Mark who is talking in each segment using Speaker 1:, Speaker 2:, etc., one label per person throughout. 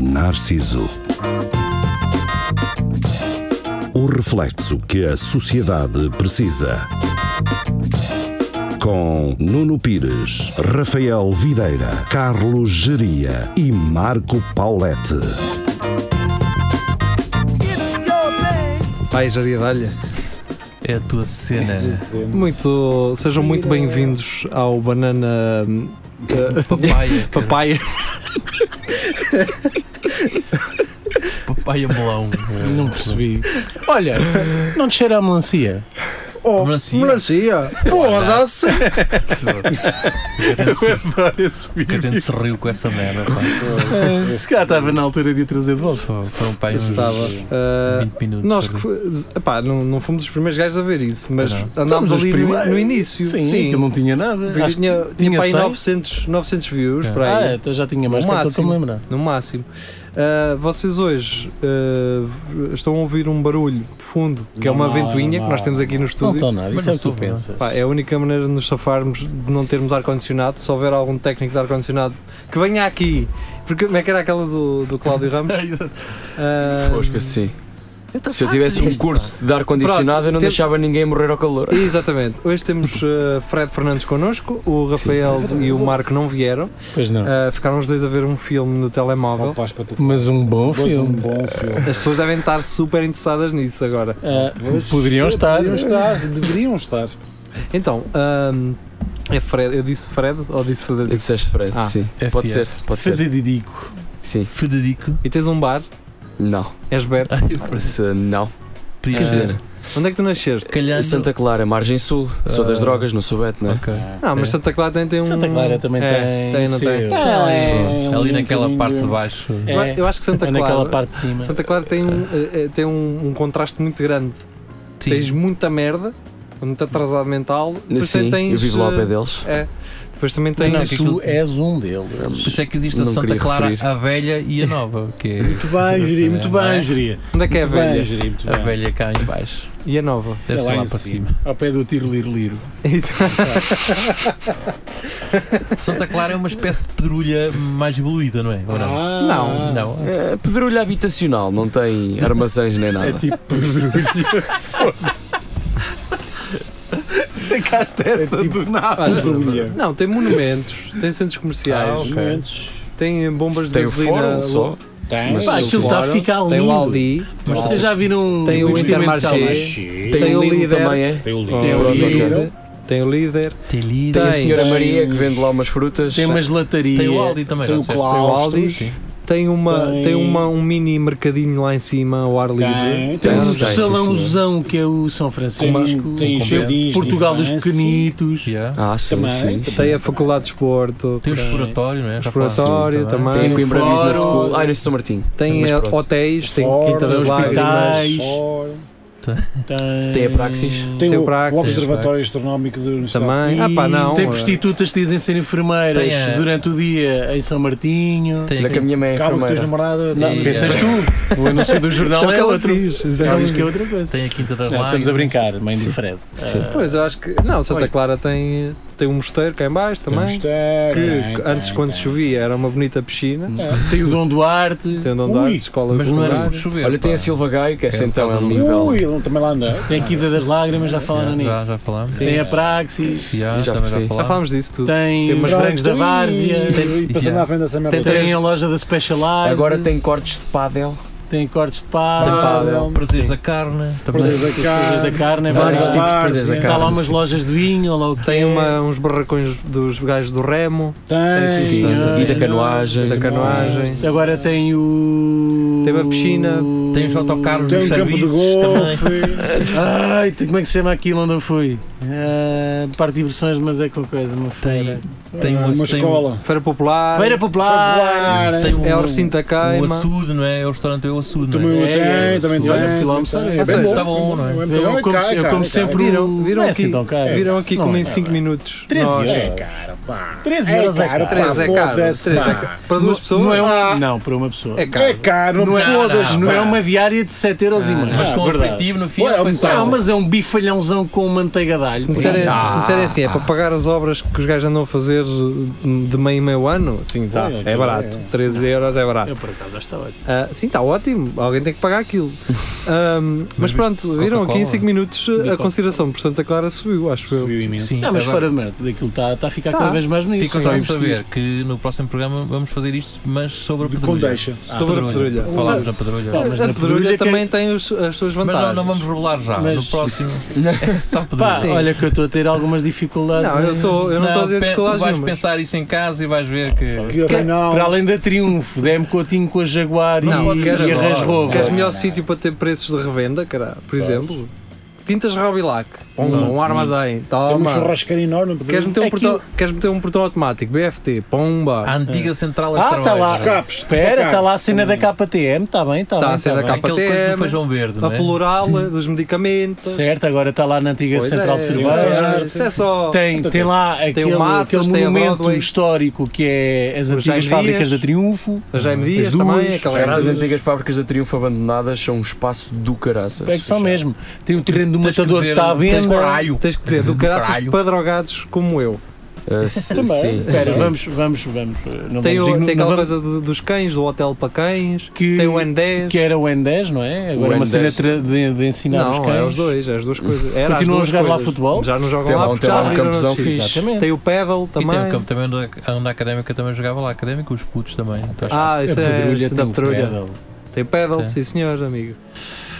Speaker 1: Narciso. O reflexo que a sociedade precisa. Com Nuno Pires, Rafael Videira, Carlos Geria e Marco Paulette.
Speaker 2: Ai, Jaria Dalha.
Speaker 3: É a tua cena.
Speaker 2: Muito, sejam muito bem-vindos ao Banana hum,
Speaker 3: Papaya. cara.
Speaker 2: Papaya.
Speaker 3: Papaya melão.
Speaker 4: Não percebi. Olha, não te cheira a melancia.
Speaker 5: Oh,
Speaker 3: Melancia.
Speaker 5: melancia. Foda-se!
Speaker 4: adoro esse É.
Speaker 3: Que a gente se riu com essa merda. pá.
Speaker 4: Se calhar estava na altura de o trazer de volta.
Speaker 3: Foi- um Foram para aí uns
Speaker 2: Estava. Ah,
Speaker 3: 20 minutos.
Speaker 2: nós que
Speaker 3: ali.
Speaker 2: f- epá, não, não fomos os primeiros gajos a ver isso, mas
Speaker 3: Não.
Speaker 2: andámos
Speaker 4: Fomos os
Speaker 2: ali no,
Speaker 4: primeiros.
Speaker 2: no início.
Speaker 4: Sim, que não tinha nada.
Speaker 2: O vídeo
Speaker 4: Acho que
Speaker 2: tinha, tinha,
Speaker 4: tinha
Speaker 2: para aí
Speaker 4: 100.
Speaker 2: 900, 900 views,
Speaker 3: É.
Speaker 2: por aí.
Speaker 4: Ah, é, então já tinha mais
Speaker 2: O
Speaker 4: que eu estou a
Speaker 2: máximo.
Speaker 4: me lembrar.
Speaker 2: no máximo. Ah, vocês hoje ah, v- estão a ouvir um barulho fundo, que é uma
Speaker 4: Não,
Speaker 2: ventoinha
Speaker 4: não,
Speaker 2: que nós temos aqui no
Speaker 4: Não
Speaker 2: estúdio.
Speaker 4: estão nada,
Speaker 3: Mas
Speaker 4: isso é
Speaker 3: não
Speaker 4: o que tu
Speaker 3: soube, não.
Speaker 4: pensas.
Speaker 2: Pá, é a única maneira de nos safarmos de não termos ar-condicionado. Se houver algum técnico de ar-condicionado que venha aqui, porque como é que era aquela do, do Cláudio Ramos?
Speaker 4: É,
Speaker 2: Ah,
Speaker 6: Fosca, sim. Se eu tivesse um curso de
Speaker 2: Pronto,
Speaker 6: ar-condicionado, eu não
Speaker 2: tem-
Speaker 6: deixava ninguém morrer ao calor.
Speaker 2: Exatamente, hoje temos ah, Fred Fernandes connosco, o Rafael e o Marco não vieram,
Speaker 4: Pois não.
Speaker 2: Ah, ficaram os dois a ver um filme no telemóvel.
Speaker 4: Mas um bom filme.
Speaker 5: bom filme.
Speaker 2: As pessoas devem estar super interessadas nisso agora.
Speaker 4: Ah, poderiam estar.
Speaker 5: Deveriam estar. Deveriam estar.
Speaker 2: Então, ahm, é Fred, eu disse Fred ou disse
Speaker 6: Eu
Speaker 2: Frederico?
Speaker 6: disseste Fred,
Speaker 2: Ah,
Speaker 6: sim.
Speaker 3: é
Speaker 6: Pode
Speaker 3: fiel.
Speaker 6: ser, pode ser.
Speaker 4: Federico.
Speaker 6: Sim.
Speaker 3: Federico.
Speaker 2: E tens um bar,
Speaker 6: Não.
Speaker 2: és Berto.
Speaker 6: Se não.
Speaker 3: Podia-
Speaker 6: Quer dizer,
Speaker 2: Onde é que tu nasceste?
Speaker 3: Calhando.
Speaker 6: Santa Clara, é margem sul. Sou das
Speaker 3: Ah.
Speaker 6: drogas, não sou beto, não é?
Speaker 3: Ok.
Speaker 2: Ah, mas
Speaker 3: É.
Speaker 2: Santa Clara também tem um.
Speaker 4: Santa Clara também
Speaker 2: É,
Speaker 4: tem.
Speaker 2: tem, não
Speaker 4: seu.
Speaker 2: tem?
Speaker 5: É,
Speaker 3: Pronto. ali naquela parte de baixo.
Speaker 4: É.
Speaker 2: Eu acho- Eu acho que Santa
Speaker 4: É
Speaker 2: Clara.
Speaker 4: naquela parte de cima.
Speaker 2: Santa Clara tem, um, eh, eh, tem um, um contraste muito grande.
Speaker 3: Sim.
Speaker 2: Tens muita merda, muito atrasado mental. Depois
Speaker 6: Sim,
Speaker 2: tens,
Speaker 6: eu vivo lá ao pé
Speaker 2: eh,
Speaker 6: deles.
Speaker 2: É. Depois também
Speaker 4: Mas
Speaker 2: tens.
Speaker 3: Não,
Speaker 4: tu
Speaker 3: que aquilo-
Speaker 4: és um deles.
Speaker 3: Por isso é que existe a
Speaker 6: Não
Speaker 3: Santa
Speaker 6: queria
Speaker 3: Clara,
Speaker 6: referir.
Speaker 3: a velha e a nova. Que é
Speaker 5: Muito bem, Jiri, muito bem, Jiri.
Speaker 2: Onde é que é a
Speaker 5: Muito bem,
Speaker 2: velha?
Speaker 5: Jiri, muito
Speaker 3: a
Speaker 5: bem.
Speaker 3: velha cá em baixo.
Speaker 2: E a nova?
Speaker 3: Deve
Speaker 5: É
Speaker 3: ser
Speaker 5: lá
Speaker 3: lá
Speaker 5: em
Speaker 3: para
Speaker 5: cima.
Speaker 3: cima.
Speaker 4: Ao pé do tiro liro liro.
Speaker 2: Isso.
Speaker 3: Santa Clara é uma espécie de pedrulha mais evoluída, não é? Ou não?
Speaker 5: Ah,
Speaker 2: Não,
Speaker 3: Não.
Speaker 6: É, pedrulha habitacional, não tem armazéns nem
Speaker 4: É
Speaker 6: nada.
Speaker 4: tipo,
Speaker 2: é
Speaker 4: Sacaste essa do nada.
Speaker 5: Pedrulha.
Speaker 2: Não, tem monumentos, tem centros comerciais,
Speaker 3: Ah, ok.
Speaker 4: eh,
Speaker 5: Momentos.
Speaker 2: tem bombas
Speaker 6: Tem
Speaker 2: de
Speaker 6: o
Speaker 2: gasolina.
Speaker 6: fórum só.
Speaker 5: Tem.
Speaker 6: Mas
Speaker 4: Pá,
Speaker 5: Mas
Speaker 4: aquilo
Speaker 2: tá
Speaker 4: está a ficar
Speaker 2: Tem o
Speaker 4: lindo.
Speaker 2: Aldi,
Speaker 4: Mas
Speaker 3: Mas
Speaker 4: vocês já viram
Speaker 2: Tem o
Speaker 4: investimento
Speaker 2: Intermarché.
Speaker 4: que há lá?
Speaker 6: Tem
Speaker 5: Tem.
Speaker 2: Tem o
Speaker 6: o Lidl
Speaker 2: líder.
Speaker 6: também, é?
Speaker 5: Tem o livro.
Speaker 2: tem o
Speaker 6: Pronto, ok.
Speaker 2: líder, tem o líder,
Speaker 3: Tem
Speaker 6: Tem a
Speaker 2: Tem.
Speaker 6: senhora
Speaker 5: Tem
Speaker 6: Maria que
Speaker 5: os-
Speaker 6: vende lá umas frutas.
Speaker 4: Tem umas latarias.
Speaker 3: Tem o Aldi também,
Speaker 5: Tem
Speaker 3: não
Speaker 5: o
Speaker 3: disseste?
Speaker 5: Claustros.
Speaker 3: Sim.
Speaker 2: tem, uma, tem...
Speaker 5: Tem-
Speaker 2: uma, um mini mercadinho lá em cima, ao ar livre.
Speaker 5: Tem.
Speaker 4: Tem um
Speaker 6: Tem, sim,
Speaker 4: salãozão que é o São Francisco.
Speaker 5: Tem
Speaker 4: Com-
Speaker 5: jardins
Speaker 4: Portugal
Speaker 5: de
Speaker 4: dos
Speaker 5: infância.
Speaker 4: Pequenitos.
Speaker 3: Yeah.
Speaker 6: Ah, sim,
Speaker 5: Também,
Speaker 6: sim. sim.
Speaker 2: Tem a Faculdade de Esporto,
Speaker 3: Tem o
Speaker 4: Tem.
Speaker 3: exploratório, não é?
Speaker 2: o exploratório também,
Speaker 6: Tem a Coimbra
Speaker 4: Fórum.
Speaker 6: Business School. Ah, não, isso é São Martinho.
Speaker 2: tem
Speaker 6: Mas
Speaker 2: eh,
Speaker 6: pronto.
Speaker 2: hotéis, tem
Speaker 5: Fora,
Speaker 2: Quinta das
Speaker 4: tem
Speaker 2: Lágrimas,
Speaker 4: hospitais.
Speaker 5: Fora.
Speaker 6: Tem a Praxis.
Speaker 5: Tem
Speaker 2: Tem
Speaker 5: o,
Speaker 2: praxe.
Speaker 5: o Observatório Astronómico da Universidade.
Speaker 2: também. Ah pá, não.
Speaker 4: um- Tem
Speaker 2: eh,
Speaker 4: prostitutas que dizem ser enfermeiras
Speaker 3: Tem a-
Speaker 4: durante o dia em São Martinho.
Speaker 3: Tem-
Speaker 6: Da que a minha mãe é
Speaker 5: Acaba que tens
Speaker 6: enfermeira.
Speaker 5: namorada. um
Speaker 4: Não,
Speaker 3: E-
Speaker 4: pensas tu. O anúncio do
Speaker 2: isso
Speaker 4: jornal
Speaker 2: o
Speaker 4: é,
Speaker 2: que ela
Speaker 4: outro.
Speaker 2: diz, isso é
Speaker 4: Ela
Speaker 2: ela
Speaker 4: diz que
Speaker 2: diz.
Speaker 4: é outra coisa.
Speaker 3: Tem um a Quinta das
Speaker 4: Não,
Speaker 3: Lagas.
Speaker 4: estamos a brincar, mãe
Speaker 6: Sim.
Speaker 4: do Fred.
Speaker 6: Sim.
Speaker 4: Ah,
Speaker 2: Pois eu acho que. Não, Santa
Speaker 4: Oi.
Speaker 2: Clara tem, tem um mosteiro cá em baixo também. que antes, quando chovia, era uma bonita
Speaker 4: Hum.
Speaker 2: piscina.
Speaker 4: Tem o Dom Duarte.
Speaker 2: Tem onde andar,
Speaker 5: Ui,
Speaker 2: escola
Speaker 3: Mas não era
Speaker 2: secundária.
Speaker 3: por chover.
Speaker 6: Olha, tem
Speaker 3: pá.
Speaker 6: a Silva Gaio, que essa
Speaker 3: É,
Speaker 6: então
Speaker 3: por
Speaker 6: é
Speaker 3: causa
Speaker 6: um
Speaker 3: do-
Speaker 6: nível.
Speaker 5: Ui, ele também lá anda.
Speaker 4: Tem a Quinta das Lágrimas, já falaram
Speaker 3: Yeah, Já,
Speaker 4: nisso.
Speaker 3: já falámos.
Speaker 4: Tem
Speaker 5: É,
Speaker 4: a Praxis.
Speaker 3: Yeah,
Speaker 6: Já
Speaker 3: também já
Speaker 6: referi.
Speaker 2: Já
Speaker 3: falámos.
Speaker 2: falámos disso tudo.
Speaker 4: Tem
Speaker 2: Tem
Speaker 4: os
Speaker 2: Brancos
Speaker 4: frangos da Várzea.
Speaker 5: E passando
Speaker 3: Yeah.
Speaker 5: à frente dessa merda.
Speaker 2: Tem três-
Speaker 4: Tem a loja da Specialized.
Speaker 6: Agora tem cortes de pádel.
Speaker 4: Tem cortes de
Speaker 5: Tem
Speaker 4: pá,
Speaker 5: pádel,
Speaker 3: Prazeres da carne. Também.
Speaker 5: prazeres da
Speaker 4: coisas da
Speaker 5: carne,
Speaker 4: carne,
Speaker 6: Vários
Speaker 4: vários
Speaker 6: tipos de
Speaker 4: tipos.
Speaker 6: coisas da
Speaker 5: Está
Speaker 4: Está
Speaker 6: carne,
Speaker 4: lá umas
Speaker 6: sim.
Speaker 4: lojas de vinho, ou lá o que
Speaker 2: Tem
Speaker 4: é.
Speaker 2: uma- uns barracões dos gajos do Remo,
Speaker 5: Tem.
Speaker 4: Sim,
Speaker 6: Sim,
Speaker 4: senhor.
Speaker 6: e da canoagem.
Speaker 2: da canoagem.
Speaker 4: Agora tem o.
Speaker 2: Tem uma piscina.
Speaker 3: Tem os autocarros
Speaker 5: Tem um
Speaker 3: dos
Speaker 5: campo de
Speaker 3: serviços também.
Speaker 5: golfe.
Speaker 4: Ai, tem- como é que se chama aquilo onde eu fui? Ah, Parque de diversões, mas é com coisa, uma feira.
Speaker 3: Tem
Speaker 5: uma,
Speaker 3: um- tem um-
Speaker 5: escola.
Speaker 2: Feira Popular,
Speaker 4: Feira popular!
Speaker 5: Ah,
Speaker 3: Tem
Speaker 2: é
Speaker 3: um-
Speaker 2: Orcinho da
Speaker 3: O
Speaker 2: Caima.
Speaker 3: açude, não é? É o restaurante é o açude,
Speaker 5: Também
Speaker 3: não
Speaker 5: o
Speaker 3: é?
Speaker 4: é,
Speaker 5: tem, também
Speaker 4: sim.
Speaker 5: tem.
Speaker 4: Olha, fui lá almoçar,
Speaker 5: também
Speaker 4: é
Speaker 5: tem.
Speaker 3: bem
Speaker 5: É
Speaker 3: bom. não é?
Speaker 5: bom,
Speaker 4: Eu
Speaker 2: Então
Speaker 5: é
Speaker 4: como,
Speaker 5: caro,
Speaker 4: se- eu
Speaker 5: caro,
Speaker 4: como
Speaker 5: é
Speaker 4: sempre
Speaker 5: caro.
Speaker 2: Viram-
Speaker 4: o.
Speaker 2: viram
Speaker 4: não é
Speaker 2: aqui-
Speaker 4: assim tão caro.
Speaker 2: Viram aqui
Speaker 4: Não
Speaker 2: como
Speaker 4: é,
Speaker 2: em
Speaker 4: não
Speaker 2: 5
Speaker 4: é.
Speaker 2: minutos.
Speaker 4: 13
Speaker 2: Nós-
Speaker 4: euros.
Speaker 5: É caro, pá.
Speaker 4: 13 euros é caro.
Speaker 5: pá,
Speaker 2: Três é caro,
Speaker 5: foda-se,
Speaker 2: três é
Speaker 5: pá.
Speaker 2: caro. Para duas pessoas
Speaker 4: Não, é um-
Speaker 5: Ah.
Speaker 4: não, para uma pessoa.
Speaker 2: é
Speaker 5: É
Speaker 2: caro.
Speaker 5: caro, não
Speaker 4: Não é-
Speaker 5: fodas,
Speaker 4: Não
Speaker 5: não
Speaker 4: é
Speaker 5: é
Speaker 4: uma diária de 7 euros e meio.
Speaker 3: Mas com o
Speaker 2: Ah,
Speaker 4: Verdade.
Speaker 3: aperitivo no fim
Speaker 5: Olha,
Speaker 3: foi
Speaker 5: almoçar.
Speaker 4: Não,
Speaker 3: só.
Speaker 4: mas é um bifalhãozão com manteiga de caralho.
Speaker 2: Se me disserem se me disserem assim, é para pagar as obras que os gajos andam a fazer de meio em meio ano, sim, tá,
Speaker 5: Olha,
Speaker 2: é
Speaker 5: aquilo
Speaker 2: barato.
Speaker 5: é.
Speaker 2: 13 euros é barato.
Speaker 4: Eu por acaso acho que está ótimo.
Speaker 2: Ah, sim, está ótimo, alguém tem que pagar aquilo. Ahm, mas pronto, viram aqui em
Speaker 3: Coca-Cola.
Speaker 2: 5 minutos a consideração por Santa Clara subiu, acho eu.
Speaker 5: Subiu imenso.
Speaker 3: Sim,
Speaker 4: Não, mas
Speaker 3: agora
Speaker 4: fora de merda, daquilo está está a ficar
Speaker 2: Tá.
Speaker 4: cada vez mais bonito.
Speaker 3: Ficam
Speaker 4: está
Speaker 3: só a
Speaker 4: investir.
Speaker 3: saber que no próximo programa vamos fazer isto, mas sobre a
Speaker 5: De
Speaker 3: pedrulha.
Speaker 5: condeixa.
Speaker 3: Ah,
Speaker 2: Sobre a pedrulha.
Speaker 3: Falámos da pedrulha.
Speaker 4: Pá, mas
Speaker 2: a pedrulha
Speaker 4: na pedrulha que-
Speaker 2: também tem os- as suas
Speaker 3: Mas
Speaker 2: vantagens.
Speaker 3: não, não vamos revelar já.
Speaker 4: Mas-
Speaker 3: No próximo é só
Speaker 4: Pá,
Speaker 3: pedrulha.
Speaker 2: Sim.
Speaker 4: olha que eu estou a ter algumas dificuldades.
Speaker 2: Não, eu,
Speaker 4: em-
Speaker 2: tô, eu não estou a dizer
Speaker 3: pe- tu
Speaker 2: dificuldades
Speaker 3: vais
Speaker 2: nenhumas.
Speaker 3: pensar isso em casa e vais ver que.
Speaker 5: Que
Speaker 2: quer-
Speaker 5: não.
Speaker 4: Para além da Triunfo, demos Coutinho com a Jaguar
Speaker 2: Não,
Speaker 4: e,
Speaker 2: pode ser
Speaker 4: e a
Speaker 3: agora.
Speaker 4: Range Rover.
Speaker 2: Queres
Speaker 5: Não,
Speaker 2: melhor
Speaker 5: não.
Speaker 2: sítio para ter preços de revenda, cara? Por exemplo, tintas Robilac, um, um armazém,
Speaker 5: Tem um
Speaker 2: toma.
Speaker 5: churrasqueiro enorme. para
Speaker 2: Queres
Speaker 5: fazer.
Speaker 2: meter, um
Speaker 4: Aquilo-
Speaker 2: portão, queres meter um portão automático, BFT, pomba.
Speaker 3: A antiga central
Speaker 4: Ah,
Speaker 3: Extra
Speaker 4: tá lá.
Speaker 3: Larga.
Speaker 5: Escapes.
Speaker 4: Espera, está lá a cena da KTM, está bem, está
Speaker 2: Tá,
Speaker 4: bem.
Speaker 2: a cena
Speaker 4: tá
Speaker 2: da
Speaker 4: bem.
Speaker 2: KTM.
Speaker 3: Aquela coisa do feijão verde,
Speaker 2: a
Speaker 3: não é?
Speaker 2: plural dos medicamentos.
Speaker 4: Certo, agora está lá na antiga
Speaker 2: Pois
Speaker 4: Central de
Speaker 2: é,
Speaker 4: Cerveja.
Speaker 5: cerveja.
Speaker 2: Isto é só.
Speaker 4: Tem, tem lá aquele,
Speaker 2: o Massas,
Speaker 4: aquele
Speaker 2: tem a
Speaker 4: monumento
Speaker 2: Broadway.
Speaker 4: histórico que é as
Speaker 2: Os
Speaker 4: antigas
Speaker 2: Jaimias.
Speaker 4: fábricas da Triunfo.
Speaker 2: a Jaime
Speaker 4: As
Speaker 2: Dias
Speaker 4: duas,
Speaker 2: também, aquela
Speaker 6: Essas
Speaker 2: grande-
Speaker 6: antigas fábricas da Triunfo abandonadas são um espaço do caraças.
Speaker 4: É que são mesmo. Tem o terreno do
Speaker 3: Tens que
Speaker 4: matador que
Speaker 3: dizer-
Speaker 4: está à
Speaker 3: tens que-
Speaker 4: venda.
Speaker 3: Caralho.
Speaker 2: Tens que dizer, do
Speaker 3: Do
Speaker 2: caraças
Speaker 3: caralho.
Speaker 2: para drogados como eu.
Speaker 6: Ah, s-
Speaker 5: Também.
Speaker 6: sim,
Speaker 4: Espera,
Speaker 6: sim.
Speaker 4: vamos, vamos, vamos. eh, Não
Speaker 2: Tem, o-
Speaker 4: vamos igno-
Speaker 2: tem
Speaker 4: não
Speaker 2: aquela
Speaker 4: vamos-
Speaker 2: coisa do- dos cães, do hotel para cães.
Speaker 4: que,
Speaker 2: Tem o N10.
Speaker 4: que era o N10, não é? Agora
Speaker 6: O
Speaker 4: uma cena
Speaker 6: N10.
Speaker 4: tra- de, de ensinar os
Speaker 2: Não,
Speaker 4: cães.
Speaker 2: é os dois, é as duas coisas. Era as
Speaker 4: Continuam
Speaker 2: duas
Speaker 4: a jogar lá
Speaker 2: coisas.
Speaker 4: futebol?
Speaker 2: Já não jogam
Speaker 6: Tem
Speaker 2: lá,
Speaker 6: lá um-
Speaker 2: porque
Speaker 6: tem
Speaker 2: já
Speaker 6: lá um
Speaker 2: abriram
Speaker 6: campozão
Speaker 2: nosso
Speaker 6: fixe.
Speaker 2: sítio.
Speaker 4: Exatamente. um
Speaker 2: Tem o pedal
Speaker 3: E
Speaker 2: também.
Speaker 3: tem o campo também onde a- onde a académica também jogava lá. Académica, os putos também. então Tu achas-
Speaker 2: Ah, isso
Speaker 4: a
Speaker 2: é
Speaker 4: pedrulha
Speaker 2: isso da
Speaker 4: tem o
Speaker 2: pedrulha.
Speaker 4: pedal.
Speaker 2: Tem pedal,
Speaker 3: Sim.
Speaker 2: sim senhor, amigo.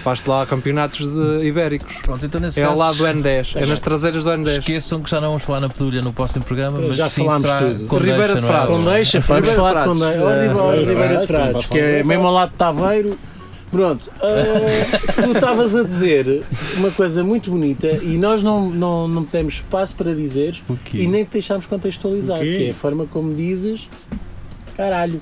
Speaker 2: Faz-te lá campeonatos de ibéricos.
Speaker 3: Pronto, então nesse
Speaker 2: É ao
Speaker 3: caso,
Speaker 2: lado do N10, é nas traseiras do N10.
Speaker 3: Esqueçam que já não vamos falar na pedulha no próximo programa, mas
Speaker 4: Já
Speaker 3: sim
Speaker 4: falámos
Speaker 3: será
Speaker 4: tudo.
Speaker 3: Condeixa,
Speaker 2: Ribeira de
Speaker 3: não é?
Speaker 2: Frades.
Speaker 4: Condeixa, vamos
Speaker 2: Ribeira de
Speaker 4: falar de
Speaker 2: Frades.
Speaker 4: Condeixa. Olha,
Speaker 2: É,
Speaker 4: Ribeira- olha,
Speaker 5: Ribeira de
Speaker 4: Ribeira de
Speaker 5: Frades,
Speaker 4: Frades,
Speaker 5: vamos falar
Speaker 4: que
Speaker 5: de
Speaker 4: é
Speaker 5: Ribeira de
Speaker 4: mesmo ao lado de Taveiro. Pronto, ah, tu estavas a dizer uma coisa muito bonita e nós não, não, não temos espaço para dizeres
Speaker 3: O quê?
Speaker 4: e nem te deixámos contextualizar,
Speaker 5: O quê?
Speaker 4: que é a forma como dizes caralho.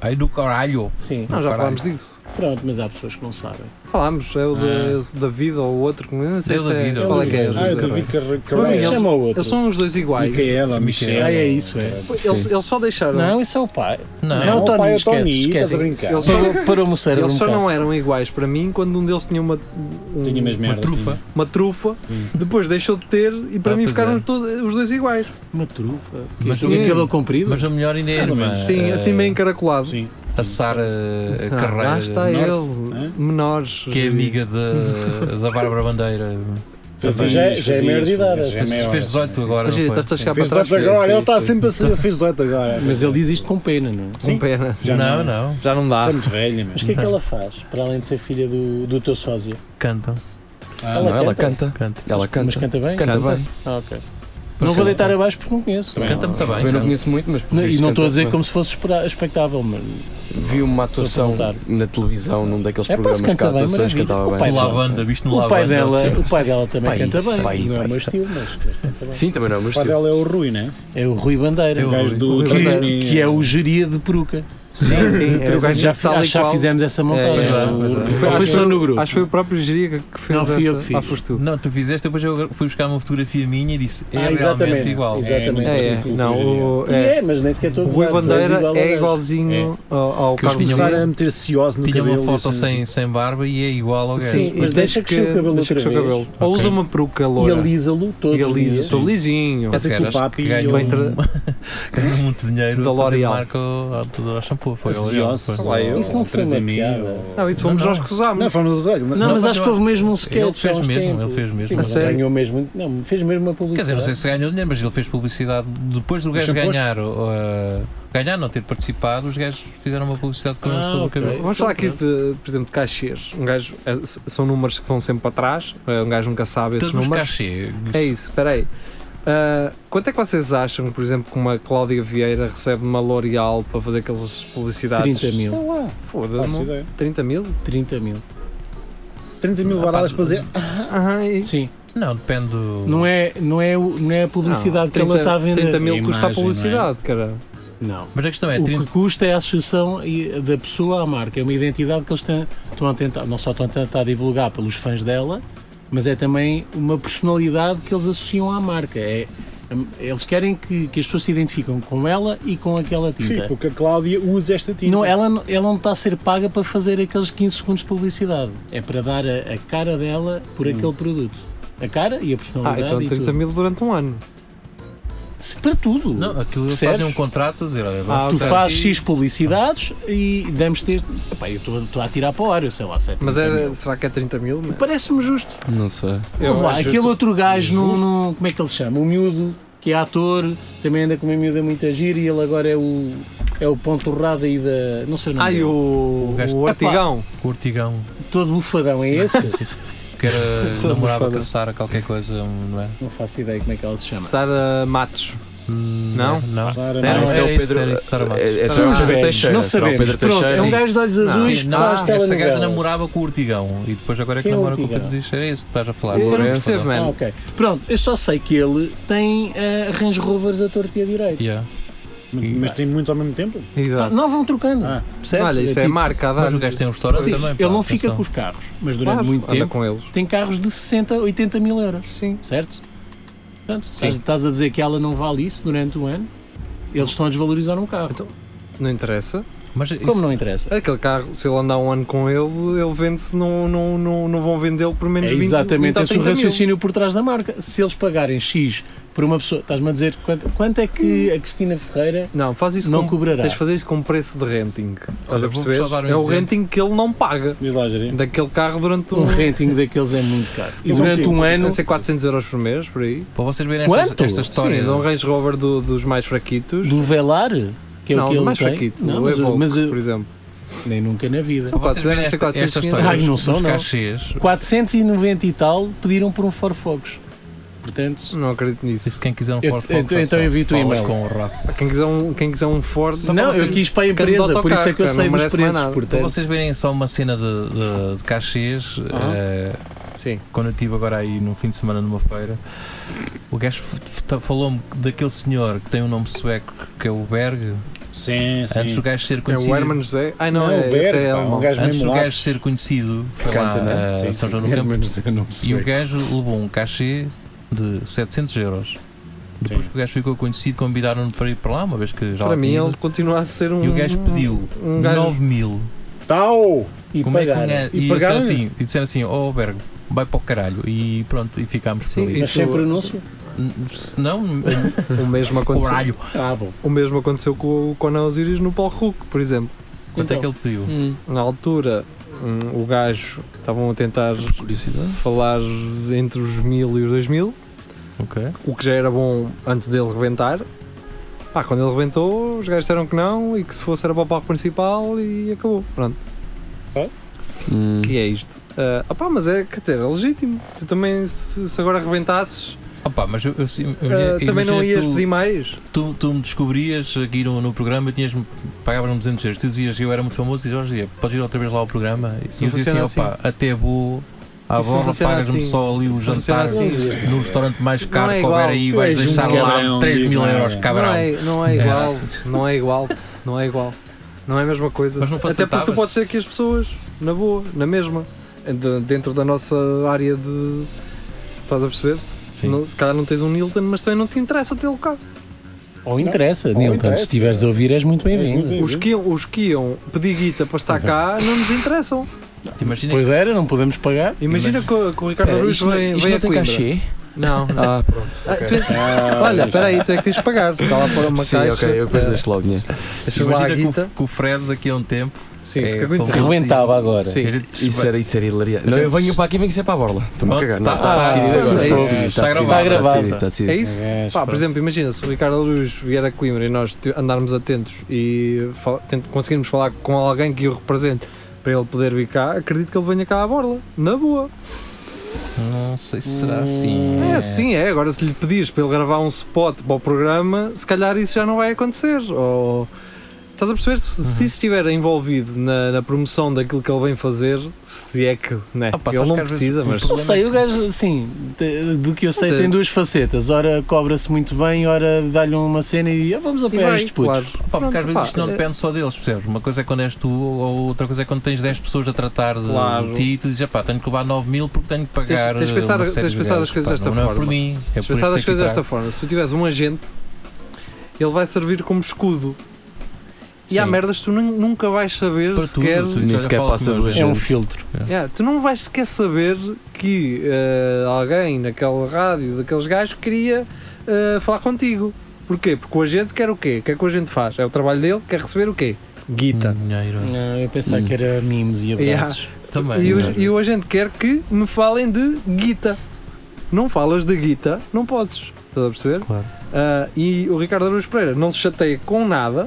Speaker 3: Ai do caralho.
Speaker 4: Sim,
Speaker 2: Não, já
Speaker 3: Caralho.
Speaker 2: falámos disso.
Speaker 4: pronto, mas há pessoas que não sabem.
Speaker 2: Falámos, é o da- da vida ou o outro, não sei
Speaker 3: É o
Speaker 2: se
Speaker 3: da
Speaker 2: é.
Speaker 3: vida.
Speaker 2: Qual é que é?
Speaker 5: Ah, é o David
Speaker 4: Como é que se
Speaker 5: Carreira.
Speaker 4: chama o outro?
Speaker 2: Eles são os dois iguais.
Speaker 5: Micaela,
Speaker 3: Micaela.
Speaker 5: Micaela.
Speaker 4: Ah, é isso, é.
Speaker 2: Eles, eles só deixaram.
Speaker 4: Não, isso é o pai.
Speaker 3: Não.
Speaker 4: é o
Speaker 5: Não,
Speaker 4: Tony,
Speaker 5: pai, é o
Speaker 4: esquece,
Speaker 5: Tony, estás
Speaker 4: esquece.
Speaker 5: a brincar.
Speaker 2: Eles só,
Speaker 4: Parou- Parou-me o cérebro
Speaker 2: eles
Speaker 4: um
Speaker 2: só
Speaker 4: bocado.
Speaker 2: não eram iguais para mim quando um deles tinha uma, um-
Speaker 5: Tinha umas
Speaker 3: Uma
Speaker 5: merdas.
Speaker 3: trufa.
Speaker 5: tinha.
Speaker 2: uma trufa, depois deixou de ter e para
Speaker 3: Ah,
Speaker 2: mim
Speaker 3: pois
Speaker 2: ficaram
Speaker 3: é.
Speaker 2: todos, os dois iguais.
Speaker 4: Uma trufa.
Speaker 3: Mas
Speaker 4: Mas
Speaker 3: o-
Speaker 4: o cabelo comprido?
Speaker 3: Mas o melhor ainda é a irmã.
Speaker 2: Sim,
Speaker 3: eh,
Speaker 2: assim meio encaracolado.
Speaker 5: Sim.
Speaker 3: Passar a
Speaker 2: Ah,
Speaker 3: carreira.
Speaker 2: lá está
Speaker 5: norte,
Speaker 2: ele,
Speaker 5: né?
Speaker 2: menores.
Speaker 3: Que é amiga de, da Bárbara Bandeira.
Speaker 5: Fazia
Speaker 4: Já-
Speaker 5: isso,
Speaker 4: já é
Speaker 5: fazia
Speaker 4: maior de
Speaker 5: isso,
Speaker 4: idade,
Speaker 5: fazia
Speaker 4: essa
Speaker 5: isso.
Speaker 3: Fez 18 agora.
Speaker 2: Mas,
Speaker 3: não foi?
Speaker 2: estás-te a chegar
Speaker 5: Fez
Speaker 2: para trás
Speaker 5: 18 agora,
Speaker 6: sim,
Speaker 5: ele está
Speaker 6: sim.
Speaker 5: sempre a ser. Fez 18 agora.
Speaker 4: Mas ele diz isto com pena, não é?
Speaker 2: com pena.
Speaker 5: Já
Speaker 3: Não, não.
Speaker 2: Já não
Speaker 5: Está
Speaker 2: dá.
Speaker 5: muito velha,
Speaker 4: Mas
Speaker 5: mas.
Speaker 4: o que é que ela faz, para além de ser filha do, do teu sósia?
Speaker 3: Cantam.
Speaker 5: Ah,
Speaker 6: Não, ela
Speaker 4: canta?
Speaker 6: canta.
Speaker 3: Canta.
Speaker 6: Ela
Speaker 4: Mas
Speaker 6: canta.
Speaker 4: canta bem?
Speaker 6: Canta bem.
Speaker 4: Ah, ok.
Speaker 6: Por
Speaker 4: não
Speaker 6: isso
Speaker 4: vou
Speaker 6: ela-
Speaker 4: deitar abaixo porque não conheço.
Speaker 5: Também.
Speaker 3: Canta muito bem.
Speaker 6: Também não
Speaker 3: canta.
Speaker 6: conheço muito, mas por
Speaker 4: Não, e
Speaker 6: isso
Speaker 4: não estou a
Speaker 6: canta
Speaker 4: dizer
Speaker 6: bem.
Speaker 4: como se fosse espera- expectável, mas
Speaker 6: Vi uma atuação
Speaker 4: Estou a perguntar.
Speaker 6: na televisão, num daqueles
Speaker 4: É, pá, se
Speaker 6: programas que há
Speaker 4: canta bem,
Speaker 6: atuações
Speaker 4: maravilha.
Speaker 6: cantava
Speaker 4: O
Speaker 6: bem.
Speaker 4: pai
Speaker 6: sim,
Speaker 3: O
Speaker 4: dela-
Speaker 6: sim.
Speaker 3: Lavanda, visto no
Speaker 4: o
Speaker 3: Lavanda.
Speaker 4: pai dela,
Speaker 3: sim.
Speaker 4: o pai dela também
Speaker 6: Pai,
Speaker 4: canta bem.
Speaker 6: pai,
Speaker 4: não é
Speaker 6: pai.
Speaker 4: o meu estilo, mas, mas canta bem.
Speaker 6: Sim, também não, mas
Speaker 5: O pai
Speaker 6: sim.
Speaker 5: dela é o Rui, né?
Speaker 4: É o Rui Bandeira,
Speaker 3: É
Speaker 5: O
Speaker 3: o
Speaker 5: gajo do.
Speaker 2: Rui
Speaker 4: que,
Speaker 2: Bandeira.
Speaker 4: que é o geria de peruca.
Speaker 2: Sim, sim. é, o gajo
Speaker 4: já,
Speaker 2: que está
Speaker 4: acho
Speaker 2: ali
Speaker 4: que já
Speaker 2: qual-
Speaker 4: fizemos essa montagem.
Speaker 2: É,
Speaker 3: é, pois é.
Speaker 4: Ou foi,
Speaker 2: Acho
Speaker 4: só
Speaker 2: que-
Speaker 4: no grupo.
Speaker 2: Acho que foi o próprio Geria que fez
Speaker 4: Não, fui eu
Speaker 2: essa-
Speaker 4: que fiz.
Speaker 2: Ah, foste tu.
Speaker 3: Não, tu fizeste, depois eu fui buscar uma fotografia minha e disse: É
Speaker 4: Ah,
Speaker 3: realmente
Speaker 4: exatamente,
Speaker 3: igual.
Speaker 4: Exatamente.
Speaker 2: É, é.
Speaker 5: sim, sim,
Speaker 2: Não,
Speaker 5: sim,
Speaker 2: o,
Speaker 4: E
Speaker 2: é.
Speaker 4: é, mas nem sequer estou a
Speaker 2: o Rui
Speaker 4: gozar, tu és
Speaker 2: Bandeira
Speaker 4: igual
Speaker 2: é
Speaker 4: ao gajo.
Speaker 2: igualzinho ao, ao
Speaker 3: Que os
Speaker 2: Carlos
Speaker 3: tinham-
Speaker 5: Começar
Speaker 2: Geria.
Speaker 5: a meter ciose no
Speaker 3: Tinha
Speaker 5: cabelo.
Speaker 3: uma foto
Speaker 5: e-
Speaker 3: sem, sem barba e é igual ao gajo.
Speaker 4: Sim,
Speaker 2: E
Speaker 4: mas
Speaker 2: tens
Speaker 4: deixa
Speaker 2: que-
Speaker 4: crescer o cabelo
Speaker 2: deixa
Speaker 4: outra
Speaker 2: crescer o
Speaker 4: vez.
Speaker 2: cabelo. Ou
Speaker 3: Ok.
Speaker 2: usa uma peruca
Speaker 4: E
Speaker 2: loura.
Speaker 4: alisa-lo todos
Speaker 2: E
Speaker 4: os
Speaker 2: alisa,
Speaker 4: dias.
Speaker 2: estou lisinho.
Speaker 3: Esse
Speaker 5: Esse
Speaker 3: gajo acho
Speaker 5: papi
Speaker 3: que ganhou
Speaker 5: bem
Speaker 4: é
Speaker 3: um- ganhou muito dinheiro
Speaker 2: Da
Speaker 3: a fazer
Speaker 2: L'Oréal.
Speaker 3: marca ao- tudo ao shampoo. Foi ao L'Oréal,
Speaker 5: Ciose.
Speaker 3: foi.
Speaker 2: Lá eu.
Speaker 4: Isso não foi uma piada.
Speaker 2: Não, isso fomos
Speaker 3: Não,
Speaker 2: nós que usámos.
Speaker 5: Não, fomos usar.
Speaker 4: Não,
Speaker 3: Não,
Speaker 4: mas
Speaker 3: mas
Speaker 4: acho
Speaker 3: eu-
Speaker 4: que houve mesmo um sketch.
Speaker 3: ele fez
Speaker 4: há uns
Speaker 3: mesmo,
Speaker 4: tempos.
Speaker 3: ele fez mesmo.
Speaker 4: Sim,
Speaker 3: A
Speaker 4: mas
Speaker 2: sério?
Speaker 4: ganhou mesmo muito. Não, fez mesmo uma publicidade.
Speaker 3: Quer dizer, não sei se ganhou dinheiro, mas ele fez publicidade. Depois do gajo
Speaker 5: shampoos?
Speaker 3: ganhar, uh, ganhar, não ter participado, os gajos fizeram uma publicidade com
Speaker 4: Ah,
Speaker 3: ele sobre o
Speaker 4: ok.
Speaker 3: cabelo.
Speaker 2: Vamos falar aqui, de, por exemplo, de cachês. Um gajo, é, s- são números que são sempre para trás. É, Um gajo nunca sabe esses
Speaker 3: Todos os
Speaker 2: números.
Speaker 3: cachê.
Speaker 2: É isso, espera aí. Ah, quanto é que vocês acham, por exemplo, que uma Cláudia Vieira recebe uma L'Oreal para fazer aquelas publicidades?
Speaker 4: 30 mil.
Speaker 5: Sei lá,
Speaker 2: Foda-se.
Speaker 5: faço
Speaker 2: meu.
Speaker 5: ideia. Ah,
Speaker 2: 30 mil?
Speaker 4: 30 mil.
Speaker 5: 30 mil varadas para dizer.
Speaker 2: Ai.
Speaker 4: Sim.
Speaker 3: Não, depende do.
Speaker 4: Não é, não é, o- não é a publicidade
Speaker 2: Não,
Speaker 4: que ela está a vender.
Speaker 2: 30 Ah, mil custa a
Speaker 4: é?
Speaker 5: Imagem,
Speaker 2: publicidade, cara.
Speaker 4: Não.
Speaker 3: Mas a questão é:
Speaker 4: O
Speaker 3: 30
Speaker 4: que custa é a associação e- da pessoa à marca. É uma identidade que eles têm- estão a tentar, não só estão a tentar divulgar pelos fãs dela, mas é também uma personalidade que eles associam à marca. É, eles querem que, que as pessoas se identificam com ela e com aquela tinta.
Speaker 5: Sim, porque a Cláudia usa esta tinta.
Speaker 4: Não, ela, não- ela não está a ser paga para fazer aqueles 15 segundos de publicidade. É para dar a, a cara dela por aquele produto. A cara e a
Speaker 2: Ah,
Speaker 4: personalidade.
Speaker 2: então
Speaker 4: e
Speaker 2: 30
Speaker 4: tudo.
Speaker 2: mil durante um ano.
Speaker 4: Se- Para tudo.
Speaker 3: Não, aquilo eles
Speaker 4: Percebes?
Speaker 3: fazem um contrato a dizer, olha, vamos
Speaker 2: Ah,
Speaker 4: tu
Speaker 2: ok.
Speaker 4: fazes X publicidades e damos ter. Epá, eu estou- estou a tirar para o ar, eu sei lá, certo?
Speaker 2: Mas é, será que é 30 mil?
Speaker 4: Parece-me justo.
Speaker 6: Não sei.
Speaker 2: Eu
Speaker 4: Vá,
Speaker 2: acho
Speaker 4: aquele
Speaker 2: justo.
Speaker 4: outro gajo, no, no- como é que ele se chama? O miúdo, que é ator, também anda com uma miúda muito gira e ele agora é o, é o ponto rado aí da. Não sei o nome.
Speaker 2: Ah, e
Speaker 4: dele.
Speaker 2: o,
Speaker 3: O gajo-
Speaker 2: o Artigão?
Speaker 3: o Ortigão,
Speaker 4: Todo bufadão é esse?
Speaker 3: que era
Speaker 2: Todo
Speaker 3: namorava
Speaker 2: foda.
Speaker 3: com a Sara qualquer coisa, não é?
Speaker 4: não faço ideia como é que ela se chama.
Speaker 2: Sara Matos. Não?
Speaker 3: Não.
Speaker 5: Sara,
Speaker 3: Não,
Speaker 6: Ah, esse é o
Speaker 3: era isso,
Speaker 6: Pedro.
Speaker 3: era isso, Sara Matos.
Speaker 6: é- Esse é
Speaker 4: São
Speaker 6: o
Speaker 4: os
Speaker 6: Pedro
Speaker 4: velhos,
Speaker 6: Teixeira.
Speaker 4: não
Speaker 6: será o
Speaker 4: sabemos.
Speaker 6: Pedro
Speaker 4: Pronto, é
Speaker 6: Teixeira.
Speaker 4: um gajo de olhos azuis que
Speaker 3: não, é
Speaker 4: faz
Speaker 3: essa gaja
Speaker 4: telenovelas.
Speaker 3: namorava com o Ortigão e depois agora é que
Speaker 4: Quem é o
Speaker 3: namora com o
Speaker 4: Ortigão?
Speaker 3: Pedro Teixeira, é isso que estás a falar.
Speaker 2: Eu não
Speaker 6: Lourenço.
Speaker 2: percebo,
Speaker 4: Ah,
Speaker 2: mano.
Speaker 4: ok. Pronto, eu só sei que ele tem ah, Range Rovers a torto e a direito.
Speaker 3: Yeah.
Speaker 5: Mas tem muito ao mesmo tempo?
Speaker 4: Ah,
Speaker 2: Exato.
Speaker 4: Não vão trocando.
Speaker 5: Ah.
Speaker 4: Percebes?
Speaker 2: Olha, isso é
Speaker 4: tipo,
Speaker 2: marca. a dar-
Speaker 3: Mas o gajo tem um restaurante
Speaker 4: sim,
Speaker 3: também.
Speaker 4: ele
Speaker 3: pá,
Speaker 4: não fica
Speaker 3: atenção.
Speaker 4: com os carros, mas durante
Speaker 2: Claro,
Speaker 4: muito
Speaker 2: anda
Speaker 4: tempo
Speaker 2: com eles.
Speaker 4: tem carros de 60, 80 mil euros,
Speaker 2: Sim.
Speaker 4: certo? Portanto, estás, estás a dizer que ela não vale isso durante um ano? Eles estão a desvalorizar um carro.
Speaker 2: Então, é Não interessa.
Speaker 3: Mas
Speaker 4: Como
Speaker 3: isso-
Speaker 4: não interessa?
Speaker 2: Aquele carro, se ele andar um ano com ele, ele vende-se, não, não, não, não vão vendê-lo por menos
Speaker 4: É
Speaker 2: 20
Speaker 4: exatamente
Speaker 2: 20 a
Speaker 4: esse o
Speaker 2: 30 mil.
Speaker 4: raciocínio por trás da marca. Se eles pagarem X por uma pessoa, estás-me a dizer quanto, quanto é que a Cristina Ferreira
Speaker 2: Não, faz isso
Speaker 4: não
Speaker 2: com,
Speaker 4: cobrará?
Speaker 2: Tens de fazer isso com um preço de renting. Estás a
Speaker 3: vou
Speaker 2: perceber?
Speaker 3: só dar um
Speaker 2: é o
Speaker 3: exemplo.
Speaker 2: renting que ele não paga
Speaker 5: Diz lá, Jerry.
Speaker 2: daquele carro durante
Speaker 4: Um
Speaker 2: um.
Speaker 4: renting daqueles é muito caro. E
Speaker 5: Isso é um
Speaker 4: durante
Speaker 5: quilo.
Speaker 4: um ano.
Speaker 2: Não sei, 400 euros por mês, por aí.
Speaker 3: Para vocês verem esta,
Speaker 4: Quanto?
Speaker 3: esta história.
Speaker 2: Sim, de um Range Rover do- dos mais fraquitos.
Speaker 4: É. Do velar? Que é
Speaker 2: não,
Speaker 4: o que
Speaker 2: do
Speaker 4: ele
Speaker 2: mais
Speaker 4: tem.
Speaker 2: fraquito.
Speaker 4: Não,
Speaker 2: o
Speaker 4: mas,
Speaker 2: Evoque,
Speaker 4: mas, eh,
Speaker 2: por exemplo.
Speaker 4: nem nunca na vida.
Speaker 2: São
Speaker 3: Para vocês
Speaker 2: 400,
Speaker 3: verem
Speaker 2: deve ser
Speaker 3: esta,
Speaker 2: 400,
Speaker 3: esta
Speaker 2: 500.
Speaker 3: história
Speaker 4: Ai, não são,
Speaker 3: dos
Speaker 4: não.
Speaker 3: cachês.
Speaker 4: 490 e tal pediram por um Ford Focus. Portanto,
Speaker 2: Não acredito nisso.
Speaker 3: Isso quem quiser um
Speaker 4: Eu-
Speaker 3: Ford
Speaker 4: eu-
Speaker 3: Focus,
Speaker 4: então
Speaker 3: só
Speaker 4: eu vi o teu
Speaker 3: falas
Speaker 4: e-mail.
Speaker 3: com o Rafa.
Speaker 2: Quem quiser um, quem quiser um Ford.
Speaker 4: não, eu
Speaker 2: vocês-
Speaker 4: quis para a
Speaker 2: quero de
Speaker 4: empresa, por isso é que eu
Speaker 2: autocarro,
Speaker 4: sei
Speaker 2: não merece
Speaker 4: dos
Speaker 2: mais
Speaker 4: preços.
Speaker 2: nada.
Speaker 3: Para
Speaker 4: Portanto,
Speaker 3: vocês verem só uma cena de, de, de cachês,
Speaker 4: Ah.
Speaker 3: eh,
Speaker 2: Sim.
Speaker 3: quando eu estive agora aí num fim de semana numa feira, o gajo f- f- falou-me daquele senhor que tem um nome sueco que é o Berg,
Speaker 5: Sim,
Speaker 3: antes do
Speaker 5: sim.
Speaker 3: gajo ser
Speaker 2: É o
Speaker 3: conhecido.
Speaker 2: Herman José. Ai não,
Speaker 5: Não,
Speaker 2: é,
Speaker 5: o
Speaker 2: esse é
Speaker 5: Berg, pá, um
Speaker 2: alemão.
Speaker 5: gajo
Speaker 3: Antes
Speaker 5: mesmo
Speaker 3: do
Speaker 5: lá.
Speaker 3: gajo ser conhecido, foi
Speaker 4: Canta,
Speaker 3: lá,
Speaker 4: né?
Speaker 3: eh,
Speaker 5: é? Sim,
Speaker 3: São
Speaker 5: sim.
Speaker 3: João do Campo, E o
Speaker 4: ga-
Speaker 3: gajo levou um cachê de 700 euros. Depois
Speaker 5: Sim.
Speaker 3: que o gajo ficou conhecido, convidaram-no para ir para lá, uma vez que já lá
Speaker 2: Para mim
Speaker 3: tinha
Speaker 2: ele
Speaker 3: ido.
Speaker 2: continua a ser um.
Speaker 3: E o gajo pediu
Speaker 2: Um gajo.
Speaker 3: 9 mil.
Speaker 5: Tau!
Speaker 4: e
Speaker 3: Como é que um
Speaker 4: pagaram.
Speaker 3: gajo- E,
Speaker 5: E
Speaker 3: eles disseram
Speaker 5: pagaram?
Speaker 3: assim, e disseram assim: Ó Bergo, vai para o caralho. E pronto, e ficámos
Speaker 2: Sim,
Speaker 3: por ali.
Speaker 4: Mas
Speaker 2: isso-
Speaker 4: sem pronúncio?
Speaker 3: N- se Não,
Speaker 2: O mesmo aconteceu.
Speaker 3: caralho.
Speaker 4: Ah, bom.
Speaker 2: O mesmo aconteceu com o Conan Osiris no Paul Ruc, por exemplo.
Speaker 3: Quanto é que
Speaker 4: Então.
Speaker 3: ele pediu?
Speaker 4: Hum.
Speaker 2: Na altura, hum, o gajo estavam a tentar
Speaker 6: Curiosidade.
Speaker 2: falar entre os 1000 e os 2000,
Speaker 3: Ok.
Speaker 2: o que já era bom antes dele rebentar. Pá, quando ele rebentou, os gajos disseram que não e que se fosse era para o palco principal e acabou. Pronto.
Speaker 6: Hum.
Speaker 2: E é isto. Ah, opá, mas é, quer dizer, é legítimo. Tu também, se, se agora rebentasses,
Speaker 3: Opa, mas eu, eu, sim-
Speaker 2: ah,
Speaker 3: imagina-
Speaker 2: também não
Speaker 3: imagina
Speaker 2: ias
Speaker 3: tu-
Speaker 2: pedir mais.
Speaker 3: tu, tu me descobrias aqui no, no programa, tinhas pagavas-me 200 um euros, tu dizias que eu era muito famoso e Jorge dizia, podes ir outra vez lá ao programa? E
Speaker 2: não
Speaker 3: eu dizia
Speaker 2: funciona
Speaker 3: assim, opa, até vou à
Speaker 2: Isso não
Speaker 3: borra,
Speaker 2: funciona
Speaker 3: pagas-me
Speaker 2: assim.
Speaker 3: só ali o
Speaker 2: Isso não
Speaker 3: jantar
Speaker 2: funciona assim.
Speaker 3: no restaurante mais caro
Speaker 2: é
Speaker 3: que
Speaker 2: igual.
Speaker 3: houver aí,
Speaker 5: Tu
Speaker 3: vais
Speaker 5: és um
Speaker 3: deixar lá
Speaker 5: cabrão,
Speaker 3: 3 mil
Speaker 5: diz, não é?
Speaker 3: euros, cabrão.
Speaker 2: Não é, não é
Speaker 3: É.
Speaker 2: igual, não é igual, não é igual. Não é a mesma coisa.
Speaker 3: Mas não
Speaker 2: Até porque tu
Speaker 3: facilitavas?
Speaker 2: podes ser aqui as pessoas, na boa, na mesma, de- dentro da nossa área de. Estás a perceber?
Speaker 3: Sim.
Speaker 2: Não- se calhar não tens um Nilton, mas também não te interessa tê-lo cá.
Speaker 4: Ou interessa,
Speaker 5: Ou
Speaker 4: Nilton,
Speaker 5: interessa.
Speaker 4: se estiveres a ouvir és
Speaker 2: É
Speaker 4: muito
Speaker 5: muito
Speaker 4: bem-vindo.
Speaker 5: bem-vindo.
Speaker 2: Os que, iam- os que iam pedir guita para estar cá não nos interessam.
Speaker 3: Te Imagina
Speaker 4: Pois era, não podemos pagar.
Speaker 2: Imagina que, que o Ricardo
Speaker 6: Espera,
Speaker 2: Aruz
Speaker 6: isto não- é-
Speaker 2: vem,
Speaker 6: isto
Speaker 2: vem
Speaker 6: não
Speaker 2: a
Speaker 6: tem
Speaker 2: Coimbra.
Speaker 6: cachê?
Speaker 2: Não, não.
Speaker 6: Ah, pronto.
Speaker 2: Ah, tu és-
Speaker 5: Ah,
Speaker 2: olha,
Speaker 5: deixa.
Speaker 2: espera aí, tu é que tens de pagar. Está lá fora uma
Speaker 6: Sim,
Speaker 2: caixa.
Speaker 6: ok, eu depois
Speaker 2: eh,
Speaker 6: deixo lá o dinheiro.
Speaker 2: deixas lá a
Speaker 3: imagina que o-
Speaker 2: guita.
Speaker 3: que o Fred daqui a um tempo
Speaker 2: Sim,
Speaker 3: é
Speaker 2: fica com isso.
Speaker 4: Se rebentava agora.
Speaker 2: Sim.
Speaker 3: ele te-
Speaker 6: Isso era, isso era hilariante. Não, eu venho para aqui e venho sempre para a borla. Estou-me a
Speaker 3: Pronto,
Speaker 6: cagar.
Speaker 3: tá-
Speaker 6: Não,
Speaker 3: tá-
Speaker 6: está decidido
Speaker 2: tá-
Speaker 6: agora.
Speaker 2: é
Speaker 6: Está
Speaker 2: isso.
Speaker 6: decidido,
Speaker 3: Está
Speaker 6: decidido, está
Speaker 3: gravado.
Speaker 6: decidido,
Speaker 4: Tá
Speaker 6: Está decidido.
Speaker 2: É isso?
Speaker 4: É,
Speaker 2: Pá, por exemplo, imagina se o Ricardo Luz vier a Coimbra e nós te- andarmos atentos e fal- tent- conseguirmos falar com alguém que o represente para ele poder vir cá, acredito que ele venha cá à borla. Na boa.
Speaker 3: Não sei se será assim.
Speaker 2: É assim, é. Agora, se lhe pedires para ele gravar um spot para o programa, se calhar isso já não vai acontecer. Ou. Estás a perceber? Se,
Speaker 3: Uhum.
Speaker 2: se isso estiver envolvido na, na promoção daquilo que ele vem fazer, se é que. Né?
Speaker 3: Ah, pá,
Speaker 2: ele
Speaker 3: sabes
Speaker 2: não
Speaker 3: que às vezes
Speaker 2: precisa,
Speaker 3: o
Speaker 2: mas.
Speaker 4: Não sei, o gajo, assim, de- do que eu sei, tem duas facetas. Ora cobra-se muito bem, ora dá-lhe uma cena e ah, vamos
Speaker 2: E
Speaker 3: é
Speaker 4: apoiar
Speaker 2: vai,
Speaker 4: estes putos.
Speaker 2: claro.
Speaker 3: Pá, porque às
Speaker 2: Pronto,
Speaker 3: vezes
Speaker 2: pá,
Speaker 3: isto não
Speaker 2: é-
Speaker 3: depende só deles, percebes? Uma coisa é quando és tu, ou outra coisa é quando tens 10 pessoas a tratar de,
Speaker 2: Claro.
Speaker 3: de ti e tu dizes, pá, tenho que levar 9 mil porque tenho que pagar.
Speaker 2: tens de pensar-
Speaker 3: uma
Speaker 2: tens de
Speaker 3: série de
Speaker 2: pensar
Speaker 3: gajos.
Speaker 2: as coisas
Speaker 3: Pá,
Speaker 2: desta
Speaker 3: não, Não é por
Speaker 2: forma.
Speaker 3: mim. É por
Speaker 2: Se pensar
Speaker 3: isto
Speaker 2: das
Speaker 3: que
Speaker 2: coisas
Speaker 3: trago.
Speaker 2: desta forma, se tu tiveres um agente, ele vai servir como escudo. E há
Speaker 3: Sim.
Speaker 2: merdas que tu nun- nunca vais saber
Speaker 3: Para tudo,
Speaker 2: sequer.
Speaker 3: tu
Speaker 6: Nem
Speaker 3: dizes, olha,
Speaker 6: sequer
Speaker 3: fala
Speaker 6: passa
Speaker 3: comigo.
Speaker 6: duas
Speaker 4: É um
Speaker 6: Gente.
Speaker 4: filtro.
Speaker 2: Yeah, tu não vais sequer saber que eh, alguém naquela rádio, daqueles gajos, queria eh, falar contigo. Porquê? Porque o agente quer o quê? O que é que o agente faz? É o trabalho dele, quer receber o quê?
Speaker 3: Hum.
Speaker 2: Guita.
Speaker 3: Dinheiro.
Speaker 4: Não, Ah, eu pensava
Speaker 6: Hum.
Speaker 4: que era mimos e
Speaker 2: Yeah.
Speaker 4: abraços.
Speaker 3: Também.
Speaker 2: e,
Speaker 3: não é?
Speaker 2: o, e o agente quer que me falem de guita. Não falas de guita, não podes. Estás a perceber?
Speaker 3: Claro.
Speaker 2: Ah, e o Ricardo Araújo Pereira não se chateia com nada,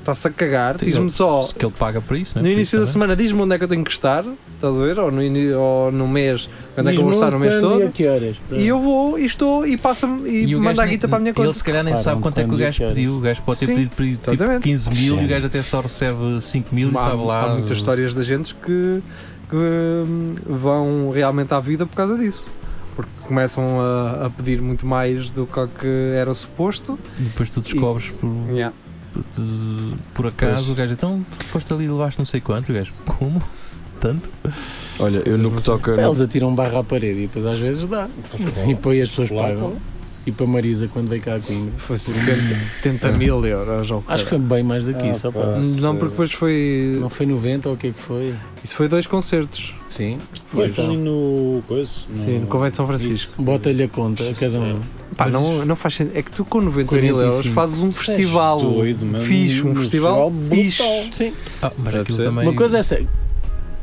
Speaker 2: está-se a cagar, diz-me só
Speaker 3: Se que ele paga por isso, não é?
Speaker 2: no
Speaker 3: Por
Speaker 2: início
Speaker 3: isso
Speaker 2: da
Speaker 3: também.
Speaker 2: semana diz-me onde é que eu tenho que estar, estás a ver? Ou no, ini- ou no mês, quando é que eu vou
Speaker 4: Diz-me
Speaker 2: estar no mês
Speaker 4: quando e a
Speaker 2: todo.
Speaker 4: que horas?
Speaker 2: E eu vou e estou e passa-me e,
Speaker 3: o
Speaker 2: manda
Speaker 3: gajo
Speaker 2: a guita
Speaker 3: nem-
Speaker 2: para a minha
Speaker 3: Ele
Speaker 2: conta.
Speaker 3: se calhar nem
Speaker 4: Claro,
Speaker 3: sabe
Speaker 4: um
Speaker 3: quanto é que o
Speaker 4: plano
Speaker 3: gajo
Speaker 4: de horas.
Speaker 3: pediu. O gajo pode ter
Speaker 2: Sim,
Speaker 3: pedido para aí, tipo
Speaker 2: exatamente.
Speaker 3: 15 mil e o
Speaker 5: Sim.
Speaker 3: gajo até só recebe 5 mil e
Speaker 2: há,
Speaker 3: sabe lá.
Speaker 2: há muitas histórias de agentes que, que hum, vão realmente à vida por causa disso. Porque começam a, a pedir muito mais do que, que era suposto.
Speaker 3: E Depois tu descobres por, de- por acaso,
Speaker 6: Pois.
Speaker 3: o gajo, então tu foste ali e levaste não sei quanto, o gajo, como? Tanto?
Speaker 6: Olha, eu no que toca.
Speaker 4: Pá, Eles atiram barra um à parede e depois às vezes dá. E depois as pessoas
Speaker 5: Claro.
Speaker 4: pagam. Tipo a Marisa quando veio cá a Coimbra.
Speaker 2: Foi 70, mil euros.
Speaker 4: Acho que foi bem mais daqui,
Speaker 5: Ah,
Speaker 4: só
Speaker 5: pá.
Speaker 4: para.
Speaker 2: Não, porque depois foi.
Speaker 4: Não foi 90 ou o que é que foi?
Speaker 2: Isso foi dois concertos.
Speaker 4: Sim.
Speaker 5: Pois
Speaker 4: Então,
Speaker 5: ali no. Coisa?
Speaker 2: Sim, no Convento de São Francisco.
Speaker 4: Bota-lhe a conta a cada um.
Speaker 2: Pá,
Speaker 4: Mas
Speaker 2: não, não faz sentido. É que tu com 90 mil euros
Speaker 4: 45.
Speaker 2: fazes um festival fixe, um, festival, fixe.
Speaker 4: Sim.
Speaker 3: Ah, mas
Speaker 2: Deve
Speaker 3: aquilo
Speaker 2: ser.
Speaker 3: também.
Speaker 4: Uma coisa é sério.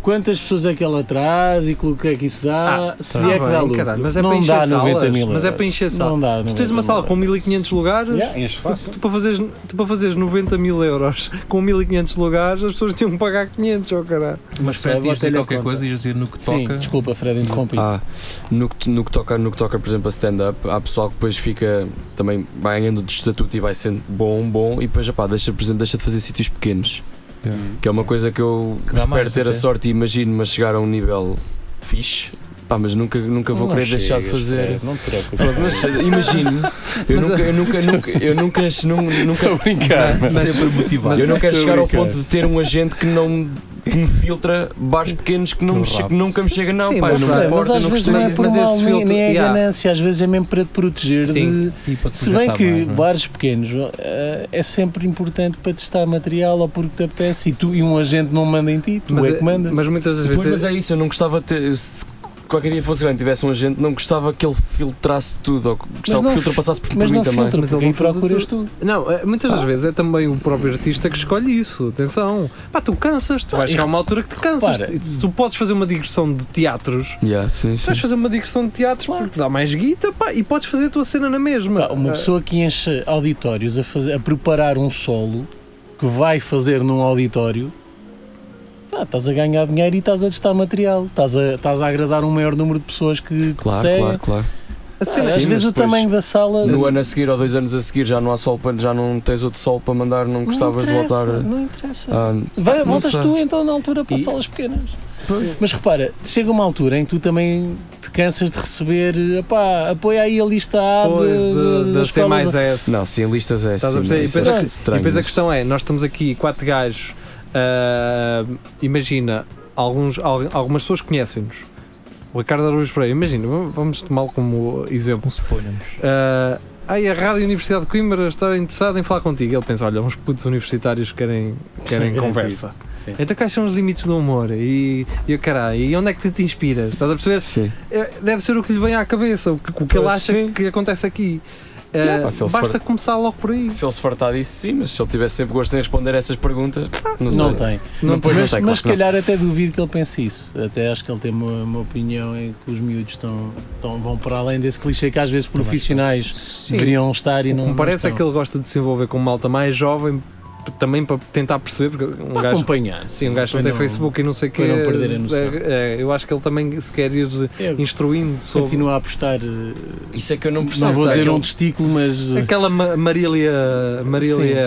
Speaker 4: Quantas pessoas é que ela traz e que o que é que isso dá? se
Speaker 2: Tá
Speaker 4: é que
Speaker 2: bem,
Speaker 4: dá lucro.
Speaker 2: caralho, mas é
Speaker 4: não
Speaker 2: para encher
Speaker 4: dá
Speaker 2: salas.
Speaker 4: 90 mil.
Speaker 2: mas é
Speaker 4: euros.
Speaker 2: para encher
Speaker 4: Não
Speaker 2: salas.
Speaker 4: dá.
Speaker 2: Tu tens uma sala com 1500 lugares,
Speaker 5: Yeah, enche fácil.
Speaker 2: Tipo, tu, para fazeres, tu para fazeres 90 mil euros com 1500 lugares, as pessoas tinham que pagar 500, oh caralho.
Speaker 3: Mas
Speaker 4: Só
Speaker 3: Fred, ias dizer
Speaker 4: bota-lhe a
Speaker 3: qualquer
Speaker 4: conta.
Speaker 3: coisa, ias dizer
Speaker 2: um
Speaker 3: no que
Speaker 4: Sim,
Speaker 3: toca.
Speaker 4: desculpa, Fred, interrompi.
Speaker 6: Ah, no que, no, que toca, no que toca, por exemplo, a stand-up, há pessoal que depois fica também vai ganhando de estatuto e vai sendo bom, bom, e depois, epá, deixa, por exemplo, deixa de fazer sítios pequenos, que é uma coisa que eu
Speaker 3: Que dá
Speaker 6: espero
Speaker 3: mais,
Speaker 6: ter a
Speaker 3: até.
Speaker 6: sorte e imagino, mas chegar a um nível fixe, pá, mas nunca, nunca vou
Speaker 4: Não
Speaker 6: querer deixar de
Speaker 4: chegas,
Speaker 6: fazer.
Speaker 5: é,
Speaker 4: Fred, Não te
Speaker 6: Pronto,
Speaker 4: preocupes.
Speaker 6: Mas imagino, eu nunca, eu nunca, nunca, eu nunca, nunca, nunca
Speaker 2: Então
Speaker 4: Estou a brincar, mas.
Speaker 3: é Sempre motivado.
Speaker 6: eu não quero
Speaker 4: Estou a
Speaker 6: chegar ao
Speaker 4: brincar.
Speaker 6: ponto de ter um agente que não que me filtra bares pequenos que, não me
Speaker 3: Do
Speaker 6: che-
Speaker 3: rabo.
Speaker 6: que nunca me chega, não,
Speaker 2: Então Sim,
Speaker 6: pá, eu
Speaker 2: mas
Speaker 6: não me
Speaker 2: olha,
Speaker 4: Fred,
Speaker 6: importo,
Speaker 4: mas
Speaker 6: eu
Speaker 4: às
Speaker 6: não
Speaker 4: vezes
Speaker 6: gostei.
Speaker 4: não é
Speaker 2: disso.
Speaker 4: por
Speaker 2: Mas
Speaker 4: mal,
Speaker 2: esse
Speaker 4: nem,
Speaker 2: filtro-
Speaker 4: nem é
Speaker 2: yeah.
Speaker 4: ganância, às vezes é mesmo para te proteger
Speaker 2: Sim.
Speaker 4: de, Se bem
Speaker 3: tá
Speaker 6: tá
Speaker 4: que
Speaker 3: é?
Speaker 6: é?
Speaker 4: bares pequenos eh, é sempre importante para testar material ou porque te apetece e, tu, e um agente não manda em ti, tu é que manda.
Speaker 2: mas muitas das
Speaker 6: Pois,
Speaker 2: vezes.
Speaker 6: mas é isso, eu não gostava de ter. eu Se qualquer dia fosse grande, tivesse um agente, não gostava que ele filtrasse tudo, ou que-
Speaker 4: não
Speaker 6: gostava que o filtro passasse por, por
Speaker 4: Mas
Speaker 6: mim
Speaker 4: não
Speaker 6: também.
Speaker 4: filtra,
Speaker 2: Mas
Speaker 4: é
Speaker 2: ele
Speaker 4: porque aí
Speaker 2: não filtra
Speaker 4: procuras tu.
Speaker 2: Não, é- muitas das vezes é também o próprio artista que escolhe isso. Atenção, pá, tu cansas, tu
Speaker 4: Ah,
Speaker 2: vais
Speaker 4: e-
Speaker 2: chegar a uma altura que te cansas.
Speaker 4: Repara.
Speaker 2: E se tu podes fazer uma digressão de teatros,
Speaker 6: Yeah, sim, sim.
Speaker 2: vais fazer uma digressão de teatros
Speaker 4: Claro.
Speaker 2: porque dá mais guita pá, e podes fazer a tua cena na mesma.
Speaker 4: Pá, uma
Speaker 2: Ah,
Speaker 4: pessoa que enche auditórios a, fazer, a preparar um solo que vai fazer num auditório, pá, estás a ganhar dinheiro e estás a testar material, estás a, estás a agradar um maior número de pessoas que, que te
Speaker 6: Claro,
Speaker 4: seguem.
Speaker 6: claro, claro.
Speaker 2: a cena-
Speaker 4: Às
Speaker 6: Sim, mas
Speaker 4: vezes o
Speaker 6: depois-
Speaker 4: tamanho da sala.
Speaker 6: No ano a seguir ou dois anos a seguir já não há sol para, já não tens outro sol para mandar, não gostavas de voltar. ah,
Speaker 4: Não interessa.
Speaker 6: a-
Speaker 4: Vai,
Speaker 6: Não
Speaker 4: voltas
Speaker 6: sei.
Speaker 4: tu então na altura para
Speaker 6: E-
Speaker 4: salas pequenas. Mas repara, chega uma altura em que tu também te cansas de receber epá, apoia aí a lista A de,
Speaker 2: Pois, é de,
Speaker 4: de-
Speaker 2: de
Speaker 4: das
Speaker 2: ser
Speaker 4: escolas.
Speaker 2: mais S.
Speaker 6: Ah, Não, sim, listas é
Speaker 2: Estás a
Speaker 6: assim.
Speaker 2: perceber? E
Speaker 6: isso é
Speaker 2: depois a-
Speaker 6: estranho,
Speaker 2: E depois a
Speaker 6: mas-
Speaker 2: questão é: nós estamos aqui quatro gajos. ah, imagina, alguns, al- algumas pessoas conhecem-nos. O Ricardo Araújo Pereira, imagina, v- vamos tomá-lo como exemplo.
Speaker 3: Como suponhamos.
Speaker 2: Ah, Ai, a Rádio Universidade de Coimbra está interessada em falar contigo. Ele pensa: olha, uns putos universitários querem, querem
Speaker 4: garantido.
Speaker 2: conversa.
Speaker 4: Sim.
Speaker 2: Então, quais são os limites do humor? E, e o caralho, e onde é que tu te inspiras? Estás a perceber?
Speaker 6: Sim.
Speaker 2: É, deve ser o que lhe vem à cabeça, o que, o que ele
Speaker 6: Pois,
Speaker 2: acha
Speaker 6: sim.
Speaker 2: que acontece aqui. Eh,
Speaker 6: Não, pá, se ele se
Speaker 2: basta
Speaker 6: for-
Speaker 2: começar logo por aí.
Speaker 6: Se ele se fartar disso, sim, mas se ele tivesse sempre gosto em responder essas perguntas, não sei.
Speaker 4: Não tem.
Speaker 2: Não,
Speaker 6: Pois não
Speaker 4: mas
Speaker 6: tem,
Speaker 4: mas se
Speaker 6: claro que
Speaker 4: calhar até duvido que ele pense isso. Até acho que ele tem uma, uma opinião em que os miúdos estão, estão, vão para além desse clichê que às vezes profissionais deveriam estar e
Speaker 2: o
Speaker 4: não.
Speaker 2: que me parece é
Speaker 4: não
Speaker 2: que ele gosta de se envolver com malta mais jovem, p- também para tentar perceber, porque um
Speaker 4: estão. Para
Speaker 2: gajo.
Speaker 4: acompanhar.
Speaker 2: Sim, um gajo não
Speaker 4: para
Speaker 2: tem Facebook e não sei o quê.
Speaker 4: para não perder a noção.
Speaker 2: é, é, eu acho que ele também se quer ir
Speaker 4: É,
Speaker 2: instruindo sobre
Speaker 4: Continua a apostar. eh,
Speaker 6: Isso é que eu não percebo.
Speaker 4: Não
Speaker 2: tá,
Speaker 4: vou dizer
Speaker 6: Aquele-
Speaker 4: um testículo, mas. eh,
Speaker 2: aquela Ma- Marília, Marília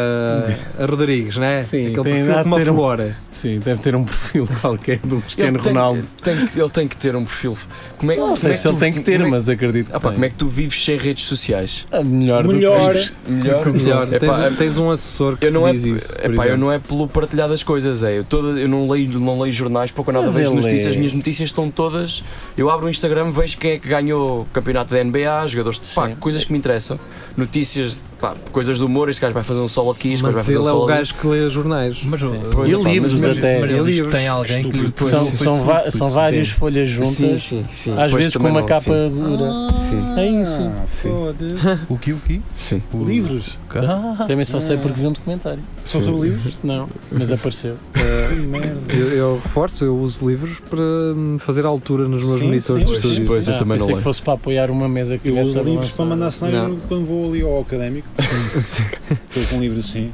Speaker 2: Rodrigues, né?
Speaker 4: Sim,
Speaker 2: Aquele
Speaker 4: tem
Speaker 2: perfil
Speaker 4: idade
Speaker 2: com uma
Speaker 4: de ter um-
Speaker 2: flora.
Speaker 4: Sim, deve ter um perfil qualquer do Cristiano
Speaker 6: ele tem-
Speaker 4: Ronaldo.
Speaker 6: tem que- ele tem que ter um perfil. Como é,
Speaker 4: Não
Speaker 6: como
Speaker 4: sei
Speaker 6: é
Speaker 4: se ele
Speaker 6: tu-
Speaker 4: tem que ter,
Speaker 6: como é
Speaker 4: mas acredito que.
Speaker 6: Ah pá,
Speaker 4: tem.
Speaker 6: como é que tu vives sem redes sociais?
Speaker 4: Ah, Melhor,
Speaker 5: Melhor.
Speaker 4: do que.
Speaker 6: Melhor?
Speaker 2: Melhor,
Speaker 6: Epá,
Speaker 2: tens,
Speaker 6: é-
Speaker 2: tens um assessor que
Speaker 6: eu não é,
Speaker 2: diz isso. por
Speaker 6: epá, eu
Speaker 2: exemplo.
Speaker 6: não é pelo partilhar das coisas, é. Eu, toda, eu não, leio, não leio jornais, pouco ou nada
Speaker 4: Mas
Speaker 6: vejo
Speaker 4: ele
Speaker 6: notícias,
Speaker 4: é.
Speaker 6: as minhas notícias estão todas. Eu abro o Instagram, vejo quem é que ganhou o campeonato da NBA, jogadores de pá,
Speaker 4: Sim.
Speaker 6: coisas que me interessam, notícias pá, coisas do humor, este gajo vai fazer um solo aqui, este gajo vai
Speaker 2: Mas
Speaker 6: fazer um
Speaker 2: ele é
Speaker 6: solo
Speaker 2: o
Speaker 6: ali.
Speaker 2: gajo que lê jornais.
Speaker 3: Mas,
Speaker 2: Sim.
Speaker 3: uh,
Speaker 6: Pois,
Speaker 4: E
Speaker 6: opa, mas-
Speaker 4: livros
Speaker 3: mas,
Speaker 4: até.
Speaker 3: mas ele diz que
Speaker 2: Livros.
Speaker 3: tem alguém que lhe
Speaker 5: Estúpido.
Speaker 3: depois-
Speaker 4: são,
Speaker 3: depois
Speaker 4: são,
Speaker 3: se-
Speaker 4: va-
Speaker 3: depois
Speaker 4: são
Speaker 3: se-
Speaker 4: várias
Speaker 3: sim.
Speaker 4: folhas
Speaker 6: Sim,
Speaker 4: juntas,
Speaker 6: sim, sim.
Speaker 4: às
Speaker 6: Pois
Speaker 4: vezes com
Speaker 6: também
Speaker 4: uma
Speaker 6: não,
Speaker 4: capa
Speaker 6: sim.
Speaker 4: dura.
Speaker 6: Sim.
Speaker 4: É isso.
Speaker 6: Sim.
Speaker 5: Ah, Foda-se.
Speaker 3: O que, o que?
Speaker 6: Sim.
Speaker 3: O-
Speaker 5: Livros.
Speaker 3: Ah,
Speaker 4: Também só sei porque vi um documentário.
Speaker 5: São sobre livros?
Speaker 4: Isto não, mas apareceu.
Speaker 5: Que merda.
Speaker 2: Eu, eu reforço, eu uso livros para hum, fazer altura nos meus
Speaker 5: Sim,
Speaker 2: monitores
Speaker 5: sim,
Speaker 2: de
Speaker 5: sim.
Speaker 2: estúdio.
Speaker 6: Pois, eu
Speaker 4: Ah,
Speaker 6: também não
Speaker 4: pensei que
Speaker 6: leio.
Speaker 4: fosse para apoiar uma mesa que
Speaker 5: Eu
Speaker 4: tivesse
Speaker 5: uso
Speaker 4: a
Speaker 5: livros
Speaker 4: balança.
Speaker 5: para mandar cenário
Speaker 2: Não.
Speaker 5: quando vou ali ao académico. Estou com um livro assim.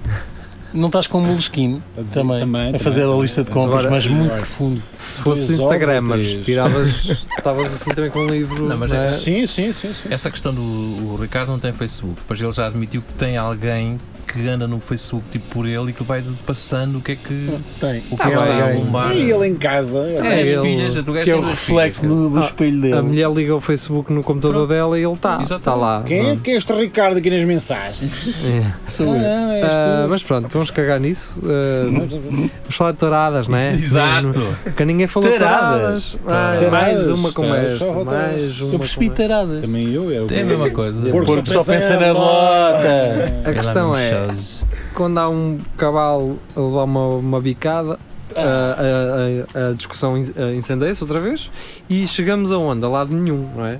Speaker 4: Não estás com um molesquinho
Speaker 5: a dizer-
Speaker 4: também, a fazer a lista de compras,
Speaker 2: Agora-
Speaker 4: mas muito profundo.
Speaker 2: Se fosse
Speaker 5: Dois ovos ou
Speaker 2: Instagramers,
Speaker 5: três?
Speaker 2: tiravas, estavas assim também com um livro.
Speaker 3: Não, mas é-
Speaker 2: né?
Speaker 5: Sim, sim, sim. sim.
Speaker 3: Essa questão do o Ricardo não tem Facebook, mas ele já admitiu que tem alguém que anda no Facebook tipo por ele e que vai passando o que é que,
Speaker 4: Hum. Tem.
Speaker 3: o que
Speaker 2: Ah,
Speaker 3: é que está
Speaker 2: vai,
Speaker 3: a
Speaker 2: vai.
Speaker 3: bombar.
Speaker 5: E ele em casa.
Speaker 2: É,
Speaker 3: As
Speaker 2: ele-
Speaker 3: filhas, o gajo
Speaker 4: Que é
Speaker 3: tem
Speaker 4: o
Speaker 3: duas
Speaker 4: reflexo
Speaker 3: filhas,
Speaker 4: do, do
Speaker 2: Ah,
Speaker 4: espelho
Speaker 2: A
Speaker 4: dele.
Speaker 2: mulher liga o Facebook no computador dela e ele está
Speaker 3: Exatamente.
Speaker 2: tá lá.
Speaker 5: Quem é
Speaker 2: Pronto.
Speaker 5: que é este Ricardo aqui nas mensagens?
Speaker 2: É.
Speaker 4: Sou
Speaker 5: Ah,
Speaker 4: eu.
Speaker 5: não, és
Speaker 2: Ah,
Speaker 5: tu.
Speaker 2: mas pronto, vamos cagar nisso. Ah,
Speaker 5: é?
Speaker 2: vamos falar de touradas, não
Speaker 3: Né?
Speaker 2: é?
Speaker 3: Exato.
Speaker 2: Porque ninguém falou de
Speaker 4: Taradas.
Speaker 2: touradas. Ai,
Speaker 5: Taradas,
Speaker 2: mais uma
Speaker 5: taradas,
Speaker 2: conversa.
Speaker 5: só taradas.
Speaker 2: Mais uma
Speaker 4: Eu percebi é,
Speaker 2: conversa.
Speaker 4: taradas.
Speaker 5: Também eu, é o
Speaker 3: É a mesma coisa.
Speaker 5: Porco
Speaker 4: Porque só pensa na lota.
Speaker 2: A questão é.
Speaker 3: Chaz.
Speaker 2: quando há um cavalo a levar uma, uma bicada,
Speaker 5: Ah.
Speaker 2: a, a- a- a discussão in- a incendeia-se outra vez e chegamos a onda, lado nenhum, não é?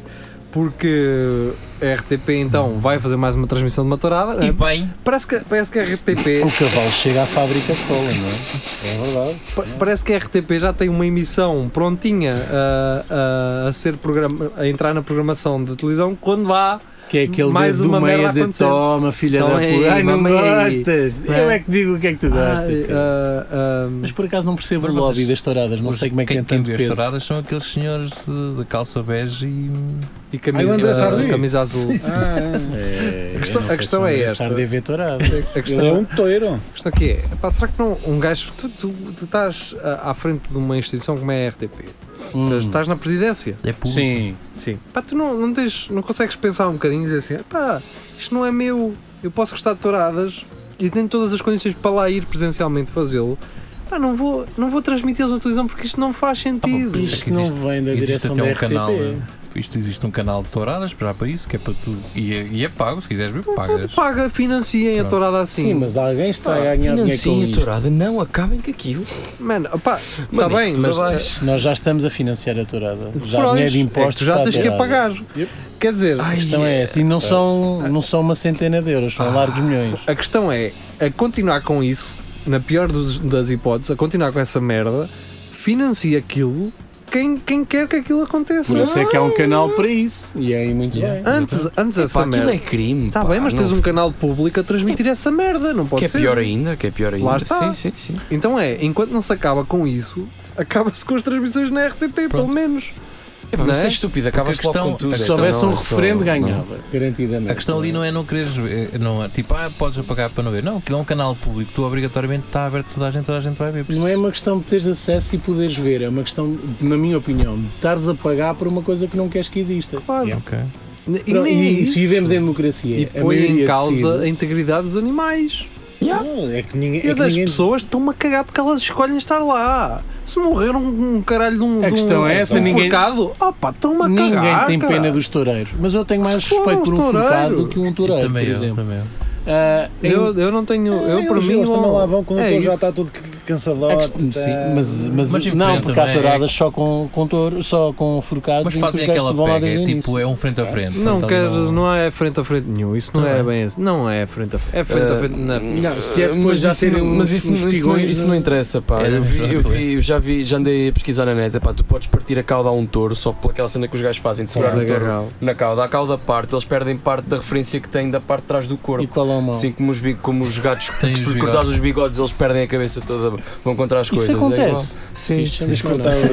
Speaker 2: Porque a RTP então vai fazer mais uma transmissão de uma tourada. não
Speaker 4: Ah,
Speaker 3: E
Speaker 2: é?
Speaker 3: bem,
Speaker 2: Parece, que, parece que a RTP
Speaker 4: O cavalo chega à fábrica de cola, não é?
Speaker 5: É verdade.
Speaker 2: Pa- Parece que a RTP já tem uma emissão prontinha a, a- a ser programa, a entrar na programação de televisão quando há.
Speaker 4: Que é aquele
Speaker 2: Mais
Speaker 4: dedo
Speaker 2: uma
Speaker 4: do meio
Speaker 2: merda a
Speaker 4: de
Speaker 2: acontecer.
Speaker 4: toma, filha
Speaker 2: Toma
Speaker 4: da
Speaker 2: aí,
Speaker 4: puta. Então é, Ai, não
Speaker 2: mamãe.
Speaker 4: gostas. Eu é que digo o que é que tu gostas.
Speaker 2: Ah,
Speaker 4: cara.
Speaker 2: ah, ah,
Speaker 4: Mas por acaso não percebo
Speaker 3: Mas
Speaker 4: o lobby
Speaker 3: vocês-
Speaker 4: das touradas, não
Speaker 3: os-
Speaker 4: sei como é que
Speaker 3: quem
Speaker 4: tem
Speaker 3: tem
Speaker 4: tanto
Speaker 3: duas
Speaker 4: peso.
Speaker 3: touradas são aqueles senhores de, de calça bege e.
Speaker 2: e
Speaker 5: Ai, o André
Speaker 2: camisa,
Speaker 5: Sardinha.
Speaker 2: camisa ah, azul.
Speaker 5: Ah,
Speaker 4: É, eu
Speaker 2: questão-
Speaker 4: não
Speaker 2: a
Speaker 4: sei
Speaker 2: questão
Speaker 4: se
Speaker 2: é
Speaker 4: não deve
Speaker 2: esta.
Speaker 4: estar de haver tourada.
Speaker 2: A
Speaker 5: ele
Speaker 2: questão
Speaker 5: é um toiro.
Speaker 2: A questão aqui é, pá, será que não um gajo, tu, tu, tu estás ah, à frente de uma instituição como é a RTP,
Speaker 3: Então
Speaker 4: Hum.
Speaker 2: estás na presidência,
Speaker 3: É público.
Speaker 4: Sim.
Speaker 2: sim, pá, tu não, não, tens, não consegues pensar um bocadinho e dizer assim, pá, isto não é meu, eu posso gostar de touradas e tenho todas as condições para lá ir presencialmente fazê-lo, pá, não vou, não vou transmiti-los na televisão porque isto não faz sentido.
Speaker 3: isso é
Speaker 4: Isto
Speaker 3: que
Speaker 4: não
Speaker 3: existe-
Speaker 4: vem da
Speaker 3: Existe
Speaker 4: direção
Speaker 3: até
Speaker 4: da
Speaker 3: um
Speaker 4: RTP.
Speaker 3: canal. Isto existe um canal de touradas para, para isso, que é para tu. E é, e é pago, se quiseres ver,
Speaker 2: Pronto,
Speaker 3: pagas.
Speaker 2: paga, financiem a
Speaker 3: Pronto.
Speaker 2: tourada assim.
Speaker 4: Sim, mas alguém
Speaker 3: Ah,
Speaker 4: está a ganhar dinheiro com
Speaker 6: Financiem a
Speaker 4: isto.
Speaker 6: tourada, não acabem com aquilo.
Speaker 2: Mano, pá, está
Speaker 6: Mano, é
Speaker 2: bem,
Speaker 6: tudo
Speaker 2: mas
Speaker 6: abaixo.
Speaker 4: Nós já estamos a financiar a tourada. Já
Speaker 2: Pois,
Speaker 4: dinheiro de
Speaker 2: é que tu
Speaker 4: impostos.
Speaker 2: já
Speaker 4: para
Speaker 2: tens que a
Speaker 4: tourada.
Speaker 2: pagar.
Speaker 5: Yep.
Speaker 2: Quer dizer,
Speaker 4: A questão é essa. E não são, não são uma centena de euros,
Speaker 3: Ah.
Speaker 4: são largos milhões.
Speaker 2: A questão é, a continuar com isso, na pior dos- das hipóteses, a continuar com essa merda, financia aquilo quem, quem quer que aquilo aconteça.
Speaker 4: Por isso é que
Speaker 2: Ah.
Speaker 4: há um canal para isso. E é aí muito
Speaker 3: Yeah.
Speaker 4: bem.
Speaker 2: Antes, antes
Speaker 6: Pá,
Speaker 2: essa
Speaker 6: aquilo
Speaker 2: merda.
Speaker 6: é crime.
Speaker 2: Está
Speaker 6: pá,
Speaker 2: bem, mas
Speaker 6: não-
Speaker 2: tens um canal público a transmitir essa merda, não pode
Speaker 6: Que é
Speaker 2: ser.
Speaker 6: pior ainda, que é pior ainda.
Speaker 2: está.
Speaker 6: Sim, sim, sim.
Speaker 2: Então é, enquanto não se acaba com isso, acaba-se com as transmissões na RTP, pelo menos.
Speaker 6: Epá,
Speaker 2: Não
Speaker 6: mas
Speaker 2: é?
Speaker 6: isso é estúpido, acaba-se
Speaker 3: Porque a
Speaker 6: logo com
Speaker 3: questão-
Speaker 6: tudo.
Speaker 3: a
Speaker 4: Se
Speaker 6: então
Speaker 4: houvesse
Speaker 6: não,
Speaker 4: um
Speaker 6: é só-
Speaker 4: referendo,
Speaker 6: não.
Speaker 4: ganhava, garantidamente.
Speaker 3: A questão ali não é não quereres ver, não é tipo, ah, podes apagar para não ver. Não, aquilo é um canal público, tu obrigatoriamente está aberto a toda a gente, toda a gente vai ver. por
Speaker 4: Não é
Speaker 3: isso-
Speaker 4: uma questão de teres acesso e poderes ver, é uma questão, na minha opinião, de estares a pagar por uma coisa que não queres que exista.
Speaker 2: Claro.
Speaker 3: é Ok.
Speaker 2: E,
Speaker 4: Pronto,
Speaker 2: nem
Speaker 6: é
Speaker 4: e,
Speaker 2: isso.
Speaker 4: se vivemos em democracia,
Speaker 2: E
Speaker 4: a
Speaker 2: põe em
Speaker 4: maioria
Speaker 2: causa
Speaker 4: decide.
Speaker 2: a integridade dos animais.
Speaker 5: Não, é que ninguém.
Speaker 2: E
Speaker 5: É que
Speaker 2: das
Speaker 5: ninguém
Speaker 2: pessoas estão-me a cagar porque elas escolhem estar lá. Se morrer um, um caralho de um, de um-
Speaker 4: questão é essa,
Speaker 2: um
Speaker 4: ninguém-
Speaker 2: forcado, opa,
Speaker 3: é
Speaker 2: estão-me a
Speaker 4: Ninguém
Speaker 2: cagar.
Speaker 4: tem
Speaker 2: cara.
Speaker 4: pena dos toureiros. Mas eu tenho
Speaker 2: Que
Speaker 4: mais
Speaker 2: se foda
Speaker 4: respeito por
Speaker 2: os
Speaker 4: um focado
Speaker 2: toureiros.
Speaker 4: do que um
Speaker 3: E
Speaker 4: toureiro, por
Speaker 3: também eu,
Speaker 4: exemplo.
Speaker 3: também eu.
Speaker 4: Ah, em-
Speaker 2: Eu, eu não tenho.
Speaker 5: Ah,
Speaker 2: eu, para
Speaker 5: eles-
Speaker 2: mim,
Speaker 5: eles também
Speaker 2: não-
Speaker 5: lá vão quando
Speaker 2: é
Speaker 5: o tá- touro
Speaker 2: isso.
Speaker 5: já
Speaker 2: É
Speaker 5: está todo c-
Speaker 4: a
Speaker 5: cansadote.
Speaker 4: questão- sim,
Speaker 5: tá.
Speaker 4: mas, mas,
Speaker 3: Mas
Speaker 4: não,
Speaker 3: enfrentam,
Speaker 4: porque há
Speaker 3: não é?
Speaker 4: touradas só com, com, touro, só com forcados
Speaker 3: Mas
Speaker 4: em que os
Speaker 3: fazem
Speaker 4: gajos
Speaker 3: aquela
Speaker 4: vão lá
Speaker 3: pega,
Speaker 4: desde
Speaker 3: é
Speaker 4: o
Speaker 3: tipo,
Speaker 4: início.
Speaker 3: é um frente a frente.
Speaker 2: Não
Speaker 3: então
Speaker 2: quero, não é frente a frente nenhum. Isso não
Speaker 3: Tá
Speaker 2: é
Speaker 3: bem.
Speaker 2: bem assim. Não é frente a frente. É frente a frente. na-
Speaker 4: Ah, Não, se é depois
Speaker 6: Ah, mas
Speaker 4: já
Speaker 6: isso
Speaker 4: terem
Speaker 6: não-
Speaker 4: uns-
Speaker 6: mas isso,
Speaker 4: uns
Speaker 6: não- isso, não,
Speaker 4: pigões,
Speaker 6: isso
Speaker 4: não-
Speaker 6: não interessa, pá.
Speaker 3: É,
Speaker 6: eu,
Speaker 3: não,
Speaker 6: vi,
Speaker 3: não
Speaker 6: eu,
Speaker 3: interessa.
Speaker 6: vi- eu já vi, já andei a pesquisar na net, pá, tu podes partir a cauda a um touro só por aquela cena que os gajos fazem de segurar
Speaker 2: Fora
Speaker 6: o touro
Speaker 2: Garral.
Speaker 6: na cauda. A cauda parte, eles perdem parte da referência que têm da parte de trás do corpo.
Speaker 4: E qual é o mal?
Speaker 6: Assim como os, bi- como os gatos,
Speaker 3: Tem
Speaker 6: que se
Speaker 3: os
Speaker 6: lhe cortares os bigodes, eles perdem a cabeça toda, vão contra as coisas.
Speaker 4: Isso
Speaker 6: é igual.
Speaker 4: acontece.
Speaker 6: Sim.
Speaker 4: Fixe, é
Speaker 5: Tens
Speaker 4: mas
Speaker 5: que
Speaker 4: como
Speaker 5: cortar
Speaker 4: não?
Speaker 5: o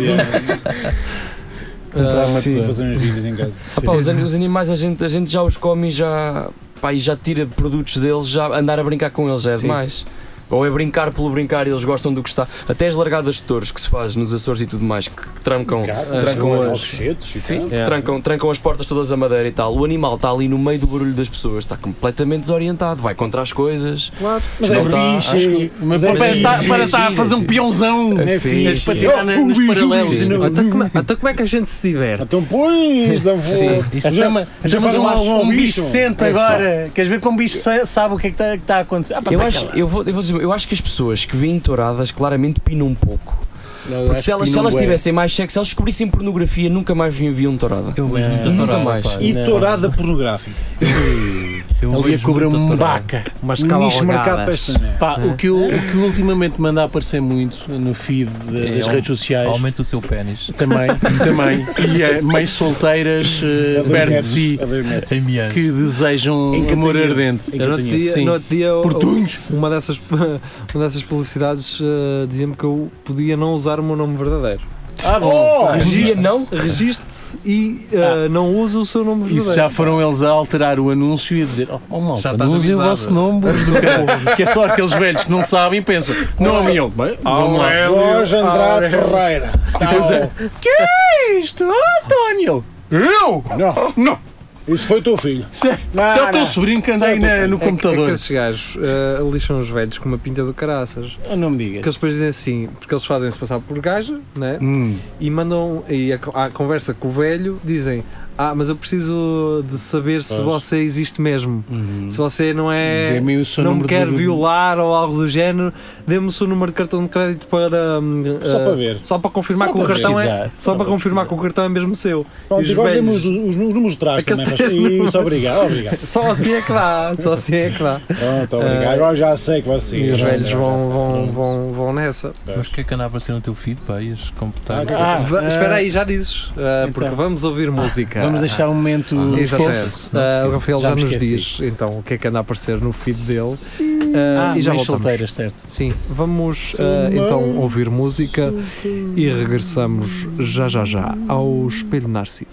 Speaker 4: Comprar uma
Speaker 5: Sim,
Speaker 4: tesoura.
Speaker 5: fazer uns vídeos em casa.
Speaker 6: Ah, pá, os, ani- os animais a gente, a gente já os come e já, pá, e já tira produtos deles, já andar a brincar com eles já é demais. Ou é brincar pelo brincar e eles gostam do que está. Até as largadas de touros que se faz nos Açores e tudo mais, que, que trancam.
Speaker 5: Gatos,
Speaker 6: trancam
Speaker 2: ruas.
Speaker 5: Alcochetes e
Speaker 6: Sim,
Speaker 5: tal.
Speaker 6: que
Speaker 4: É.
Speaker 2: Yeah.
Speaker 6: trancam, trancam as portas todas a madeira e tal. O animal está ali no meio do barulho das pessoas, está completamente desorientado, vai contra as coisas.
Speaker 2: Claro.
Speaker 5: Mas
Speaker 6: Não tá,
Speaker 5: é
Speaker 6: acho
Speaker 5: fixe.
Speaker 6: que-
Speaker 4: Mas
Speaker 5: Mas é
Speaker 4: parece estar-
Speaker 5: fixe.
Speaker 4: parece estar a
Speaker 6: sim,
Speaker 4: fazer um
Speaker 6: sim.
Speaker 4: peãozão
Speaker 6: É, sim,
Speaker 4: a
Speaker 6: sim.
Speaker 4: patinar na-
Speaker 5: Oh,
Speaker 4: nos
Speaker 5: ui,
Speaker 4: paralelos.
Speaker 5: ui, ui.
Speaker 2: Até como, até como é que a gente se diverte?
Speaker 5: Então pois, não vou.
Speaker 6: Sim.
Speaker 5: A
Speaker 4: Isso
Speaker 5: gente-
Speaker 4: chama,
Speaker 5: a gente
Speaker 4: chamas
Speaker 5: faz
Speaker 4: Oh, um, um,
Speaker 5: lá um
Speaker 4: bicho sente
Speaker 5: É só.
Speaker 4: agora. Queres ver como o bicho sa- sabe o que é que está a acontecer? Ah, pá,
Speaker 6: Eu
Speaker 4: vai
Speaker 6: acho,
Speaker 4: calar.
Speaker 6: eu, vou, eu vou dizer, eu acho que as pessoas que vêm touradas claramente pinam um pouco.
Speaker 4: Não, eu
Speaker 6: Porque
Speaker 4: acho
Speaker 6: se elas,
Speaker 4: que
Speaker 6: se elas
Speaker 4: não é.
Speaker 6: tivessem mais sexo, se elas descobrissem pornografia, nunca mais um viam tourada.
Speaker 3: Eu vejo
Speaker 4: Não,
Speaker 3: muita
Speaker 6: nunca
Speaker 3: torada,
Speaker 6: mais.
Speaker 3: pá.
Speaker 5: E
Speaker 4: Não.
Speaker 5: tourada pornográfica.
Speaker 3: Eu
Speaker 4: Ali a
Speaker 3: vejo
Speaker 4: cobrar
Speaker 3: muita
Speaker 4: um
Speaker 3: torada.
Speaker 4: baca.
Speaker 2: Mas
Speaker 5: Um nicho marcado para esta merda.
Speaker 4: Pá, o, que eu, o que ultimamente me anda a aparecer muito no feed de-
Speaker 3: É
Speaker 4: das
Speaker 3: um-
Speaker 4: redes sociais
Speaker 3: Aumenta o seu pênis.
Speaker 4: também, também, e é mães solteiras eh,
Speaker 5: É dois
Speaker 4: perto de
Speaker 5: metros,
Speaker 4: si
Speaker 5: é dois metros.
Speaker 3: Em mianos.
Speaker 4: que desejam
Speaker 5: Em
Speaker 4: amor
Speaker 5: Catanheira.
Speaker 4: ardente.
Speaker 5: Em
Speaker 2: Eu no outro
Speaker 5: Catanheira.
Speaker 2: dia,
Speaker 4: Sim.
Speaker 2: no outro dia eu-
Speaker 4: Portunhos.
Speaker 2: uma, dessas, uma dessas publicidades eh, dizia-me que eu podia não usar o meu nome verdadeiro.
Speaker 4: Ah, bom.
Speaker 5: Oh,
Speaker 2: Registe-se-
Speaker 6: podia não?
Speaker 2: Registe-se e eh, não usa o seu nome
Speaker 4: E
Speaker 2: verdadeiro.
Speaker 4: se Ah. já foram eles a alterar o anúncio e a dizer, oh, oh malta,
Speaker 3: Já estás
Speaker 4: não usem o
Speaker 3: avisado."
Speaker 4: vosso nome, burros do caralho. que é só aqueles velhos que não sabem e pensam, nome e ele, bem, vamos lá.
Speaker 5: Jorge Andrade
Speaker 4: Aurélio.
Speaker 5: Ferreira.
Speaker 4: Pois é. Que é isto? Oh, António! Eu?
Speaker 5: Não,
Speaker 4: Não!
Speaker 5: isso foi o teu filho.
Speaker 4: Se,
Speaker 5: Não,
Speaker 4: se é o teu
Speaker 5: não.
Speaker 4: sobrinho que anda
Speaker 5: Se é
Speaker 4: aí
Speaker 5: o teu
Speaker 4: na- no
Speaker 2: É que- É,
Speaker 4: computador.
Speaker 2: que esses gajos eh, lixam os velhos com uma pinta do caraças.
Speaker 4: Ah, Não me digas.
Speaker 2: Porque eles depois dizem assim, porque eles fazem-se passar por gajo, né?
Speaker 4: Hum.
Speaker 2: E mandam, e a, co- à conversa com o velho, dizem: Ah, mas eu preciso de saber se
Speaker 5: Pois.
Speaker 2: você existe mesmo. Se você não é.
Speaker 4: hum. Dê-me o seu
Speaker 2: Não me
Speaker 4: número
Speaker 2: quer
Speaker 4: de-
Speaker 2: violar ou algo do género, dê-me o seu número de cartão de crédito para. hum,
Speaker 5: Só
Speaker 2: ah,
Speaker 5: para ver.
Speaker 2: Só para confirmar
Speaker 5: Só
Speaker 2: que o
Speaker 5: para
Speaker 2: cartão é.
Speaker 4: pesquisar.
Speaker 2: Só
Speaker 4: Só
Speaker 2: para
Speaker 4: para
Speaker 2: confirmar que o cartão é mesmo seu.
Speaker 5: Pronto,
Speaker 2: E os
Speaker 5: agora demos
Speaker 2: velhos,
Speaker 5: os, os números de trás
Speaker 2: Aqueles
Speaker 5: também. Mas... Isso, obrigado, obrigado.
Speaker 2: Só assim é que dá, só assim é que dá.
Speaker 5: Pronto,
Speaker 4: Eh,
Speaker 5: obrigado. Agora já sei que você.
Speaker 2: E os
Speaker 5: já
Speaker 2: velhos
Speaker 5: sei, já
Speaker 2: vão,
Speaker 5: sei.
Speaker 2: vão, vão, vão nessa.
Speaker 3: Mas o que é que anda a aparecer no teu feed, pá? Ias completar.
Speaker 5: Ah,
Speaker 4: Ah,
Speaker 2: Va-
Speaker 4: ah,
Speaker 2: Espera aí, já dizes. ah,
Speaker 4: então.
Speaker 2: Porque vamos ouvir música.
Speaker 4: Vamos deixar um momento
Speaker 2: Ah, Exatamente.
Speaker 4: fofo.
Speaker 3: Não se
Speaker 2: Ah,
Speaker 3: esqueça.
Speaker 2: o Rafael já,
Speaker 4: Já me
Speaker 2: nos
Speaker 4: esqueci.
Speaker 2: diz então o que é que anda a aparecer no feed dele. Ah,
Speaker 4: Ah,
Speaker 2: e já
Speaker 4: mães
Speaker 2: voltamos.
Speaker 4: solteiras, certo.
Speaker 2: Sim, vamos ah, então ouvir música e regressamos já já já ao Espelho Narciso.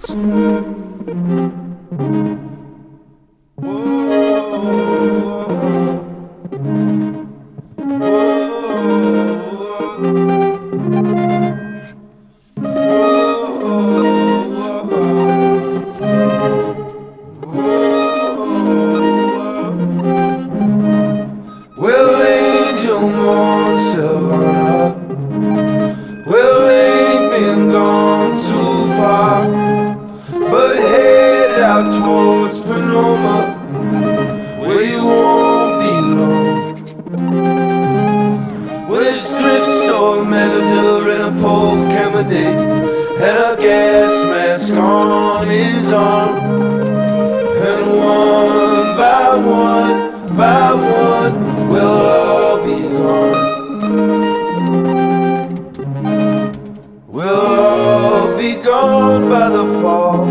Speaker 7: Will angel mourn Silvana? Will ain't been gone too far? But head out towards Panoma, where you won't be long. With a strip store manager and a pole candidate, and a gas mask on his arm. And one by one, by one, we'll all be gone. We'll all be gone by the fall.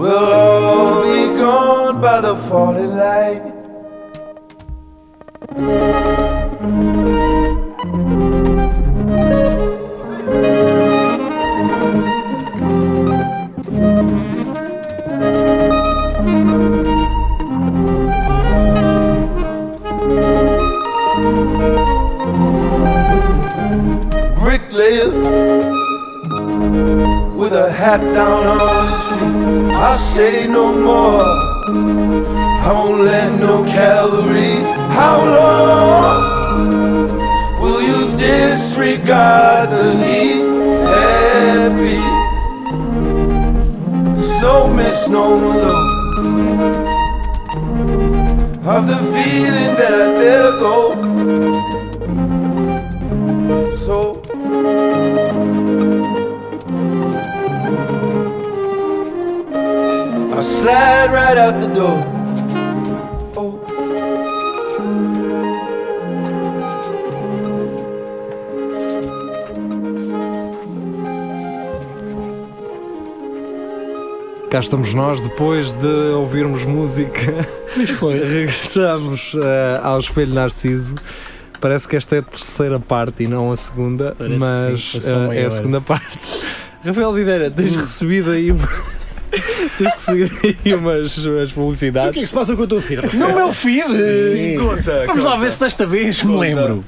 Speaker 7: We'll all be gone by the falling light. bricklayer with a hat down on his feet. I say no more. I won't let no cavalry. How long will you disregard the heat and beat? So misnomer though. Of the feeling that I better go so I slide right out the door. Oh.
Speaker 2: Cá estamos nós, depois de ouvirmos música, regressamos eh, ao Espelho Narciso. Parece que esta é a terceira parte e não a segunda,
Speaker 4: Parece que
Speaker 2: mas
Speaker 4: sim, foi só Hum.
Speaker 2: eh,
Speaker 4: meia
Speaker 2: é a
Speaker 4: hora.
Speaker 2: segunda parte. Rafael Videira, tens recebido aí. Tens que seguir aí umas, umas
Speaker 5: O que é
Speaker 2: publicidades.
Speaker 5: que se passa com o teu filho?
Speaker 4: No meu feed!
Speaker 5: Sim, conta,
Speaker 4: Vamos lá
Speaker 5: conta.
Speaker 4: ver se desta vez me
Speaker 5: Conta.
Speaker 4: lembro.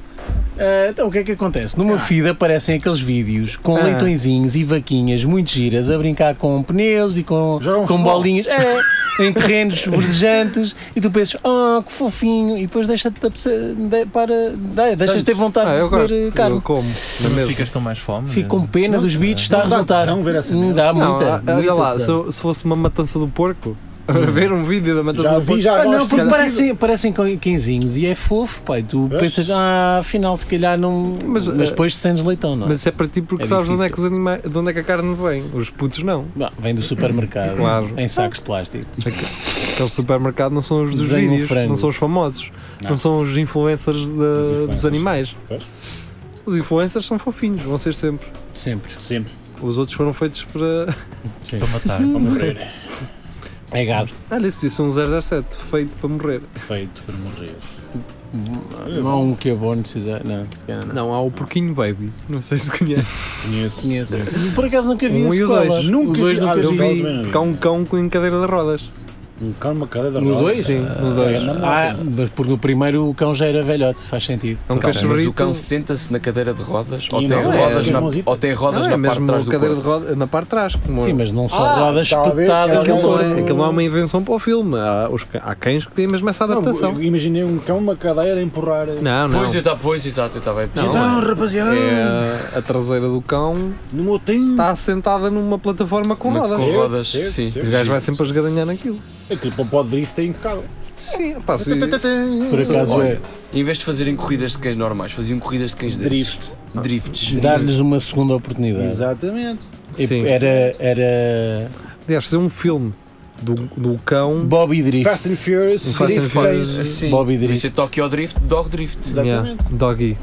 Speaker 4: Ah, então, o que é que acontece? No meu feed aparecem aqueles vídeos com
Speaker 2: Ah.
Speaker 4: leitõezinhos e vaquinhas muito giras a brincar com pneus e com,
Speaker 5: Jogam
Speaker 4: com
Speaker 5: futebol.
Speaker 4: bolinhas é, em terrenos verdejantes e tu pensas, oh, que fofinho, e depois deixa-te de apese- de- para, de- deixas-te ter vontade
Speaker 2: Ah, eu
Speaker 4: de comer
Speaker 2: gosto.
Speaker 4: eh,
Speaker 2: Eu
Speaker 4: carne.
Speaker 2: como. é na
Speaker 3: Também
Speaker 2: mesma.
Speaker 3: ficas com mais fome.
Speaker 4: Fico
Speaker 3: né?
Speaker 4: com pena
Speaker 3: Não,
Speaker 4: dos
Speaker 3: é.
Speaker 4: bichos, está a
Speaker 5: Não dá
Speaker 4: resultar.
Speaker 5: tesão ver essa
Speaker 4: Não
Speaker 5: merda.
Speaker 4: dá
Speaker 2: Não,
Speaker 4: muita.
Speaker 2: ah, olha
Speaker 4: muita Hum.
Speaker 2: lá,
Speaker 4: tesão.
Speaker 2: se, eu- se fosse uma matança do porco, ver um vídeo da matança
Speaker 5: Já
Speaker 2: do porco.
Speaker 5: vi, já
Speaker 4: Ah, não,
Speaker 5: gosto.
Speaker 4: porque parecem, parecem co- quinzinhos e é fofo, pai. Tu
Speaker 5: Vês?
Speaker 4: pensas, ah, afinal, se calhar não.
Speaker 2: Mas,
Speaker 4: Mas,
Speaker 2: eh,
Speaker 4: depois sentes leitão, não é?
Speaker 2: Mas isso é para ti porque
Speaker 4: É
Speaker 2: sabes de onde é,
Speaker 4: difícil.
Speaker 2: que os anima- de onde é que a carne vem. Os putos não.
Speaker 4: Bah, vem do supermercado,
Speaker 2: Claro.
Speaker 4: em sacos de plástico.
Speaker 2: Aqueles supermercados não são os dos
Speaker 4: Desenham um
Speaker 2: vídeos,
Speaker 4: frango.
Speaker 2: não são os famosos, não,
Speaker 5: Não.
Speaker 2: são os influencers da- dos
Speaker 5: influencers.
Speaker 2: animais.
Speaker 5: Pois.
Speaker 2: Os influencers são fofinhos, vão ser sempre.
Speaker 4: Sempre.
Speaker 5: Sempre.
Speaker 2: Os outros foram feitos para.
Speaker 4: Sim.
Speaker 3: Para matar.
Speaker 5: Para morrer.
Speaker 4: É gado.
Speaker 2: Olha, isso podia ser um 007, feito para morrer.
Speaker 5: Feito para morrer.
Speaker 4: Não há um que é bom, não precisa. Não, se calhar não.
Speaker 2: Não, há o Porquinho Baby, não sei se conhece.
Speaker 5: Conheço.
Speaker 4: Conheço. Por acaso nunca vi
Speaker 2: Um
Speaker 4: esse
Speaker 2: e o dois.
Speaker 5: Nunca
Speaker 4: o dois
Speaker 5: vi- ah,
Speaker 4: nunca
Speaker 2: Eu
Speaker 5: eu vi.
Speaker 4: vi.
Speaker 5: também não
Speaker 2: vi
Speaker 5: vi.
Speaker 2: que há um cão com cadeira de rodas.
Speaker 5: Um cão, uma cadeira de
Speaker 4: No
Speaker 5: rodas.
Speaker 4: dois?
Speaker 2: Sim, no
Speaker 6: é,
Speaker 2: dois.
Speaker 5: Ah,
Speaker 4: Ah, mas porque no primeiro o cão já era velhote, faz sentido.
Speaker 2: É um
Speaker 6: Ok, mas o
Speaker 2: cachorrito.
Speaker 6: cão senta-se na cadeira de rodas ou
Speaker 5: E
Speaker 6: tem
Speaker 5: não é,
Speaker 6: rodas,
Speaker 5: é
Speaker 6: na,
Speaker 5: mãozita.
Speaker 6: ou tem rodas
Speaker 2: não, é
Speaker 6: na parte de
Speaker 2: mesmo
Speaker 6: trás do
Speaker 2: cadeira de
Speaker 6: corpo?
Speaker 2: rodas, na parte de trás. Como
Speaker 4: Sim, mas não só
Speaker 5: Ah,
Speaker 4: rodas
Speaker 5: tá a ver,
Speaker 4: espetadas
Speaker 5: era
Speaker 2: aquilo, não é,
Speaker 5: Não.
Speaker 2: aquilo não é uma invenção para o filme. Há, os, ca- há cães que têm mesmo essa adaptação.
Speaker 5: eu Imaginei um cão, uma cadeira a empurrar.
Speaker 2: Não, não.
Speaker 6: Pois, eu tá, pois, exato, eu estava aí.
Speaker 2: Não,
Speaker 5: Então, rapaziada,
Speaker 2: É, a traseira do cão
Speaker 5: no meu tempo.
Speaker 2: está assentada numa plataforma com
Speaker 6: Mas
Speaker 2: rodas.
Speaker 6: com-
Speaker 5: Certo,
Speaker 6: rodas,
Speaker 5: certo,
Speaker 6: sim.
Speaker 5: certo.
Speaker 2: Os gajos vai sempre a esgadanhar naquilo.
Speaker 5: Aquilo para o pod drift é impecável. Tá,
Speaker 2: Sim, pá, se-
Speaker 4: Por acaso é
Speaker 6: Olha, em vez de fazerem corridas de cães normais, faziam corridas de cães desses.
Speaker 5: Drift.
Speaker 6: Drifts.
Speaker 4: dar-lhes uma segunda oportunidade.
Speaker 5: Exatamente.
Speaker 4: E
Speaker 2: sim.
Speaker 4: Era, era
Speaker 2: Aliás, fazer um filme do, do cão.
Speaker 4: Bobby
Speaker 5: Fast and
Speaker 4: Drift.
Speaker 5: Furious,
Speaker 2: Um Fast and
Speaker 5: drift
Speaker 2: Furious.
Speaker 5: cães.
Speaker 6: Sim,
Speaker 4: Bobby
Speaker 6: devia
Speaker 4: Drift.
Speaker 6: ser Tokyo Drift, Dog Drift.
Speaker 2: Yeah,
Speaker 5: Exatamente.
Speaker 2: doggy.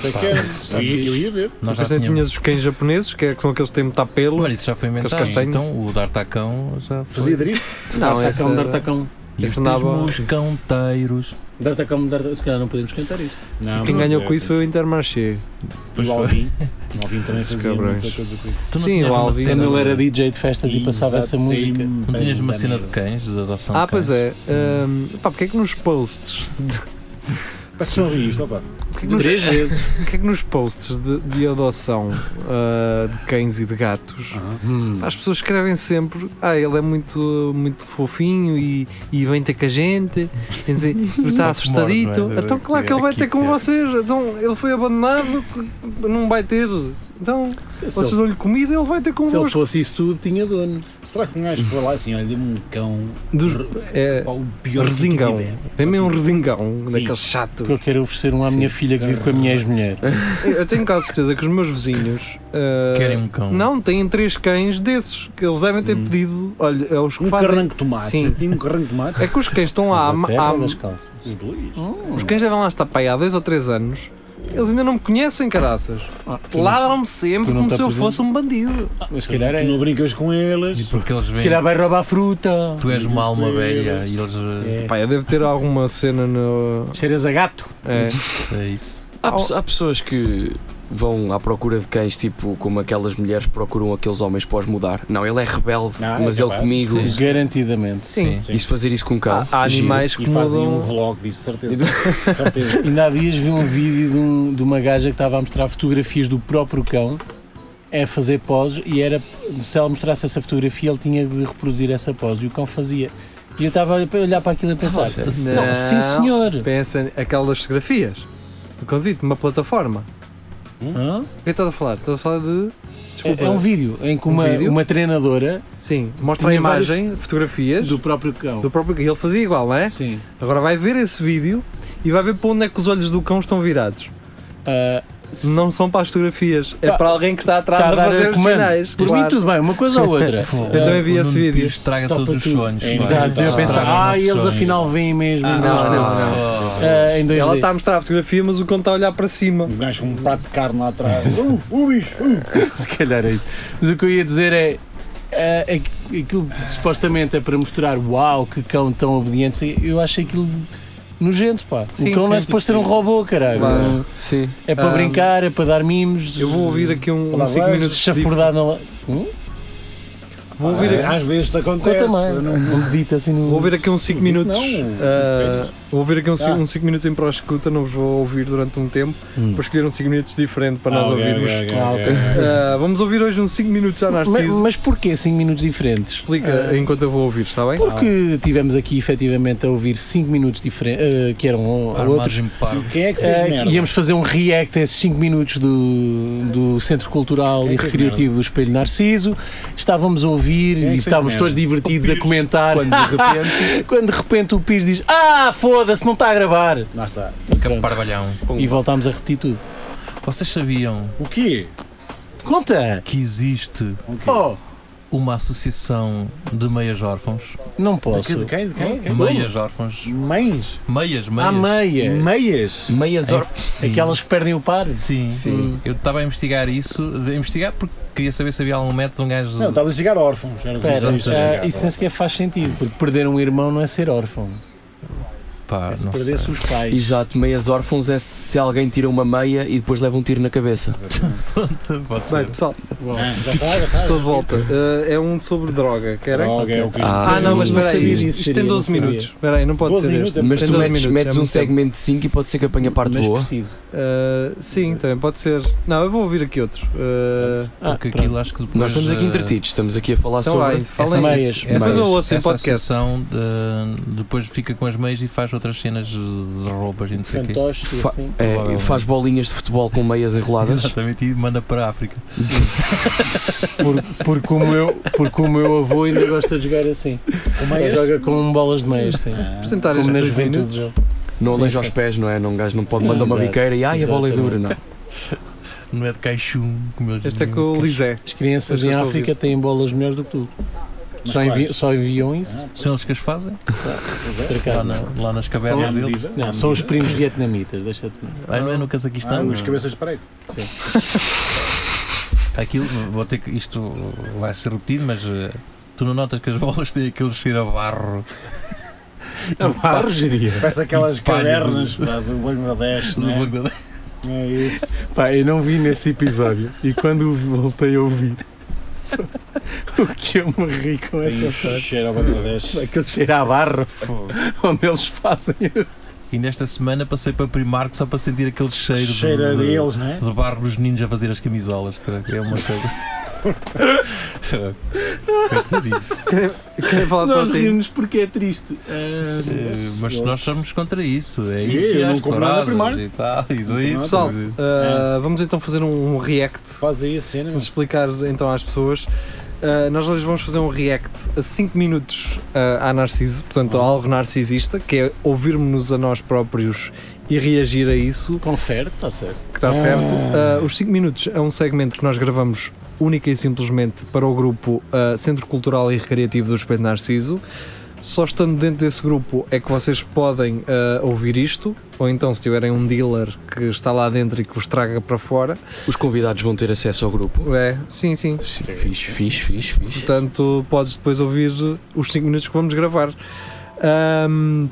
Speaker 5: Sei que era. Eu ia- eu ia ver.
Speaker 3: Nós já
Speaker 2: Depois ainda
Speaker 3: tínhamos.
Speaker 2: tinhas os cães japoneses, que, é, que são aqueles que têm muita pelo.
Speaker 3: Olha, isso já foi
Speaker 2: Aqueles
Speaker 3: inventado.
Speaker 2: castanhos.
Speaker 3: Então o Dartacão já foi.
Speaker 5: Fazia drift.
Speaker 2: Não, esse
Speaker 4: Dartacão,
Speaker 2: era-
Speaker 4: Dartacão.
Speaker 3: E os
Speaker 2: Esse é- andava-
Speaker 3: mesmos canteiros.
Speaker 4: Dartacão, Dartacão. Se calhar não podemos cantar isto.
Speaker 5: Não,
Speaker 2: Quem
Speaker 5: mas
Speaker 2: ganhou
Speaker 5: é,
Speaker 2: com isso foi o Intermarché.
Speaker 3: Pois
Speaker 5: O
Speaker 3: foi.
Speaker 5: Alvin. O Alvin também
Speaker 2: Esses
Speaker 5: fazia
Speaker 2: cabrões.
Speaker 5: muita coisa com isso.
Speaker 3: Tu não
Speaker 2: Sim,
Speaker 3: tinhas
Speaker 2: o
Speaker 3: uma
Speaker 2: Alvin.
Speaker 4: Quando
Speaker 3: cena
Speaker 4: eu
Speaker 3: de-
Speaker 4: era DJ de festas e passava essa
Speaker 5: Exato, sim,
Speaker 4: música.
Speaker 3: Não tinhas uma
Speaker 5: bem,
Speaker 3: cena de
Speaker 5: amigo.
Speaker 3: cães, de adoção
Speaker 2: Ah,
Speaker 3: de cães.
Speaker 2: pois é. Hum, pá, porque é que nos posts.
Speaker 5: Passou ali isto, opa.
Speaker 2: Porquê que nos
Speaker 4: Três vezes.
Speaker 2: Porquê é que nos posts de, de adoção ah, de cães e de gatos pá, as pessoas escrevem sempre ah, ele é muito, muito fofinho e, e vem ter com a gente quer dizer, está
Speaker 3: Só que morde,
Speaker 2: assustadito
Speaker 3: não é?
Speaker 2: então claro que ele vai ter com vocês então, ele foi abandonado, não vai ter então,
Speaker 4: Se
Speaker 2: vocês
Speaker 4: ele-
Speaker 2: dão-lhe comida ele vai ter
Speaker 4: se ele
Speaker 2: convosco
Speaker 4: fosse isso tudo, tinha dono.
Speaker 5: Será que um gajo foi lá assim, olha, deu-me um cão,
Speaker 2: Dos, é,
Speaker 5: pá, o pior
Speaker 2: resingão,
Speaker 5: que eu tive.
Speaker 2: vem-me um resingão
Speaker 5: Sim.
Speaker 2: daquele chato
Speaker 4: Porque eu quero oferecer um à minha filha que vive com a minha ex-mulher.
Speaker 2: Eu eu tenho quase certeza que os meus vizinhos ah,
Speaker 3: Querem um cão.
Speaker 2: Não, têm três cães desses que eles devem
Speaker 4: Hum.
Speaker 2: ter pedido. Olha, é os que
Speaker 5: Um
Speaker 2: fazem.
Speaker 5: carranco de tomate.
Speaker 2: Sim.
Speaker 5: Tinha um carranco de tomate.
Speaker 2: É que os cães estão lá.
Speaker 4: Mas da terra
Speaker 2: há- há-
Speaker 4: ou das calças?
Speaker 5: Os dois.
Speaker 2: os cães devem lá estar pai há dois ou três anos. Eles ainda não me conhecem, caraças. Ladram-me sempre
Speaker 4: Ah, tu não
Speaker 2: como
Speaker 4: te
Speaker 2: se eu
Speaker 4: apresentas?
Speaker 2: fosse um bandido.
Speaker 4: Mas se calhar é.
Speaker 5: Tu não brincas com eles.
Speaker 3: E porque eles
Speaker 4: Se
Speaker 3: vêm.
Speaker 4: calhar vai roubar fruta.
Speaker 3: Tu és uma alma
Speaker 5: Eles-
Speaker 3: velha e eles. eh,
Speaker 4: É.
Speaker 2: Pá, eu devo ter alguma cena no.
Speaker 4: Cheiras a gato.
Speaker 2: É.
Speaker 3: É isso.
Speaker 6: Há, pe- há pessoas que vão à procura de cães, tipo como aquelas mulheres procuram aqueles homens para os mudar. Não, ele é rebelde,
Speaker 5: Não,
Speaker 6: mas
Speaker 5: é
Speaker 6: ele
Speaker 5: capaz.
Speaker 6: comigo.
Speaker 3: Sim.
Speaker 4: Garantidamente.
Speaker 2: Sim.
Speaker 5: Sim.
Speaker 6: E se fazer isso com um cão?
Speaker 2: Há, há
Speaker 6: giro.
Speaker 2: animais que
Speaker 5: E fazem um
Speaker 2: mudam.
Speaker 5: vlog disso, certeza. certeza.
Speaker 4: Ainda há dias vi um vídeo de, um- de uma gaja que estava a mostrar fotografias do próprio cão a fazer poses e era se ela mostrasse essa fotografia ele tinha de reproduzir essa pose e o cão fazia. E eu estava a olhar para aquilo e a pensar,
Speaker 6: sério?
Speaker 4: não,
Speaker 2: Não.
Speaker 4: sim senhor.
Speaker 2: Pensa aquela das fotografias. Um cãozito, uma plataforma.
Speaker 4: Hã?
Speaker 2: O que estás a falar? Estás a falar de. Desculpa.
Speaker 4: É, é um vídeo em que
Speaker 2: Um
Speaker 4: uma,
Speaker 2: vídeo?
Speaker 4: uma treinadora
Speaker 2: Sim, mostra a
Speaker 4: Tinha
Speaker 2: imagem, fotografias do,
Speaker 4: do próprio cão.
Speaker 2: próprio. Ele fazia igual, não é?
Speaker 4: Sim.
Speaker 2: Agora vai ver esse vídeo e vai ver para onde é que os olhos do cão estão virados.
Speaker 4: Ah, se-
Speaker 2: Não são para as fotografias, é
Speaker 4: Pá,
Speaker 2: para alguém que está atrás
Speaker 4: está
Speaker 2: a
Speaker 4: Tá a dar
Speaker 2: fazer os
Speaker 4: comando.
Speaker 2: sinais.
Speaker 4: Por mim
Speaker 2: claro.
Speaker 4: tudo bem, uma coisa ou outra.
Speaker 3: Pô,
Speaker 2: Eu também vi
Speaker 3: o
Speaker 2: esse
Speaker 3: Nuno
Speaker 2: vídeo.
Speaker 3: Pires um Estraga
Speaker 4: Topa
Speaker 3: todos os
Speaker 4: tudo.
Speaker 3: sonhos.
Speaker 5: É,
Speaker 3: pá.
Speaker 4: Exato, eu
Speaker 5: Ah,
Speaker 4: penso,
Speaker 3: Estraga os
Speaker 4: ah,
Speaker 3: nossos
Speaker 4: eles
Speaker 3: sonhos.
Speaker 4: afinal vêm mesmo.
Speaker 5: Ah,
Speaker 4: não,
Speaker 2: não, não, não.
Speaker 4: Ah, em 2D.
Speaker 2: Ela está a mostrar a fotografia, mas o cão está a olhar para cima.
Speaker 5: Um gajo com um prato de carne lá atrás. Uh, uh, bicho! Uh.
Speaker 4: Se calhar é isso. Mas o que eu ia dizer é. é, é, aquilo que supostamente é para mostrar uau, que cão tão obediente. Eu acho aquilo nojento, pá.
Speaker 2: Sim,
Speaker 4: o cão
Speaker 2: sim,
Speaker 4: não é suposto ser um robô, caralho.
Speaker 2: Claro.
Speaker 6: Sim.
Speaker 4: É para
Speaker 2: Ah,
Speaker 4: brincar, é para dar mimos.
Speaker 2: Eu vou ouvir aqui um
Speaker 5: Olá,
Speaker 2: 5
Speaker 5: vais?
Speaker 2: minutos. de-
Speaker 4: Chafurdar na. Hum?
Speaker 2: Vou ouvir, aqui-
Speaker 5: Às vezes te
Speaker 4: Eu
Speaker 5: acontece.
Speaker 4: também.
Speaker 5: não- não-
Speaker 4: Um dedito assim no.
Speaker 2: vou ouvir aqui uns 5 minutos.
Speaker 5: Não,
Speaker 2: ah, vou ouvir aqui uns
Speaker 5: Ah.
Speaker 2: 5 minutos em pró-escuta, não vos vou ouvir durante um tempo.
Speaker 6: Hum.
Speaker 2: Vou escolher uns 5 minutos diferente para nós
Speaker 5: Ah, ok,
Speaker 2: ouvirmos.
Speaker 5: ok, ok,
Speaker 4: Ah,
Speaker 5: ok,
Speaker 4: ok.
Speaker 5: ok.
Speaker 2: Ah, vamos ouvir hoje uns 5 minutos a
Speaker 4: Mas,
Speaker 2: Narciso.
Speaker 4: mas porquê 5 minutos diferentes?
Speaker 2: Explica
Speaker 4: Ah,
Speaker 2: enquanto eu vou ouvir, está bem?
Speaker 4: Porque tivemos aqui efetivamente a ouvir 5 minutos diferentes, que eram uh, outros.
Speaker 3: Armagem ah, par.
Speaker 5: Quem é que fez
Speaker 4: Eh,
Speaker 5: merda?
Speaker 4: íamos fazer um react a esses 5 minutos do, do Centro Cultural
Speaker 5: Quem
Speaker 4: e
Speaker 5: fez
Speaker 4: Recreativo do Espelho Narciso. Estávamos a ouvir
Speaker 5: Quem é que
Speaker 4: e
Speaker 5: fez
Speaker 4: estávamos
Speaker 5: merda?
Speaker 4: todos divertidos a comentar
Speaker 3: Quando de repente,
Speaker 4: quando de repente o Pires diz: Ah, foda-se, não está a gravar!
Speaker 5: Lá está.
Speaker 3: que parvalhão.
Speaker 4: E voltámos a repetir tudo.
Speaker 3: Vocês sabiam
Speaker 5: O quê?
Speaker 4: Conta!
Speaker 3: que existe
Speaker 5: O quê?
Speaker 4: Oh,
Speaker 3: uma associação de meias órfãos?
Speaker 4: não
Speaker 5: De quê?
Speaker 4: posso.
Speaker 5: De quem? De quem? De quem?
Speaker 3: Meias órfãos?
Speaker 5: Mães?
Speaker 3: Meias, meias.
Speaker 4: Há meia.
Speaker 5: Meias?
Speaker 6: Meias
Speaker 3: É,
Speaker 6: órfãos.
Speaker 3: sim.
Speaker 4: Aquelas que perdem o par.
Speaker 3: Sim.
Speaker 6: Sim.
Speaker 3: Eu estava a investigar isso, de- a investigar porque queria saber se havia algum método de um gajo.
Speaker 5: Não, tá. estava a chegar órfãos. Era o que
Speaker 4: Espera,
Speaker 5: eu estava a
Speaker 4: ah,
Speaker 5: chegar.
Speaker 4: isso nem sequer faz sentido, porque perder um irmão não é ser órfão. É se
Speaker 3: Pá, Ah, não sei.
Speaker 4: perder-se os pais.
Speaker 6: Exato, meias órfãos é se alguém tira uma meia e depois leva um tiro na cabeça.
Speaker 3: Pode
Speaker 2: Bem,
Speaker 3: ser.
Speaker 2: pessoal,
Speaker 4: Bom,
Speaker 5: Ah, já está, já está.
Speaker 2: estou de volta. Ah, é um sobre droga, querem?
Speaker 5: Droga, é o quê?
Speaker 6: Ah,
Speaker 2: Ah, não,
Speaker 6: sim,
Speaker 2: mas espera
Speaker 6: sim.
Speaker 2: aí, isto, isto tem
Speaker 4: Seria,
Speaker 2: 12
Speaker 4: não seria.
Speaker 2: minutos. Espera aí, não pode
Speaker 5: 12
Speaker 2: ser
Speaker 5: minutos
Speaker 2: este.
Speaker 5: é
Speaker 6: Mas
Speaker 2: Tem
Speaker 6: tu
Speaker 2: 12
Speaker 6: metes,
Speaker 2: minutos,
Speaker 6: metes
Speaker 2: é
Speaker 6: um
Speaker 2: muito tempo.
Speaker 6: segmento de 5 e pode ser que apanhe a parte
Speaker 4: mas
Speaker 6: boa.
Speaker 4: preciso.
Speaker 2: Ah, sim, também pode ser. Não, eu vou ouvir aqui outro. Ah,
Speaker 4: Ah,
Speaker 3: Porque
Speaker 4: pronto.
Speaker 3: aquilo acho que depois.
Speaker 6: Nós estamos aqui
Speaker 3: eh,
Speaker 6: entretidos, estamos aqui a falar
Speaker 2: então
Speaker 6: sobre.
Speaker 2: vai, falem
Speaker 4: essa
Speaker 2: aí.
Speaker 4: meias.
Speaker 3: essa-
Speaker 2: Mas eu ouço em
Speaker 3: essa
Speaker 2: podcast.
Speaker 3: associação de- depois fica com as meias e faz outras cenas de de roupas e não sei o quê.
Speaker 4: Fantoches e
Speaker 6: Fa-
Speaker 4: assim.
Speaker 6: É, faz bolinhas de futebol com meias enroladas.
Speaker 3: Exatamente, e manda para a África.
Speaker 4: Por, porque, o meu, porque o meu avô ainda gosta de jogar assim. Só joga com bolas de meias,
Speaker 5: Ah,
Speaker 4: sim.
Speaker 2: Apresentar
Speaker 4: Como
Speaker 2: estes
Speaker 4: na
Speaker 2: 12 minutos.
Speaker 4: juventude. já.
Speaker 6: Não aleja aos pés, não é? Não, um gajo não pode
Speaker 4: Sim,
Speaker 6: mandar uma
Speaker 4: exato.
Speaker 6: biqueira e ai a bola é dura, não.
Speaker 3: Não é de caixum, como eles
Speaker 2: Este é
Speaker 3: dizem.
Speaker 2: com o Lisé.
Speaker 4: As crianças
Speaker 2: Mas eu
Speaker 4: em
Speaker 2: estou a
Speaker 4: África têm bolas melhores do que tu.
Speaker 5: Mas
Speaker 4: Só,
Speaker 5: quais?
Speaker 4: envi só enviam isso?
Speaker 3: São eles que as fazem?
Speaker 4: Por
Speaker 3: Lá,
Speaker 4: acaso
Speaker 3: na-
Speaker 4: não.
Speaker 3: lá nas
Speaker 5: É a
Speaker 3: cavernas deles?
Speaker 5: medida?
Speaker 4: Não, são os primos vietnamitas, deixa-te.
Speaker 3: Ah, não é no
Speaker 5: Ah,
Speaker 3: Cazaquistão?
Speaker 5: os cabeças de parede.
Speaker 3: Aquilo, vou ter que, isto vai ser repetido, mas eh, tu não notas que as bolas têm aquele cheiro a barro
Speaker 4: A geria.
Speaker 5: Parece aquelas
Speaker 3: palha.
Speaker 5: cavernas pá, do Bangladesh,
Speaker 3: do
Speaker 5: não é?
Speaker 3: Bangladesh.
Speaker 5: É isso.
Speaker 4: Pá, eu não vi nesse episódio e quando o voltei a ouvir, o que eu me ri com
Speaker 5: Tem
Speaker 4: essa frase.
Speaker 5: cheiro ao Bangladesh.
Speaker 4: Aquele cheiro à barra onde eles fazem.
Speaker 3: E nesta semana passei para Primark só para sentir aquele cheiro, de-
Speaker 5: Cheira
Speaker 3: de,
Speaker 5: deles, não é?
Speaker 3: de barro nos ninhos a fazer as camisolas. Caraca, é uma coisa. É Coitadinhos.
Speaker 2: Querem falar de
Speaker 4: Nós
Speaker 2: proteína?
Speaker 4: rimos porque é triste. Ah,
Speaker 3: Eh, Mas nós somos contra isso. É
Speaker 5: Sim,
Speaker 3: isso. e
Speaker 5: eu não
Speaker 3: as
Speaker 5: compro nada
Speaker 3: touradas
Speaker 5: Primark.
Speaker 3: e tal, isso, é
Speaker 5: compro
Speaker 3: isso.
Speaker 2: Pessoal, ah, vamos então fazer um, um react.
Speaker 5: Faz aí a cena.
Speaker 2: Vamos explicar então às pessoas. Ah, nós hoje vamos fazer um react a 5 minutos ah, à Narciso, portanto, a algo narcisista, que é ouvirmos-nos a nós próprios e reagir a isso.
Speaker 4: Confere, está certo.
Speaker 2: que está certo. Ah, os 5 minutos é um segmento que nós gravamos única e simplesmente para o grupo ah, Centro Cultural e Recreativo do Espelho Narciso. Só estando dentro desse grupo é que vocês podem ah, ouvir isto, ou então se tiverem um dealer que está lá dentro e que vos traga para fora.
Speaker 6: Os convidados vão ter acesso ao grupo.
Speaker 2: É, sim, sim.
Speaker 6: Sim, fixe, fixe, fixe, fixe.
Speaker 2: Portanto, podes depois ouvir os 5 minutos que vamos gravar. Ahm,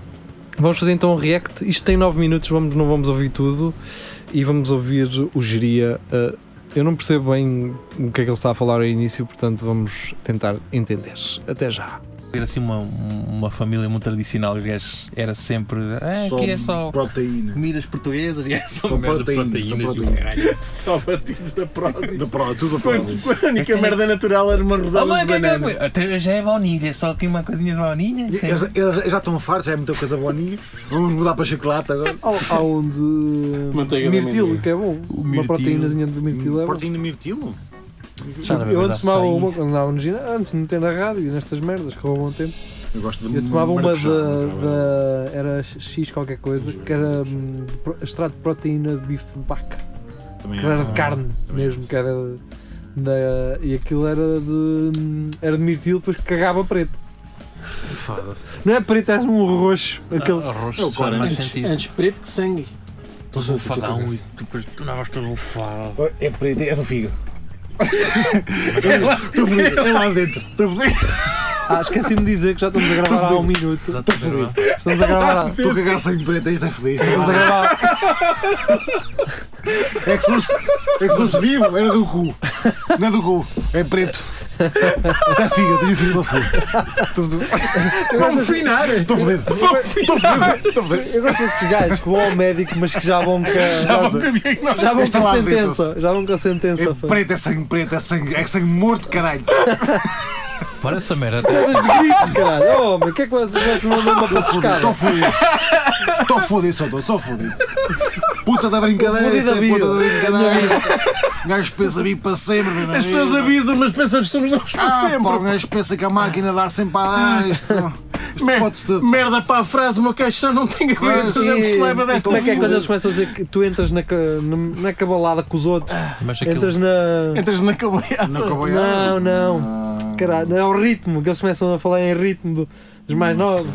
Speaker 2: vamos fazer então um react. Isto tem 9 minutos, vamos, não vamos ouvir tudo. E vamos ouvir o Geria. Ah, eu não percebo bem o que é que ele está a falar ao início, portanto vamos tentar entender. Até já.
Speaker 3: Ter assim uma, uma família muito tradicional, os gajos era sempre. Ah,
Speaker 5: Só
Speaker 3: aqui é só
Speaker 5: proteína.
Speaker 3: comidas portuguesas e é só
Speaker 5: São
Speaker 3: merda de proteínas.
Speaker 5: proteínas, são
Speaker 3: e o
Speaker 5: proteínas.
Speaker 3: caralho.
Speaker 4: Só batidos da prótese.
Speaker 5: De pro, tudo a prótese.
Speaker 4: A única merda natural era uma
Speaker 3: Oh,
Speaker 4: rodada
Speaker 3: mãe,
Speaker 4: de
Speaker 3: que é que é?
Speaker 4: banana.
Speaker 3: Até já é baunilha, só aqui uma coisinha de baunilha.
Speaker 5: Eles, eles já estão fartos, já é muita coisa boninha. Vamos mudar para chocolate agora.
Speaker 2: Onde.
Speaker 4: Manteiga de
Speaker 2: Mirtilo,
Speaker 4: amendoim.
Speaker 2: que é bom. Uma
Speaker 3: mirtilo.
Speaker 2: proteínazinha de mirtilo é bom.
Speaker 5: Proteína mirtilo?
Speaker 3: Já não é
Speaker 2: Eu antes
Speaker 3: verdade,
Speaker 2: tomava
Speaker 3: açaí.
Speaker 2: uma quando andava no ginásio, antes não tem na rádio e nestas merdas que roubam tempo.
Speaker 5: Eu gosto de
Speaker 2: Eu tomava uma
Speaker 5: maracujá, não é?
Speaker 2: da, da. Era X qualquer coisa, que era hum, de pro- extrato de proteína de bife de vaca.
Speaker 5: Também
Speaker 2: Que
Speaker 5: é.
Speaker 2: era de carne mesmo, que era. Da, e aquilo era de. hum, Era de mirtilo, depois cagava preto. Não é preto, é um roxo. Aquele.
Speaker 3: Ah, arroz
Speaker 5: É o
Speaker 3: de soja,
Speaker 5: corante.
Speaker 3: mais
Speaker 4: Antes,
Speaker 3: sentido.
Speaker 4: antes preto que sangue.
Speaker 3: Todo bufadão e depois tu não todo bufado.
Speaker 5: É preto, é do fígado. Estou fodido, é lá dentro. Estou fodido.
Speaker 2: Ah, esqueci-me de dizer que já estamos a gravar há um minuto. Estamos a gravar há.
Speaker 5: Estou a cagar sem preto, isto é feliz.
Speaker 2: Estamos a gravar.
Speaker 5: É que se fosse, é que se fosse vivo, era do cu. Não é do cu, é preto. Zé Figa, tenho filho do Filipe.
Speaker 2: Vamos afinar!
Speaker 5: Estou fodido. Estou fodido. Estou fodido.
Speaker 2: Eu gosto desses gajos que vão ao médico, mas que já vão com
Speaker 5: Já vão
Speaker 2: a, já vão
Speaker 5: Este
Speaker 2: com a
Speaker 5: lá
Speaker 2: sentença. Já vão com a sentença.
Speaker 5: É preto, é sangue preto, é sangue, é sangue morto, caralho.
Speaker 3: Olha essa merda.
Speaker 2: Todas de gritos, caralho. Oh, homem, o que é que vocês vocês não andam para pescar?
Speaker 5: Estou fodido. Estou fodido, só estou, só fodido. Puta da brincadeira,
Speaker 2: Fodido
Speaker 5: isto é
Speaker 2: a
Speaker 5: puta da
Speaker 2: bio.
Speaker 5: brincadeira. Um Gajo pensa a mim para sempre. meu
Speaker 4: As pessoas
Speaker 5: amigo.
Speaker 4: avisam, mas pensamos que somos nós para
Speaker 5: Ah,
Speaker 4: sempre.
Speaker 5: pá, o gajo pensa que a máquina dá sempre a dar isto. Isto
Speaker 4: Mer-
Speaker 5: fode-se tudo.
Speaker 4: merda para a frase, uma caixão não tem gaveta,
Speaker 5: Mas,
Speaker 4: não se leva desta
Speaker 2: Como é que é quando
Speaker 4: vida.
Speaker 2: eles começam a dizer que tu entras na, ca- na, na cabalada com os outros?
Speaker 5: Ah,
Speaker 3: Mas aquilo.
Speaker 2: Entras na.
Speaker 4: Entras na cabeça.
Speaker 5: Não, cowboy,
Speaker 2: Não,
Speaker 5: ah,
Speaker 2: não.
Speaker 5: ah,
Speaker 2: Caralho, é o ritmo que eles começam a falar em ritmo do- dos mais
Speaker 5: Hum.
Speaker 2: novos.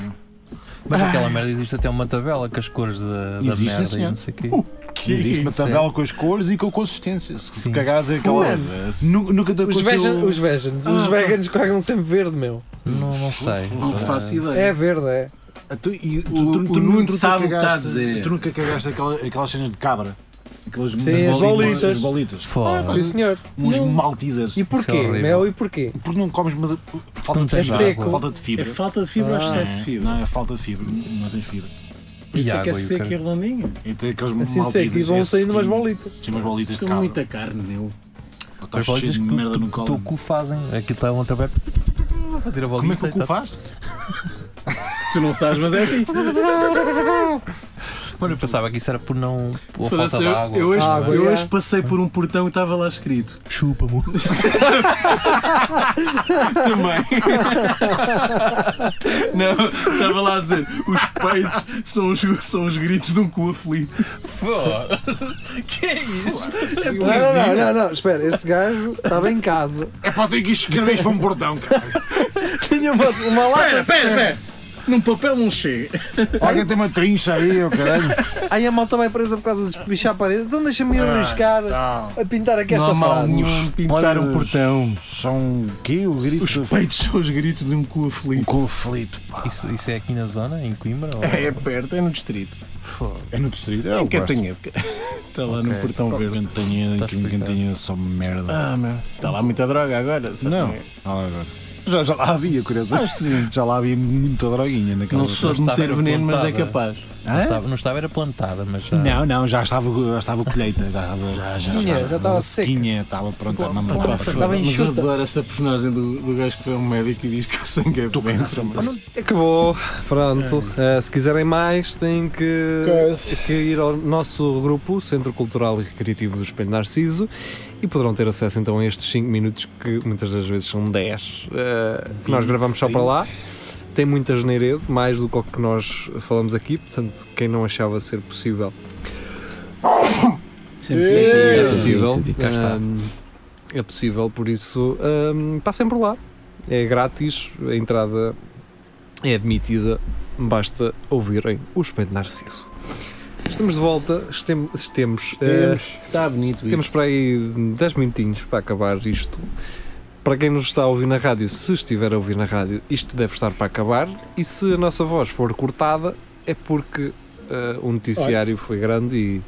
Speaker 3: Mas aquela merda existe até uma tabela com as cores da, da
Speaker 5: Existe,
Speaker 3: merda
Speaker 5: sim,
Speaker 3: e
Speaker 5: senhor.
Speaker 3: não sei o quê.
Speaker 5: Existe uma
Speaker 3: Sim.
Speaker 5: tabela com as cores e com a consistência. Se, se
Speaker 3: Sim.
Speaker 5: cagares é aquela. Nu- Nunca te
Speaker 2: Os,
Speaker 5: aconteceu-
Speaker 2: vegan, os vegans,
Speaker 5: Ah.
Speaker 2: os veganos cagam sempre verde, meu.
Speaker 3: Não, não sei.
Speaker 4: Não faço
Speaker 2: É
Speaker 4: ideia.
Speaker 2: verde, é.
Speaker 5: Ah, tu- e tu-
Speaker 4: O-
Speaker 5: tu-
Speaker 4: o
Speaker 5: tu- tu
Speaker 4: Nuno
Speaker 5: nunca
Speaker 4: sabe o que está a
Speaker 5: cagaste-
Speaker 4: dizer.
Speaker 5: Tu nunca cagaste aquela- aquelas cenas de cabra. Aquelas
Speaker 2: Sim, as bolitas.
Speaker 5: As bolitas.
Speaker 3: Foda.
Speaker 2: Sim, senhor.
Speaker 5: Uns
Speaker 2: Não.
Speaker 5: maltesers.
Speaker 2: E
Speaker 3: Isso é
Speaker 2: porquê,
Speaker 3: horrível.
Speaker 2: meu? E porquê?
Speaker 5: Porque não comes made- falta
Speaker 3: Não
Speaker 5: de
Speaker 3: tens
Speaker 5: fibra.
Speaker 2: água.
Speaker 5: Falta de fibra.
Speaker 4: É falta de fibra,
Speaker 2: Ah,
Speaker 4: ou excesso de fibra.
Speaker 5: Não, é falta de fibra. Não tens fibra.
Speaker 4: Por isso é que é
Speaker 3: e o
Speaker 4: seco e
Speaker 3: caralho.
Speaker 4: redondinho.
Speaker 5: E tem aqueles
Speaker 2: Assim seco e
Speaker 5: maltesers,
Speaker 2: vão
Speaker 5: é
Speaker 2: saindo umas
Speaker 5: sequinho.
Speaker 2: bolitas.
Speaker 5: Sim, umas bolitas de
Speaker 4: Estou
Speaker 5: cabra.
Speaker 4: muita carne, meu.
Speaker 5: Estás
Speaker 3: As
Speaker 5: cheio
Speaker 3: bolitas
Speaker 5: de
Speaker 3: que
Speaker 5: merda no
Speaker 3: o teu
Speaker 5: colo.
Speaker 3: cu fazem. Aqui está uma tabela. Vou fazer a tá,
Speaker 5: Como
Speaker 3: bolinha.
Speaker 5: é que o cu faz?
Speaker 4: Tu não sabes, mas é assim.
Speaker 3: Olha, eu pensava que isso era por não. Ou falta
Speaker 4: Foda-se,
Speaker 3: de
Speaker 4: eu,
Speaker 3: água.
Speaker 4: eu hoje,
Speaker 2: Água,
Speaker 4: eu
Speaker 2: yeah.
Speaker 4: hoje passei por um portão e estava lá escrito.
Speaker 3: Chupa-me.
Speaker 4: Também. Não, estava lá a dizer: os peitos são os, são os gritos de um cu aflito.
Speaker 3: Foda.
Speaker 4: Que é isso?
Speaker 2: Não, não, não, não, espera, este gajo estava em casa.
Speaker 5: É para ter que escrever isto para um bordão, cara.
Speaker 2: Tinha uma, uma
Speaker 4: Pera,
Speaker 2: lata.
Speaker 4: pera, pera. Num papel não chega.
Speaker 5: Alguém tem uma trincha aí, ô caralho.
Speaker 2: Aí a malta vai presa por causa de pichar a parede. Então deixa-me arriscar
Speaker 5: Tá.
Speaker 2: a pintar aqui é esta frase.
Speaker 4: pintar um portão.
Speaker 5: portão. São o quê? O grito.
Speaker 4: Os peitos são os gritos de um cu
Speaker 5: O
Speaker 4: aflito.
Speaker 5: conflito, pá.
Speaker 3: Isso, isso é aqui na zona, em Coimbra? Ou...
Speaker 4: É perto, é no distrito.
Speaker 5: É no distrito. É
Speaker 4: Em
Speaker 5: o
Speaker 4: Cantanheca. Está Tá lá no portão verde.
Speaker 5: Cantinha,
Speaker 3: Tá explicado.
Speaker 5: cantinha, só merda.
Speaker 4: Ah, é. meu. Está lá muita droga agora. sabe?
Speaker 5: Não. Ah, agora. Já, já lá havia, curioso. Já lá havia muita droguinha naquela.
Speaker 4: Não sou de
Speaker 3: Estava
Speaker 4: meter veneno, mas é
Speaker 3: apontada.
Speaker 4: capaz.
Speaker 3: Não,
Speaker 5: Hã?
Speaker 3: estava, não estava, era plantada, mas já.
Speaker 5: Não, não, já estava, já estava colheita, já estava. Já,
Speaker 2: Sequinha, já estava
Speaker 5: sequinha, estava pronto a
Speaker 4: Pá,
Speaker 5: mamar.
Speaker 4: foda-se.
Speaker 2: Estava
Speaker 4: mas eu
Speaker 2: enxuta.
Speaker 4: adoro essa personagem do, do gajo que foi ao médico e diz que o sangue é doença. mano.
Speaker 2: Acabou, pronto. Eh, se quiserem mais, têm que,
Speaker 5: É. Coisa.
Speaker 2: que ir ao nosso grupo, Centro Cultural e Recreativo do Espelho Narciso, e poderão ter acesso então a estes 5 minutos, que muitas das vezes são 10, eh, que nós gravamos só para lá. Tem muitas na Heredo, mais do que o que nós falamos aqui, portanto, quem não achava ser possível
Speaker 4: Sempre
Speaker 6: Sim,
Speaker 4: senti
Speaker 6: é
Speaker 4: isso.
Speaker 6: senti,
Speaker 2: possível.
Speaker 6: senti.
Speaker 3: Cá está.
Speaker 2: Hum, é possível, por isso hum, passem por lá. É grátis, a entrada é admitida, basta ouvirem o Espelho Narciso. Estamos de volta, estem- estemos, uh,
Speaker 4: Temos- Está Tá bonito
Speaker 2: temos
Speaker 4: isso.
Speaker 2: para aí 10 minutinhos para acabar isto. Para quem nos está a ouvir na rádio, se estiver a ouvir na rádio, isto deve estar para acabar. E se a nossa voz for cortada, é porque ah, o noticiário foi grande e,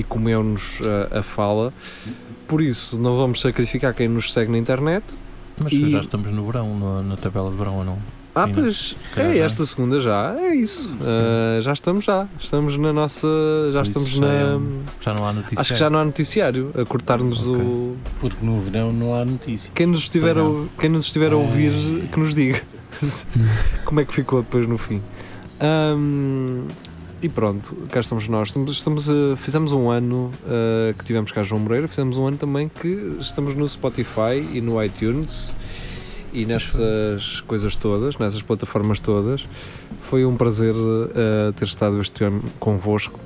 Speaker 2: e comeu-nos ah, a fala. Por isso, não vamos sacrificar quem nos segue na internet.
Speaker 3: Mas
Speaker 2: E-
Speaker 3: já estamos no verão, no- na tabela de verão ou não?
Speaker 2: Ah,
Speaker 3: Sim,
Speaker 2: pois,
Speaker 3: calhar
Speaker 2: é
Speaker 3: já.
Speaker 2: esta segunda já, é isso. Ah, já estamos já, estamos na nossa, já
Speaker 3: Por isso
Speaker 2: estamos
Speaker 3: já
Speaker 2: na...
Speaker 3: é um- Já não há notícia.
Speaker 2: Acho que já não há noticiário a cortar-nos
Speaker 3: Ok.
Speaker 2: o...
Speaker 4: Porque no verão não há notícia.
Speaker 2: Quem nos estiver, a,
Speaker 3: Pois
Speaker 2: quem nos estiver a ouvir, que nos diga como é que ficou depois no fim. Ahm, e pronto, cá estamos nós. Estamos, estamos a- fizemos um ano ah, que tivemos cá João Moreira, fizemos um ano também que estamos no Spotify e no iTunes e nessas coisas todas, nessas plataformas todas. Foi um prazer ah, ter estado este ano convosco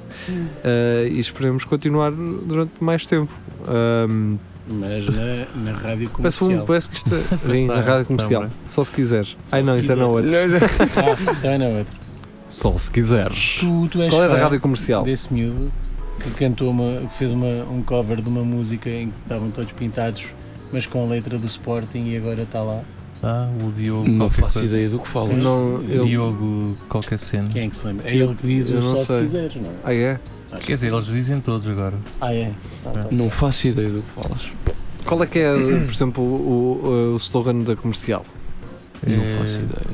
Speaker 2: Ah, e esperemos continuar durante mais tempo. Ahm,
Speaker 4: Mas na, na rádio
Speaker 2: Parece,
Speaker 4: comercial.
Speaker 2: um, parece que isto vem
Speaker 3: está,
Speaker 2: na rádio
Speaker 3: está
Speaker 2: comercial.
Speaker 3: bem.
Speaker 2: Só se quiseres. Ai
Speaker 4: se
Speaker 2: não, isso é na
Speaker 4: quiser.
Speaker 2: outra.
Speaker 4: Ah, então é na outra.
Speaker 2: Só se quiseres.
Speaker 4: Tu, tu és
Speaker 2: Qual é da
Speaker 4: fã
Speaker 2: rádio comercial?
Speaker 4: desse miúdo que cantou uma, que fez uma, um cover de uma música em que estavam todos pintados, mas com a letra do Sporting e agora está lá.
Speaker 3: Ah, o Diogo.
Speaker 6: Não
Speaker 3: qualquer
Speaker 6: faço
Speaker 3: coisa.
Speaker 6: ideia do que falas.
Speaker 2: Não, eu.
Speaker 3: Diogo qualquer cena.
Speaker 4: Quem é que se lembra? É ele que diz
Speaker 2: Eu
Speaker 4: o
Speaker 2: não
Speaker 4: só
Speaker 2: sei.
Speaker 4: se quiseres, não é?
Speaker 2: Ah, é?
Speaker 3: Quer dizer, eles dizem todos agora.
Speaker 4: Ah, é. Tá, tá.
Speaker 6: Não faço ideia do que falas.
Speaker 2: Qual é que é, por exemplo, o, o, o slogan da comercial?
Speaker 6: Não
Speaker 3: É,
Speaker 6: faço ideia.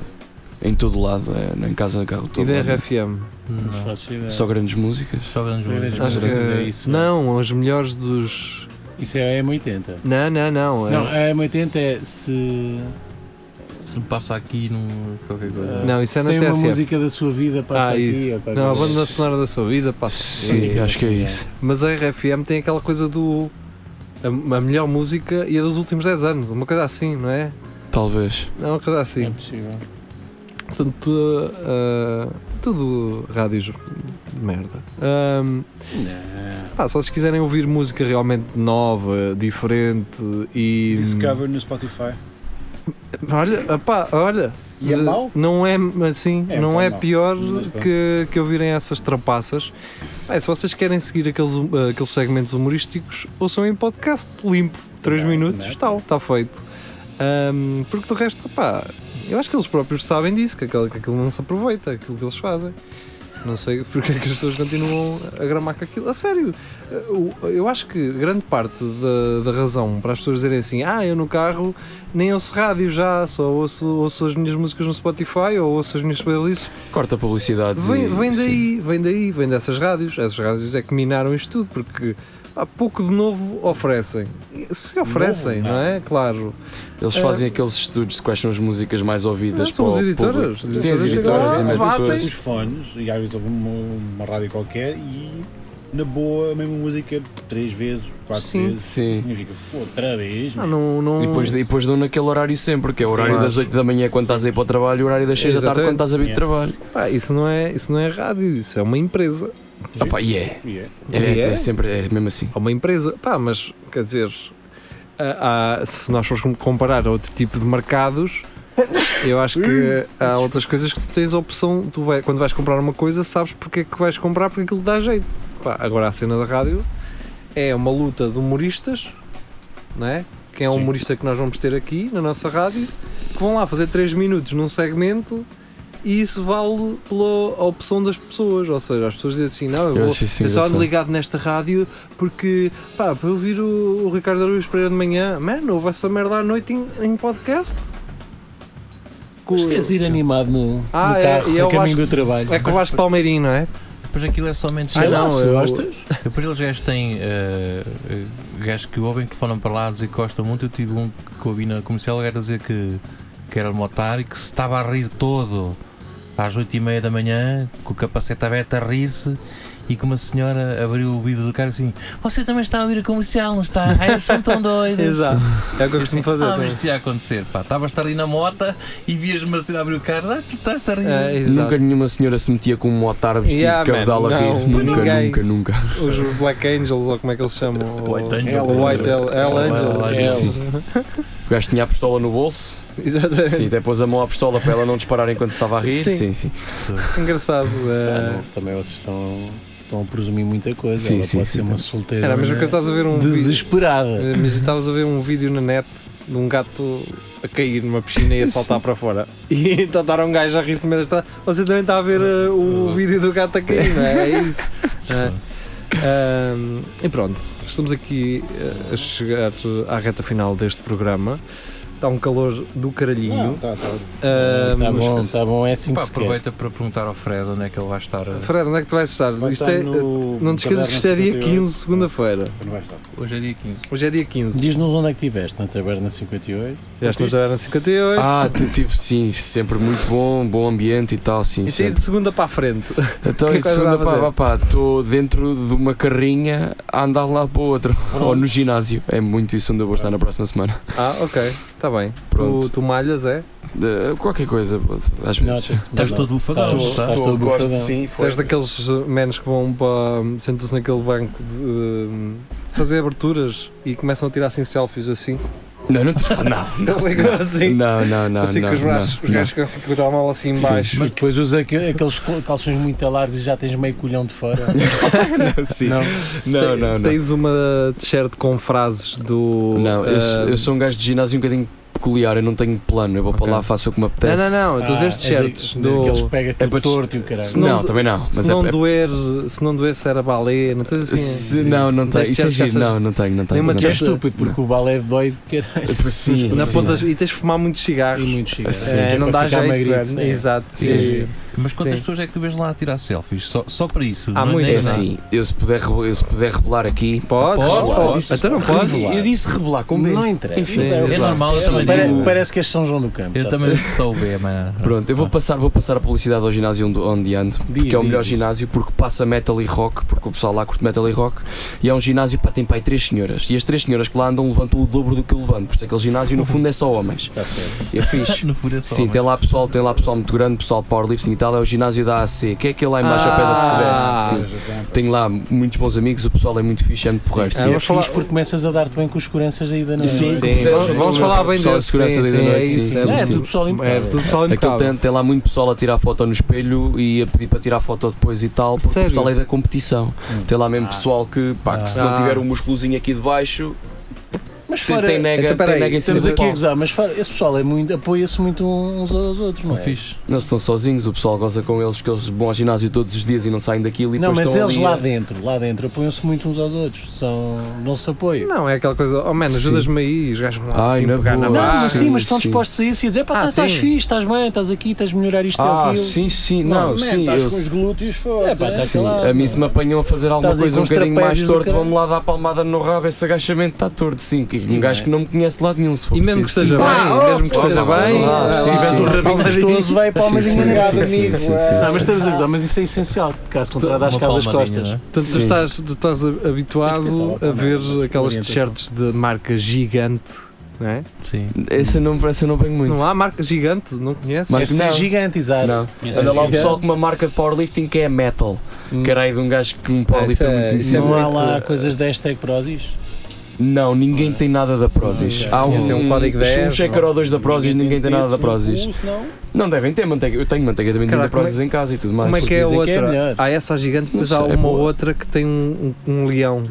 Speaker 6: Em todo lado, é, em casa, no carro,
Speaker 2: E
Speaker 6: todo
Speaker 2: da
Speaker 6: lado.
Speaker 2: RFM?
Speaker 3: não.
Speaker 4: Não faço ideia.
Speaker 6: Só grandes músicas.
Speaker 3: Só grandes
Speaker 4: Só grandes
Speaker 3: músicas.
Speaker 2: Acho
Speaker 4: Será que é
Speaker 2: que,
Speaker 4: isso?
Speaker 2: não, as melhores dos.
Speaker 4: Isso é a M80.
Speaker 2: Não, não, não. é-
Speaker 4: Não, a M80 é se.
Speaker 3: Se me passa aqui num. qualquer coisa.
Speaker 2: Não, isso
Speaker 4: eh, se
Speaker 2: é na
Speaker 4: tem uma
Speaker 2: TSF.
Speaker 4: música da sua vida, passa
Speaker 2: ah,
Speaker 4: aqui.
Speaker 2: isso.
Speaker 4: ou qualquer
Speaker 2: Não, a
Speaker 4: coisa.
Speaker 2: banda sonora da sua vida passa.
Speaker 6: Sim,
Speaker 4: É,
Speaker 6: acho que é
Speaker 4: sim, é.
Speaker 6: isso.
Speaker 2: Mas a RFM tem aquela coisa do. A, a melhor música e a dos últimos 10 anos, uma coisa assim, não é?
Speaker 6: Talvez.
Speaker 2: Não, uma coisa
Speaker 4: É
Speaker 2: assim.
Speaker 4: possível.
Speaker 2: Portanto, ah, tudo rádios de merda. Ahm,
Speaker 4: Não.
Speaker 2: pá, só se quiserem ouvir música realmente nova, diferente
Speaker 5: hum,
Speaker 2: e.
Speaker 5: Discover no Spotify.
Speaker 2: Olha, pá, olha.
Speaker 5: E é mau?
Speaker 2: Não é assim,
Speaker 5: É
Speaker 2: não
Speaker 5: pá,
Speaker 2: é
Speaker 5: mau.
Speaker 2: pior
Speaker 5: Mas pronto.
Speaker 2: que, que ouvirem essas trapaças. Bem, se vocês querem seguir aqueles, hum, aqueles segmentos humorísticos, ouçam em podcast limpo, 3
Speaker 5: Não,
Speaker 2: minutos,
Speaker 5: não é?
Speaker 2: está tá feito. Ahm, porque do resto, pá, eu acho que eles próprios sabem disso, que aquilo, que aquilo não se aproveita, aquilo que eles fazem. Não sei porque é que as pessoas continuam a gramar com aquilo. A sério, eu- eu acho que grande parte da, da razão para as pessoas dizerem assim: ah, eu no carro nem ouço rádio já, só ouço, ouço as minhas músicas no Spotify ou ouço as minhas playlists.
Speaker 6: Corta publicidades
Speaker 2: Vem,
Speaker 6: e-
Speaker 2: vem
Speaker 6: sim.
Speaker 2: daí, vem daí, vem dessas rádios. Essas rádios é que minaram isto tudo, porque há pouco de novo oferecem. Se oferecem,
Speaker 4: Novo,
Speaker 2: não é? Claro.
Speaker 6: Eles
Speaker 2: É.
Speaker 6: fazem aqueles estudos de quais são as músicas mais ouvidas
Speaker 2: Não, são as
Speaker 6: para o
Speaker 2: editoras,
Speaker 6: público.
Speaker 2: as
Speaker 6: Sim,
Speaker 2: editoras
Speaker 6: as
Speaker 2: chegam
Speaker 6: editoras
Speaker 2: lá,
Speaker 6: e metem
Speaker 2: batem.
Speaker 6: todas.
Speaker 5: Os fones, e às vezes houve uma, uma rádio qualquer e na boa a mesma música três vezes, quatro
Speaker 2: Sim.
Speaker 5: vezes.
Speaker 6: Sim.
Speaker 5: E fica, "Fô, outra vez.
Speaker 2: Ah,
Speaker 5: meu."
Speaker 2: não, não...
Speaker 6: E depois, e depois dão naquele horário sempre, que é o
Speaker 2: Sim,
Speaker 6: horário
Speaker 2: claro.
Speaker 6: das 8 da manhã quando estás a ir para o trabalho e o horário das 6 da tarde quando
Speaker 2: Exatamente.
Speaker 6: estás a vir de trabalho.
Speaker 2: Pá, isso, não é, isso não é rádio, isso é uma empresa.
Speaker 6: Ah pá, e é.
Speaker 5: E é.
Speaker 6: É, é,
Speaker 2: E é?
Speaker 6: é sempre, é mesmo assim.
Speaker 2: É uma empresa. Pá, mas quer dizer, ah, há- há- se nós formos comparar a outro tipo de mercados. Eu acho que há outras coisas que tu tens a opção, tu vai, quando vais comprar uma coisa, sabes porque é que vais comprar, porque aquilo dá jeito. Pá, agora a cena da rádio é uma luta de humoristas, não é? Quem é o
Speaker 5: Sim.
Speaker 2: humorista que nós vamos ter aqui na nossa rádio, que vão lá fazer 3 minutos num segmento e isso vale pela opção das pessoas. Ou seja, as pessoas dizem assim: não, eu,
Speaker 6: Eu
Speaker 2: vou.
Speaker 6: acho isso
Speaker 2: eu só ando
Speaker 6: engraçado.
Speaker 2: ligado nesta rádio porque, pá, para ouvir o, o Ricardo Araújo Pereira de manhã, mano, ouve essa merda à noite em, em podcast. Com-
Speaker 4: Mas queres ir animado no, no
Speaker 2: Ah, é,
Speaker 4: carro,
Speaker 2: e eu
Speaker 4: a caminho
Speaker 2: acho
Speaker 4: do trabalho?
Speaker 2: É com o Vasco Palmeirinho, não é?
Speaker 3: Depois aquilo é somente
Speaker 4: Ah,
Speaker 2: Sei lá,
Speaker 4: não,
Speaker 2: se
Speaker 4: eu...
Speaker 2: gostas.
Speaker 4: gostas?
Speaker 3: Depois eles gajos têm eh, eh, gajos que ouvem que foram para lá dizer que gostam muito. Eu tive um que ouvi na comercial que era dizer que, que era motar e que se estava a rir todo às 8 e meia da manhã, com o capacete aberto a rir-se. E que uma senhora abriu o vidro do cara assim: Você também está a ouvir a comercial, não está? Ai, eles são tão doidos.
Speaker 2: Exato. É o que eu costumo fazer.
Speaker 3: Ah,
Speaker 2: também.
Speaker 3: mas isto ia acontecer, pá. Estavas a estar ali na mota e vias-me assim a abrir o carro. Ah, tu estás a rir.
Speaker 2: É,
Speaker 6: Nunca
Speaker 2: exato.
Speaker 6: nenhuma senhora se metia com um motar vestido
Speaker 2: Yeah,
Speaker 6: de cabedal
Speaker 2: man,
Speaker 6: a
Speaker 2: não,
Speaker 6: rir. Nunca,
Speaker 2: ninguém.
Speaker 6: nunca, nunca.
Speaker 2: Os Black Angels, ou como é que eles chamam? Ou-
Speaker 3: White
Speaker 5: Angels.
Speaker 2: Ou White Hell Hell
Speaker 3: Hell
Speaker 2: Angels.
Speaker 4: Angels.
Speaker 6: O gajo tinha a pistola no bolso,
Speaker 2: Exatamente.
Speaker 6: sim, até pôs a mão à pistola para ela não disparar enquanto estava a rir.
Speaker 2: Sim.
Speaker 6: Sim, sim. Tá
Speaker 2: Engraçado.
Speaker 4: Ah,
Speaker 2: eh,
Speaker 4: não, também vocês estão, estão a presumir muita coisa.
Speaker 6: Sim,
Speaker 4: Ela
Speaker 6: sim,
Speaker 4: pode
Speaker 6: sim,
Speaker 4: ser uma
Speaker 6: também.
Speaker 4: solteira.
Speaker 2: tá.
Speaker 4: né?
Speaker 2: Era a mesma coisa que estás a ver um vídeo.
Speaker 4: Desesperada.
Speaker 2: Mas estavas a ver um vídeo na net de um gato a cair numa piscina e a saltar para fora. E então estava um gajo a rir-se no meio da estrada. Você também está a ver eh,
Speaker 5: É
Speaker 2: o vídeo do gato a cair, não é? É isso. É. Ahm, e pronto, estamos aqui eh, a chegar à reta final deste programa. Está um calor do
Speaker 5: Não,
Speaker 2: caralhinho.
Speaker 5: tá, tá.
Speaker 2: Ahm,
Speaker 4: Está bom, está bom, é assim que
Speaker 3: Pá,
Speaker 4: se quer.
Speaker 3: aproveita para perguntar ao Fred onde é que ele vai estar. eh,
Speaker 2: Fred, onde é que tu vais estar?
Speaker 5: Vai
Speaker 2: Isto
Speaker 5: estar
Speaker 2: é-
Speaker 5: no-
Speaker 2: não te esqueças que isto é dia
Speaker 5: 58.
Speaker 2: 15, segunda-feira.
Speaker 5: Não vai estar.
Speaker 3: Hoje é dia 15.
Speaker 2: Hoje é dia 15.
Speaker 4: Diz-nos onde é que estiveste, na Taberna 58?
Speaker 2: Já estou a trabalhar 58.
Speaker 6: Ah, t- tive, sim, sempre muito bom, bom ambiente e tal, sim.
Speaker 2: Isso aí de
Speaker 6: sempre.
Speaker 2: segunda para a frente.
Speaker 6: Então,
Speaker 2: Que
Speaker 6: em
Speaker 2: coisa
Speaker 6: segunda,
Speaker 2: vai fazer?
Speaker 6: pá, pá, estou dentro de uma carrinha a andar de um lado para o outro, ou no ginásio. É muito isso onde eu vou estar na próxima semana.
Speaker 2: Ah, ok,
Speaker 6: Tá
Speaker 2: está bem. Tu,
Speaker 6: Pronto.
Speaker 2: tu malhas, é?
Speaker 6: Eh, qualquer coisa, pô, às vezes.
Speaker 4: Nota-se.
Speaker 3: Estás
Speaker 4: Não,
Speaker 3: todo bufadão,
Speaker 4: estás-
Speaker 3: estás
Speaker 4: Estás todo bufadão.
Speaker 5: sim,
Speaker 2: Tu és daqueles uh, menos que vão para. sentam-se naquele banco de, uh, de fazer aberturas e começam a tirar assim selfies assim.
Speaker 6: Não, não te não.
Speaker 2: Eles ligam assim,
Speaker 6: Não, não, não.
Speaker 2: assim
Speaker 6: não,
Speaker 2: com os braços,
Speaker 6: não,
Speaker 2: os gajos ficam assim com o telemóvel assim em
Speaker 6: Sim.
Speaker 2: baixo.
Speaker 4: Mas depois usa aque- aqueles co- calções muito largos e já tens meio colhão de fora.
Speaker 6: não. Sim. não, não, não. não.
Speaker 2: Tens uma t-shirt com frases do.
Speaker 6: Não, eu,
Speaker 2: ah,
Speaker 6: eu sou um gajo de ginásio um bocadinho peculiar, eu não tenho plano, eu vou
Speaker 3: Ok.
Speaker 6: para lá, faço o que
Speaker 2: Não,
Speaker 6: me
Speaker 2: não,
Speaker 6: apetece.
Speaker 2: não, eu estou a
Speaker 4: Ah,
Speaker 2: dizer estes certos.
Speaker 4: Aqueles é que
Speaker 2: Do,
Speaker 4: pega tudo
Speaker 6: para des-
Speaker 4: torto e o caralho.
Speaker 2: Se não-
Speaker 6: Não, também não. Mas
Speaker 2: se, não
Speaker 6: é, é-
Speaker 2: doer, se não doer, se era balé, não tens assim.
Speaker 6: se- não, não tenho.
Speaker 2: destes
Speaker 6: Isso é
Speaker 2: certos,
Speaker 6: giro.
Speaker 2: essas-
Speaker 6: Não, não tenho, não tenho.
Speaker 2: uma
Speaker 6: não É
Speaker 4: Tu é
Speaker 6: tenho.
Speaker 2: testa-
Speaker 4: estúpido, porque o balé dói de caralho.
Speaker 6: Por- Sim,
Speaker 2: Na
Speaker 6: sim.
Speaker 2: ponta, e tens de fumar muito
Speaker 4: E
Speaker 2: cigarro.
Speaker 4: muito chique.
Speaker 6: Assim.
Speaker 2: É,
Speaker 4: É,
Speaker 2: não
Speaker 4: para
Speaker 2: dá
Speaker 4: ficar
Speaker 2: jeito,
Speaker 4: magrito,
Speaker 2: velho.
Speaker 4: é.
Speaker 2: Exato.
Speaker 6: Sim.
Speaker 2: E-
Speaker 3: Mas quantas
Speaker 2: Sim.
Speaker 3: pessoas é que tu vês lá a tirar selfies? Só, só para isso?
Speaker 2: Há
Speaker 3: não
Speaker 2: muitas,
Speaker 6: É
Speaker 3: nem-
Speaker 2: não é?
Speaker 6: assim, eu se puder, re- eu se puder revelar aqui.
Speaker 2: Pode,
Speaker 3: Pode,
Speaker 2: pode. Até não pode.
Speaker 6: Eu disse revelar com B.
Speaker 4: Não interessa.
Speaker 6: Enfim,
Speaker 4: Sim,
Speaker 3: é
Speaker 4: verdade.
Speaker 3: normal, eu
Speaker 4: Sim,
Speaker 3: também
Speaker 4: pare-
Speaker 3: digo-
Speaker 4: Parece que és São João do Campo.
Speaker 3: Eu
Speaker 4: tá
Speaker 3: também
Speaker 4: certo?
Speaker 3: soube, é, mano.
Speaker 6: Pronto, eu vou passar, vou passar a publicidade ao ginásio onde, onde ando,
Speaker 4: Diz,
Speaker 6: porque é o
Speaker 4: diz,
Speaker 6: melhor
Speaker 4: diz.
Speaker 6: ginásio, porque passa metal e rock, porque o pessoal lá curte metal e rock, e é um ginásio para tem pai três senhoras, e as três senhoras que lá andam levantam o dobro do que eu levanto, por isso aquele ginásio no fundo é só homens.
Speaker 4: Tá certo.
Speaker 6: É fixe.
Speaker 3: No fundo é só.
Speaker 6: Sim, tem
Speaker 3: mas-
Speaker 6: lá pessoal, tem lá pessoal muito grande, pessoal de powerlifting e tal, é o ginásio da AC, que é aquele lá embaixo ao pé
Speaker 2: Ah.
Speaker 6: da fotografia. Sim. Tenho lá muitos bons amigos, o pessoal é muito fixe, é muito porreiro.
Speaker 2: Ah,
Speaker 6: Sim,
Speaker 4: É
Speaker 2: vamos falar-
Speaker 4: fixe porque começas a dar-te bem com os seguranças aí da noite.
Speaker 6: Sim,
Speaker 2: Sim,
Speaker 6: sim.
Speaker 2: vamos- vamos falar bem
Speaker 6: Pessoal,
Speaker 2: dele.
Speaker 6: a segurança
Speaker 2: sim,
Speaker 6: da
Speaker 2: sim,
Speaker 6: internet,
Speaker 2: é
Speaker 6: sim,
Speaker 2: isso,
Speaker 6: sim,
Speaker 2: é
Speaker 6: sim.
Speaker 2: isso.
Speaker 4: tudo pessoal
Speaker 2: É,
Speaker 4: impecável.
Speaker 2: tudo pessoal
Speaker 6: Aquele
Speaker 2: impecável.
Speaker 6: tem, tem lá muito pessoal a tirar foto no espelho e a pedir para tirar foto depois e tal, porque
Speaker 2: Sério?
Speaker 6: o pessoal é da competição. Tem lá mesmo pessoal que, pá, que se
Speaker 2: Ah.
Speaker 6: não tiver um musculozinho aqui de baixo,
Speaker 4: Mas
Speaker 6: tem,
Speaker 4: fora,
Speaker 6: tem nega,
Speaker 2: então,
Speaker 6: tem
Speaker 2: peraí,
Speaker 6: nega em cima
Speaker 4: estamos
Speaker 6: do
Speaker 4: aqui a
Speaker 6: pau.
Speaker 4: gozar, mas fora, esse pessoal é muito, apoia-se muito uns aos outros, não é?
Speaker 3: Fixe.
Speaker 6: Não estão sozinhos, o pessoal goza com eles, que eles vão ao ginásio todos os dias e não saem daquilo e
Speaker 4: Não,
Speaker 6: depois
Speaker 4: mas
Speaker 6: estão
Speaker 4: eles
Speaker 6: ali
Speaker 4: lá
Speaker 6: a-
Speaker 4: dentro, lá dentro, apoiam-se muito uns aos outros, são, não se apoiam.
Speaker 2: Não, é aquela coisa, oh man,
Speaker 6: Sim.
Speaker 2: ajudas-me aí, os gajos vão lá
Speaker 6: Ai,
Speaker 2: assim
Speaker 6: na
Speaker 2: pegar na
Speaker 6: boa.
Speaker 4: Não,
Speaker 2: barra.
Speaker 4: mas sim, mas
Speaker 6: sim,
Speaker 4: estão
Speaker 6: sim.
Speaker 4: dispostos a isso e a dizer, pá,
Speaker 2: Ah,
Speaker 4: tá- estás
Speaker 2: sim.
Speaker 4: fixe, estás bem, estás aqui, estás a melhorar
Speaker 2: é
Speaker 4: isto e
Speaker 6: Ah,
Speaker 4: aquilo.
Speaker 6: sim, sim, não,
Speaker 5: Man,
Speaker 6: sim,
Speaker 5: estás
Speaker 6: eu-
Speaker 5: com os glúteos, foda
Speaker 4: É pá, tá
Speaker 6: Sim,
Speaker 4: calado.
Speaker 6: a mim se me apanham a fazer alguma
Speaker 4: Estás aí
Speaker 6: coisa
Speaker 4: com
Speaker 6: um
Speaker 4: os
Speaker 6: bocadinho mais
Speaker 4: trapézios do
Speaker 6: torto,
Speaker 4: caralho.
Speaker 6: vamos lá dar palmada no rabo, esse agachamento está torto, sim, que- um gajo que não me conhece de lado nenhum, se for
Speaker 2: é. E mesmo que
Speaker 6: preciso,
Speaker 2: esteja
Speaker 6: sim.
Speaker 2: bem, mesmo que
Speaker 6: pá,
Speaker 2: esteja
Speaker 6: pá,
Speaker 4: Ah,
Speaker 2: bem,
Speaker 6: pá,
Speaker 2: se
Speaker 6: pá,
Speaker 2: tiveres
Speaker 6: sim.
Speaker 2: um rabinho
Speaker 4: gostoso, vai para o
Speaker 6: Sim, sim,
Speaker 4: medinho negado.
Speaker 6: sim, sim, sim,
Speaker 5: é.
Speaker 6: sim.
Speaker 5: Ah,
Speaker 4: Não, mas estamos a gozar, mas isso é essencial, de caso contrário, às
Speaker 3: Uma
Speaker 4: das
Speaker 3: palmadinha,
Speaker 4: costas.
Speaker 3: não é?
Speaker 2: Portanto, tu
Speaker 6: Sim.
Speaker 2: estás, tu estás a- habituado
Speaker 4: Tem que pensar,
Speaker 2: a ver
Speaker 4: não é?
Speaker 2: aquelas
Speaker 4: Orientação.
Speaker 2: t-shirts de marca gigante, não é?
Speaker 3: Sim.
Speaker 6: Essa não, essa não venho muito.
Speaker 2: Não há marca gigante, não conheces?
Speaker 6: Mas-
Speaker 4: Mas isso é
Speaker 6: não.
Speaker 4: gigante, exato.
Speaker 6: Não. Anda lá o pessoal com uma marca de powerlifting que é metal.
Speaker 4: Hum.
Speaker 6: Caralho, de um gajo que um
Speaker 2: Isso
Speaker 6: powerlifter
Speaker 2: é-
Speaker 6: muito
Speaker 2: isso
Speaker 6: conhecido.
Speaker 2: é
Speaker 4: Não há
Speaker 2: muito-
Speaker 4: lá coisas de hashtag prosis?
Speaker 6: Não, ninguém tem nada da Prozis.
Speaker 4: Ok.
Speaker 6: Há um,
Speaker 2: Tem um
Speaker 6: um,
Speaker 2: código de
Speaker 6: um
Speaker 2: erro,
Speaker 6: checker
Speaker 2: não.
Speaker 6: ou dois da Prozis, ninguém tem nada da Prozis.
Speaker 5: não?
Speaker 6: Não devem ter manteiga. Eu tenho manteiga de amendoim
Speaker 2: Caralho,
Speaker 6: da Prozis em casa e tudo mais.
Speaker 2: Como é que é a
Speaker 4: dizem que é
Speaker 2: outra?
Speaker 4: melhor.
Speaker 2: há essa gigante, depois
Speaker 6: Não
Speaker 2: há
Speaker 6: sei, é
Speaker 2: uma
Speaker 6: boa.
Speaker 2: outra que tem um, um- um leão.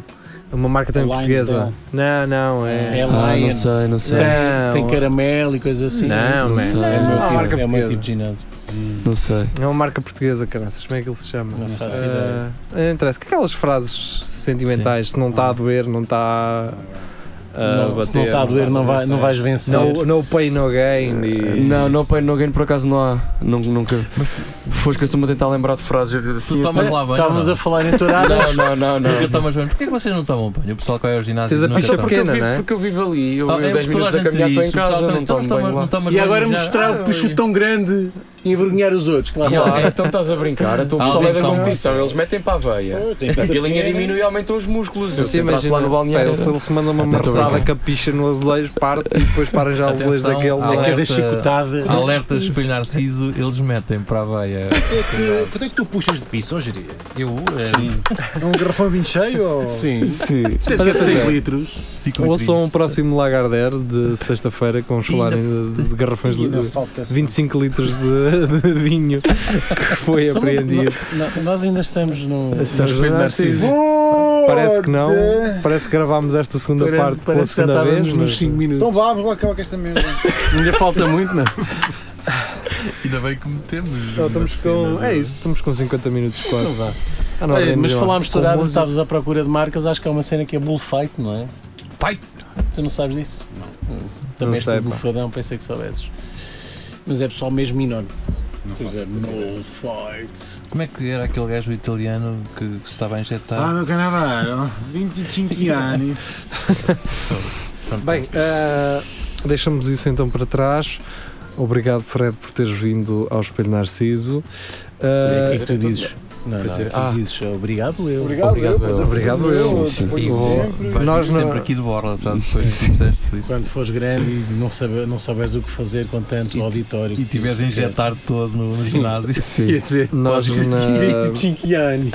Speaker 2: Uma marca
Speaker 6: É
Speaker 2: também
Speaker 5: Lions
Speaker 2: portuguesa.
Speaker 5: Down.
Speaker 2: Não, não, é.
Speaker 4: É
Speaker 6: Ah,
Speaker 4: Lion.
Speaker 6: não sei, não sei.
Speaker 2: Não.
Speaker 4: Tem caramelo e coisas assim.
Speaker 2: Não,
Speaker 6: Não
Speaker 2: man.
Speaker 6: sei,
Speaker 2: É
Speaker 4: É o meu
Speaker 6: não
Speaker 2: uma
Speaker 6: sei.
Speaker 4: tipo,
Speaker 2: marca
Speaker 4: é o meu
Speaker 2: portuguesa.
Speaker 4: tipo de ginásio.
Speaker 6: Não sei.
Speaker 2: É uma marca portuguesa, caraças. Como é que ele se chama?
Speaker 4: Não faço
Speaker 2: Ah, não interessa. Que Aquelas frases sentimentais, se não está a doer, não está a
Speaker 4: Não,
Speaker 2: bater.
Speaker 4: se não está a doer, não, vai, não vais vencer.
Speaker 2: No, no pain, no gain. E...
Speaker 6: Não, não apanho ninguém, por acaso não há. Nun- Nunca. Foscas, estou-me a tentar lembrar de frases.
Speaker 3: Tu tomas lá banho.
Speaker 4: Estávamos a falar em touradas.
Speaker 6: Não, não, não, não.
Speaker 3: Porquê tomas banho? Porquê que vocês não tomam banho? O pessoal que vai ao ginásio
Speaker 2: Tens a
Speaker 3: nunca
Speaker 2: picha
Speaker 3: toma.
Speaker 6: Porque eu,
Speaker 2: pequena,
Speaker 6: vivo,
Speaker 2: não é?
Speaker 6: porque eu vivo ali, eu
Speaker 3: Ah,
Speaker 6: 10
Speaker 3: é, toda
Speaker 6: minutos
Speaker 3: a
Speaker 6: a
Speaker 3: gente
Speaker 6: caminhar, estou em
Speaker 3: diz, o pessoal
Speaker 6: casa,
Speaker 3: quando
Speaker 6: não tomo
Speaker 3: toma-
Speaker 6: banho lá.
Speaker 3: então não toma
Speaker 4: E
Speaker 3: banho
Speaker 4: agora
Speaker 3: já-
Speaker 4: mostrar
Speaker 3: Ah,
Speaker 4: o puxo tão grande e envergonhar os outros. tá- Claro.
Speaker 6: Claro, então estás a brincar, então o
Speaker 3: Ah,
Speaker 6: pessoal
Speaker 3: sim,
Speaker 6: é da
Speaker 3: então.
Speaker 6: competição, eles metem para a veia. A pilinha diminui e aumentam os músculos. Eu
Speaker 2: Sim,
Speaker 6: sempre
Speaker 2: imagina,
Speaker 6: lá no
Speaker 2: pá,
Speaker 6: balneário.
Speaker 2: ele, se ele se manda uma
Speaker 6: Até tô
Speaker 2: marçada
Speaker 6: bem.
Speaker 2: com a picha no azulejo, parte e depois para arranjar o azulejo
Speaker 3: Atenção,
Speaker 2: daquele.
Speaker 3: há
Speaker 2: não é?
Speaker 3: alerta-
Speaker 4: Cada chicotada.
Speaker 3: Alerta Espelho Narciso, eles metem para a veia.
Speaker 5: Porquê é que tu puxas de piso hoje, diria?
Speaker 3: Eu, é,
Speaker 5: Um garrafão bem cheio ou...
Speaker 4: é. Sim.
Speaker 6: Sim.
Speaker 4: 76 litros.
Speaker 2: Ouçam o próximo Lagardère de sexta-feira que vamos falar ainda de, de garrafões de
Speaker 5: E não falta
Speaker 2: 25 litros de, de vinho que foi
Speaker 4: Só uma-
Speaker 2: apreendido.
Speaker 4: no- no- Nós ainda estamos no.
Speaker 2: Estamos
Speaker 4: no Espelho
Speaker 2: no
Speaker 4: Narciso.
Speaker 2: Narciso. Parece que não. Parece que gravámos esta segunda
Speaker 4: Parece,
Speaker 2: parte pela
Speaker 4: parece que já
Speaker 2: segunda
Speaker 4: estávamos
Speaker 2: vez.
Speaker 4: nos 5 minutos.
Speaker 5: Então vá, vamos lá acabar com esta merda.
Speaker 4: Ainda falta muito, não?
Speaker 3: Ainda bem que metemos.
Speaker 2: Não, estamos com, é isso, estamos com 50 minutos quase.
Speaker 4: Não dá.
Speaker 2: Ah, não,
Speaker 4: Olha,
Speaker 2: é
Speaker 4: mas
Speaker 2: melhor.
Speaker 4: falámos de
Speaker 2: Com
Speaker 4: touradas,
Speaker 2: música.
Speaker 4: estavas à procura de marcas, acho que é uma cena que é bullfight, não é?
Speaker 3: Fight!
Speaker 4: Tu não sabes disso? Não. Também
Speaker 2: Não
Speaker 4: és
Speaker 2: sei,
Speaker 4: tudo
Speaker 2: pá.
Speaker 4: bufadão, pensei que soubesses. Mas é pessoal mesmo enorme. Pois é, bullfight.
Speaker 3: Como é que era aquele gajo italiano que, que se estava a
Speaker 5: Ah,
Speaker 3: injetar?
Speaker 5: meu canavaro, 25 anos.
Speaker 2: Bem, ah, deixamos isso então para trás. Obrigado, Fred, por teres vindo ao Espelho Narciso. Ah,
Speaker 4: O que é que tu dizes? Não, não, o que é
Speaker 6: Ah.
Speaker 4: que dizes? Obrigado, eu.
Speaker 5: Obrigado,
Speaker 6: Obrigado,
Speaker 5: eu. pois
Speaker 6: eu.
Speaker 2: Obrigado, eu.
Speaker 6: Sim, sim.
Speaker 5: Depois
Speaker 6: Eu
Speaker 5: de
Speaker 2: vou-
Speaker 5: sempre.
Speaker 3: Vais
Speaker 2: nós
Speaker 3: nós sempre
Speaker 2: não-
Speaker 3: aqui de borla, já depois que disseste isso.
Speaker 4: Quando fores grande e não, saber, não souberes o que fazer com tanto
Speaker 3: E-
Speaker 4: auditório.
Speaker 3: E tiveres a injetar todo no
Speaker 4: é. Sim.
Speaker 3: ginásio.
Speaker 6: Sim.
Speaker 4: dizer,
Speaker 2: Nós na-
Speaker 4: 25 anos.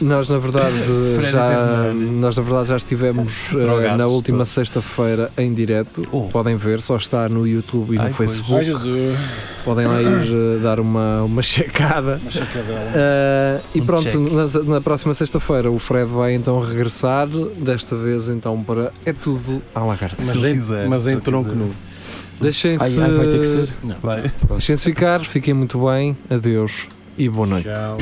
Speaker 2: Nós na verdade
Speaker 3: Fred
Speaker 4: é
Speaker 2: já
Speaker 3: Fernandes.
Speaker 2: nós na verdade já estivemos eh,
Speaker 3: Drogados
Speaker 2: na última
Speaker 3: todos.
Speaker 2: sexta-feira em direto.
Speaker 3: Oh.
Speaker 2: Podem ver, só está no YouTube e no
Speaker 3: Ai, pois.
Speaker 2: Facebook.
Speaker 5: Ai, Jesus.
Speaker 2: Podem lá ir eh, dar uma, uma checada.
Speaker 5: Uma chacadela.
Speaker 2: Ah, e
Speaker 3: Um
Speaker 2: pronto,
Speaker 3: check.
Speaker 2: na, na próxima sexta-feira o Fred vai então regressar, desta vez então para É Tudo à Lagarta.
Speaker 4: Mas
Speaker 3: eu
Speaker 4: em,
Speaker 3: quiser,
Speaker 4: mas
Speaker 3: se
Speaker 4: em
Speaker 3: eu
Speaker 4: tronco
Speaker 3: quiser.
Speaker 4: nu.
Speaker 6: Ai,
Speaker 2: Deixem-se
Speaker 6: ai, vai ter que ser.
Speaker 3: Vai.
Speaker 2: deixem-se ficar, fiquem muito bem, adeus e boa noite.
Speaker 5: Tchau.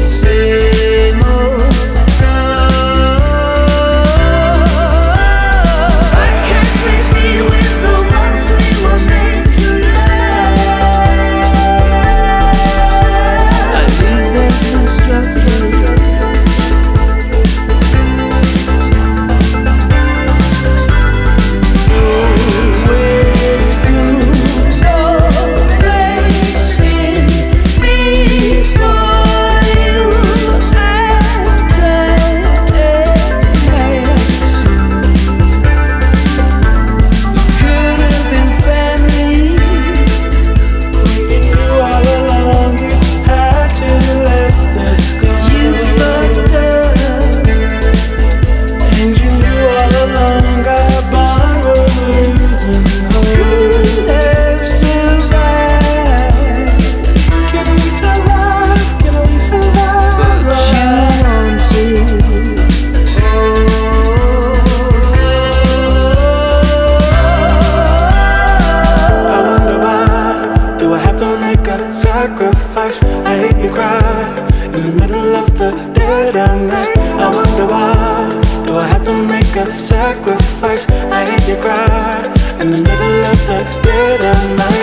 Speaker 8: Same old song. Why can't we be with the ones we were made to love? I leave as instructed. Always through no place in me for you. I can't could have been family. We knew all along it had to let this go. You fucked up, and you knew all along our bond was losing hope. Could have survived. Can we survive? Can we survive? But you wanted. I wonder why do I have to make a sacrifice? I hate you cry in the middle of the dead of night. I wonder why do I have to make a sacrifice? I hate you cry in the middle of the dead of night.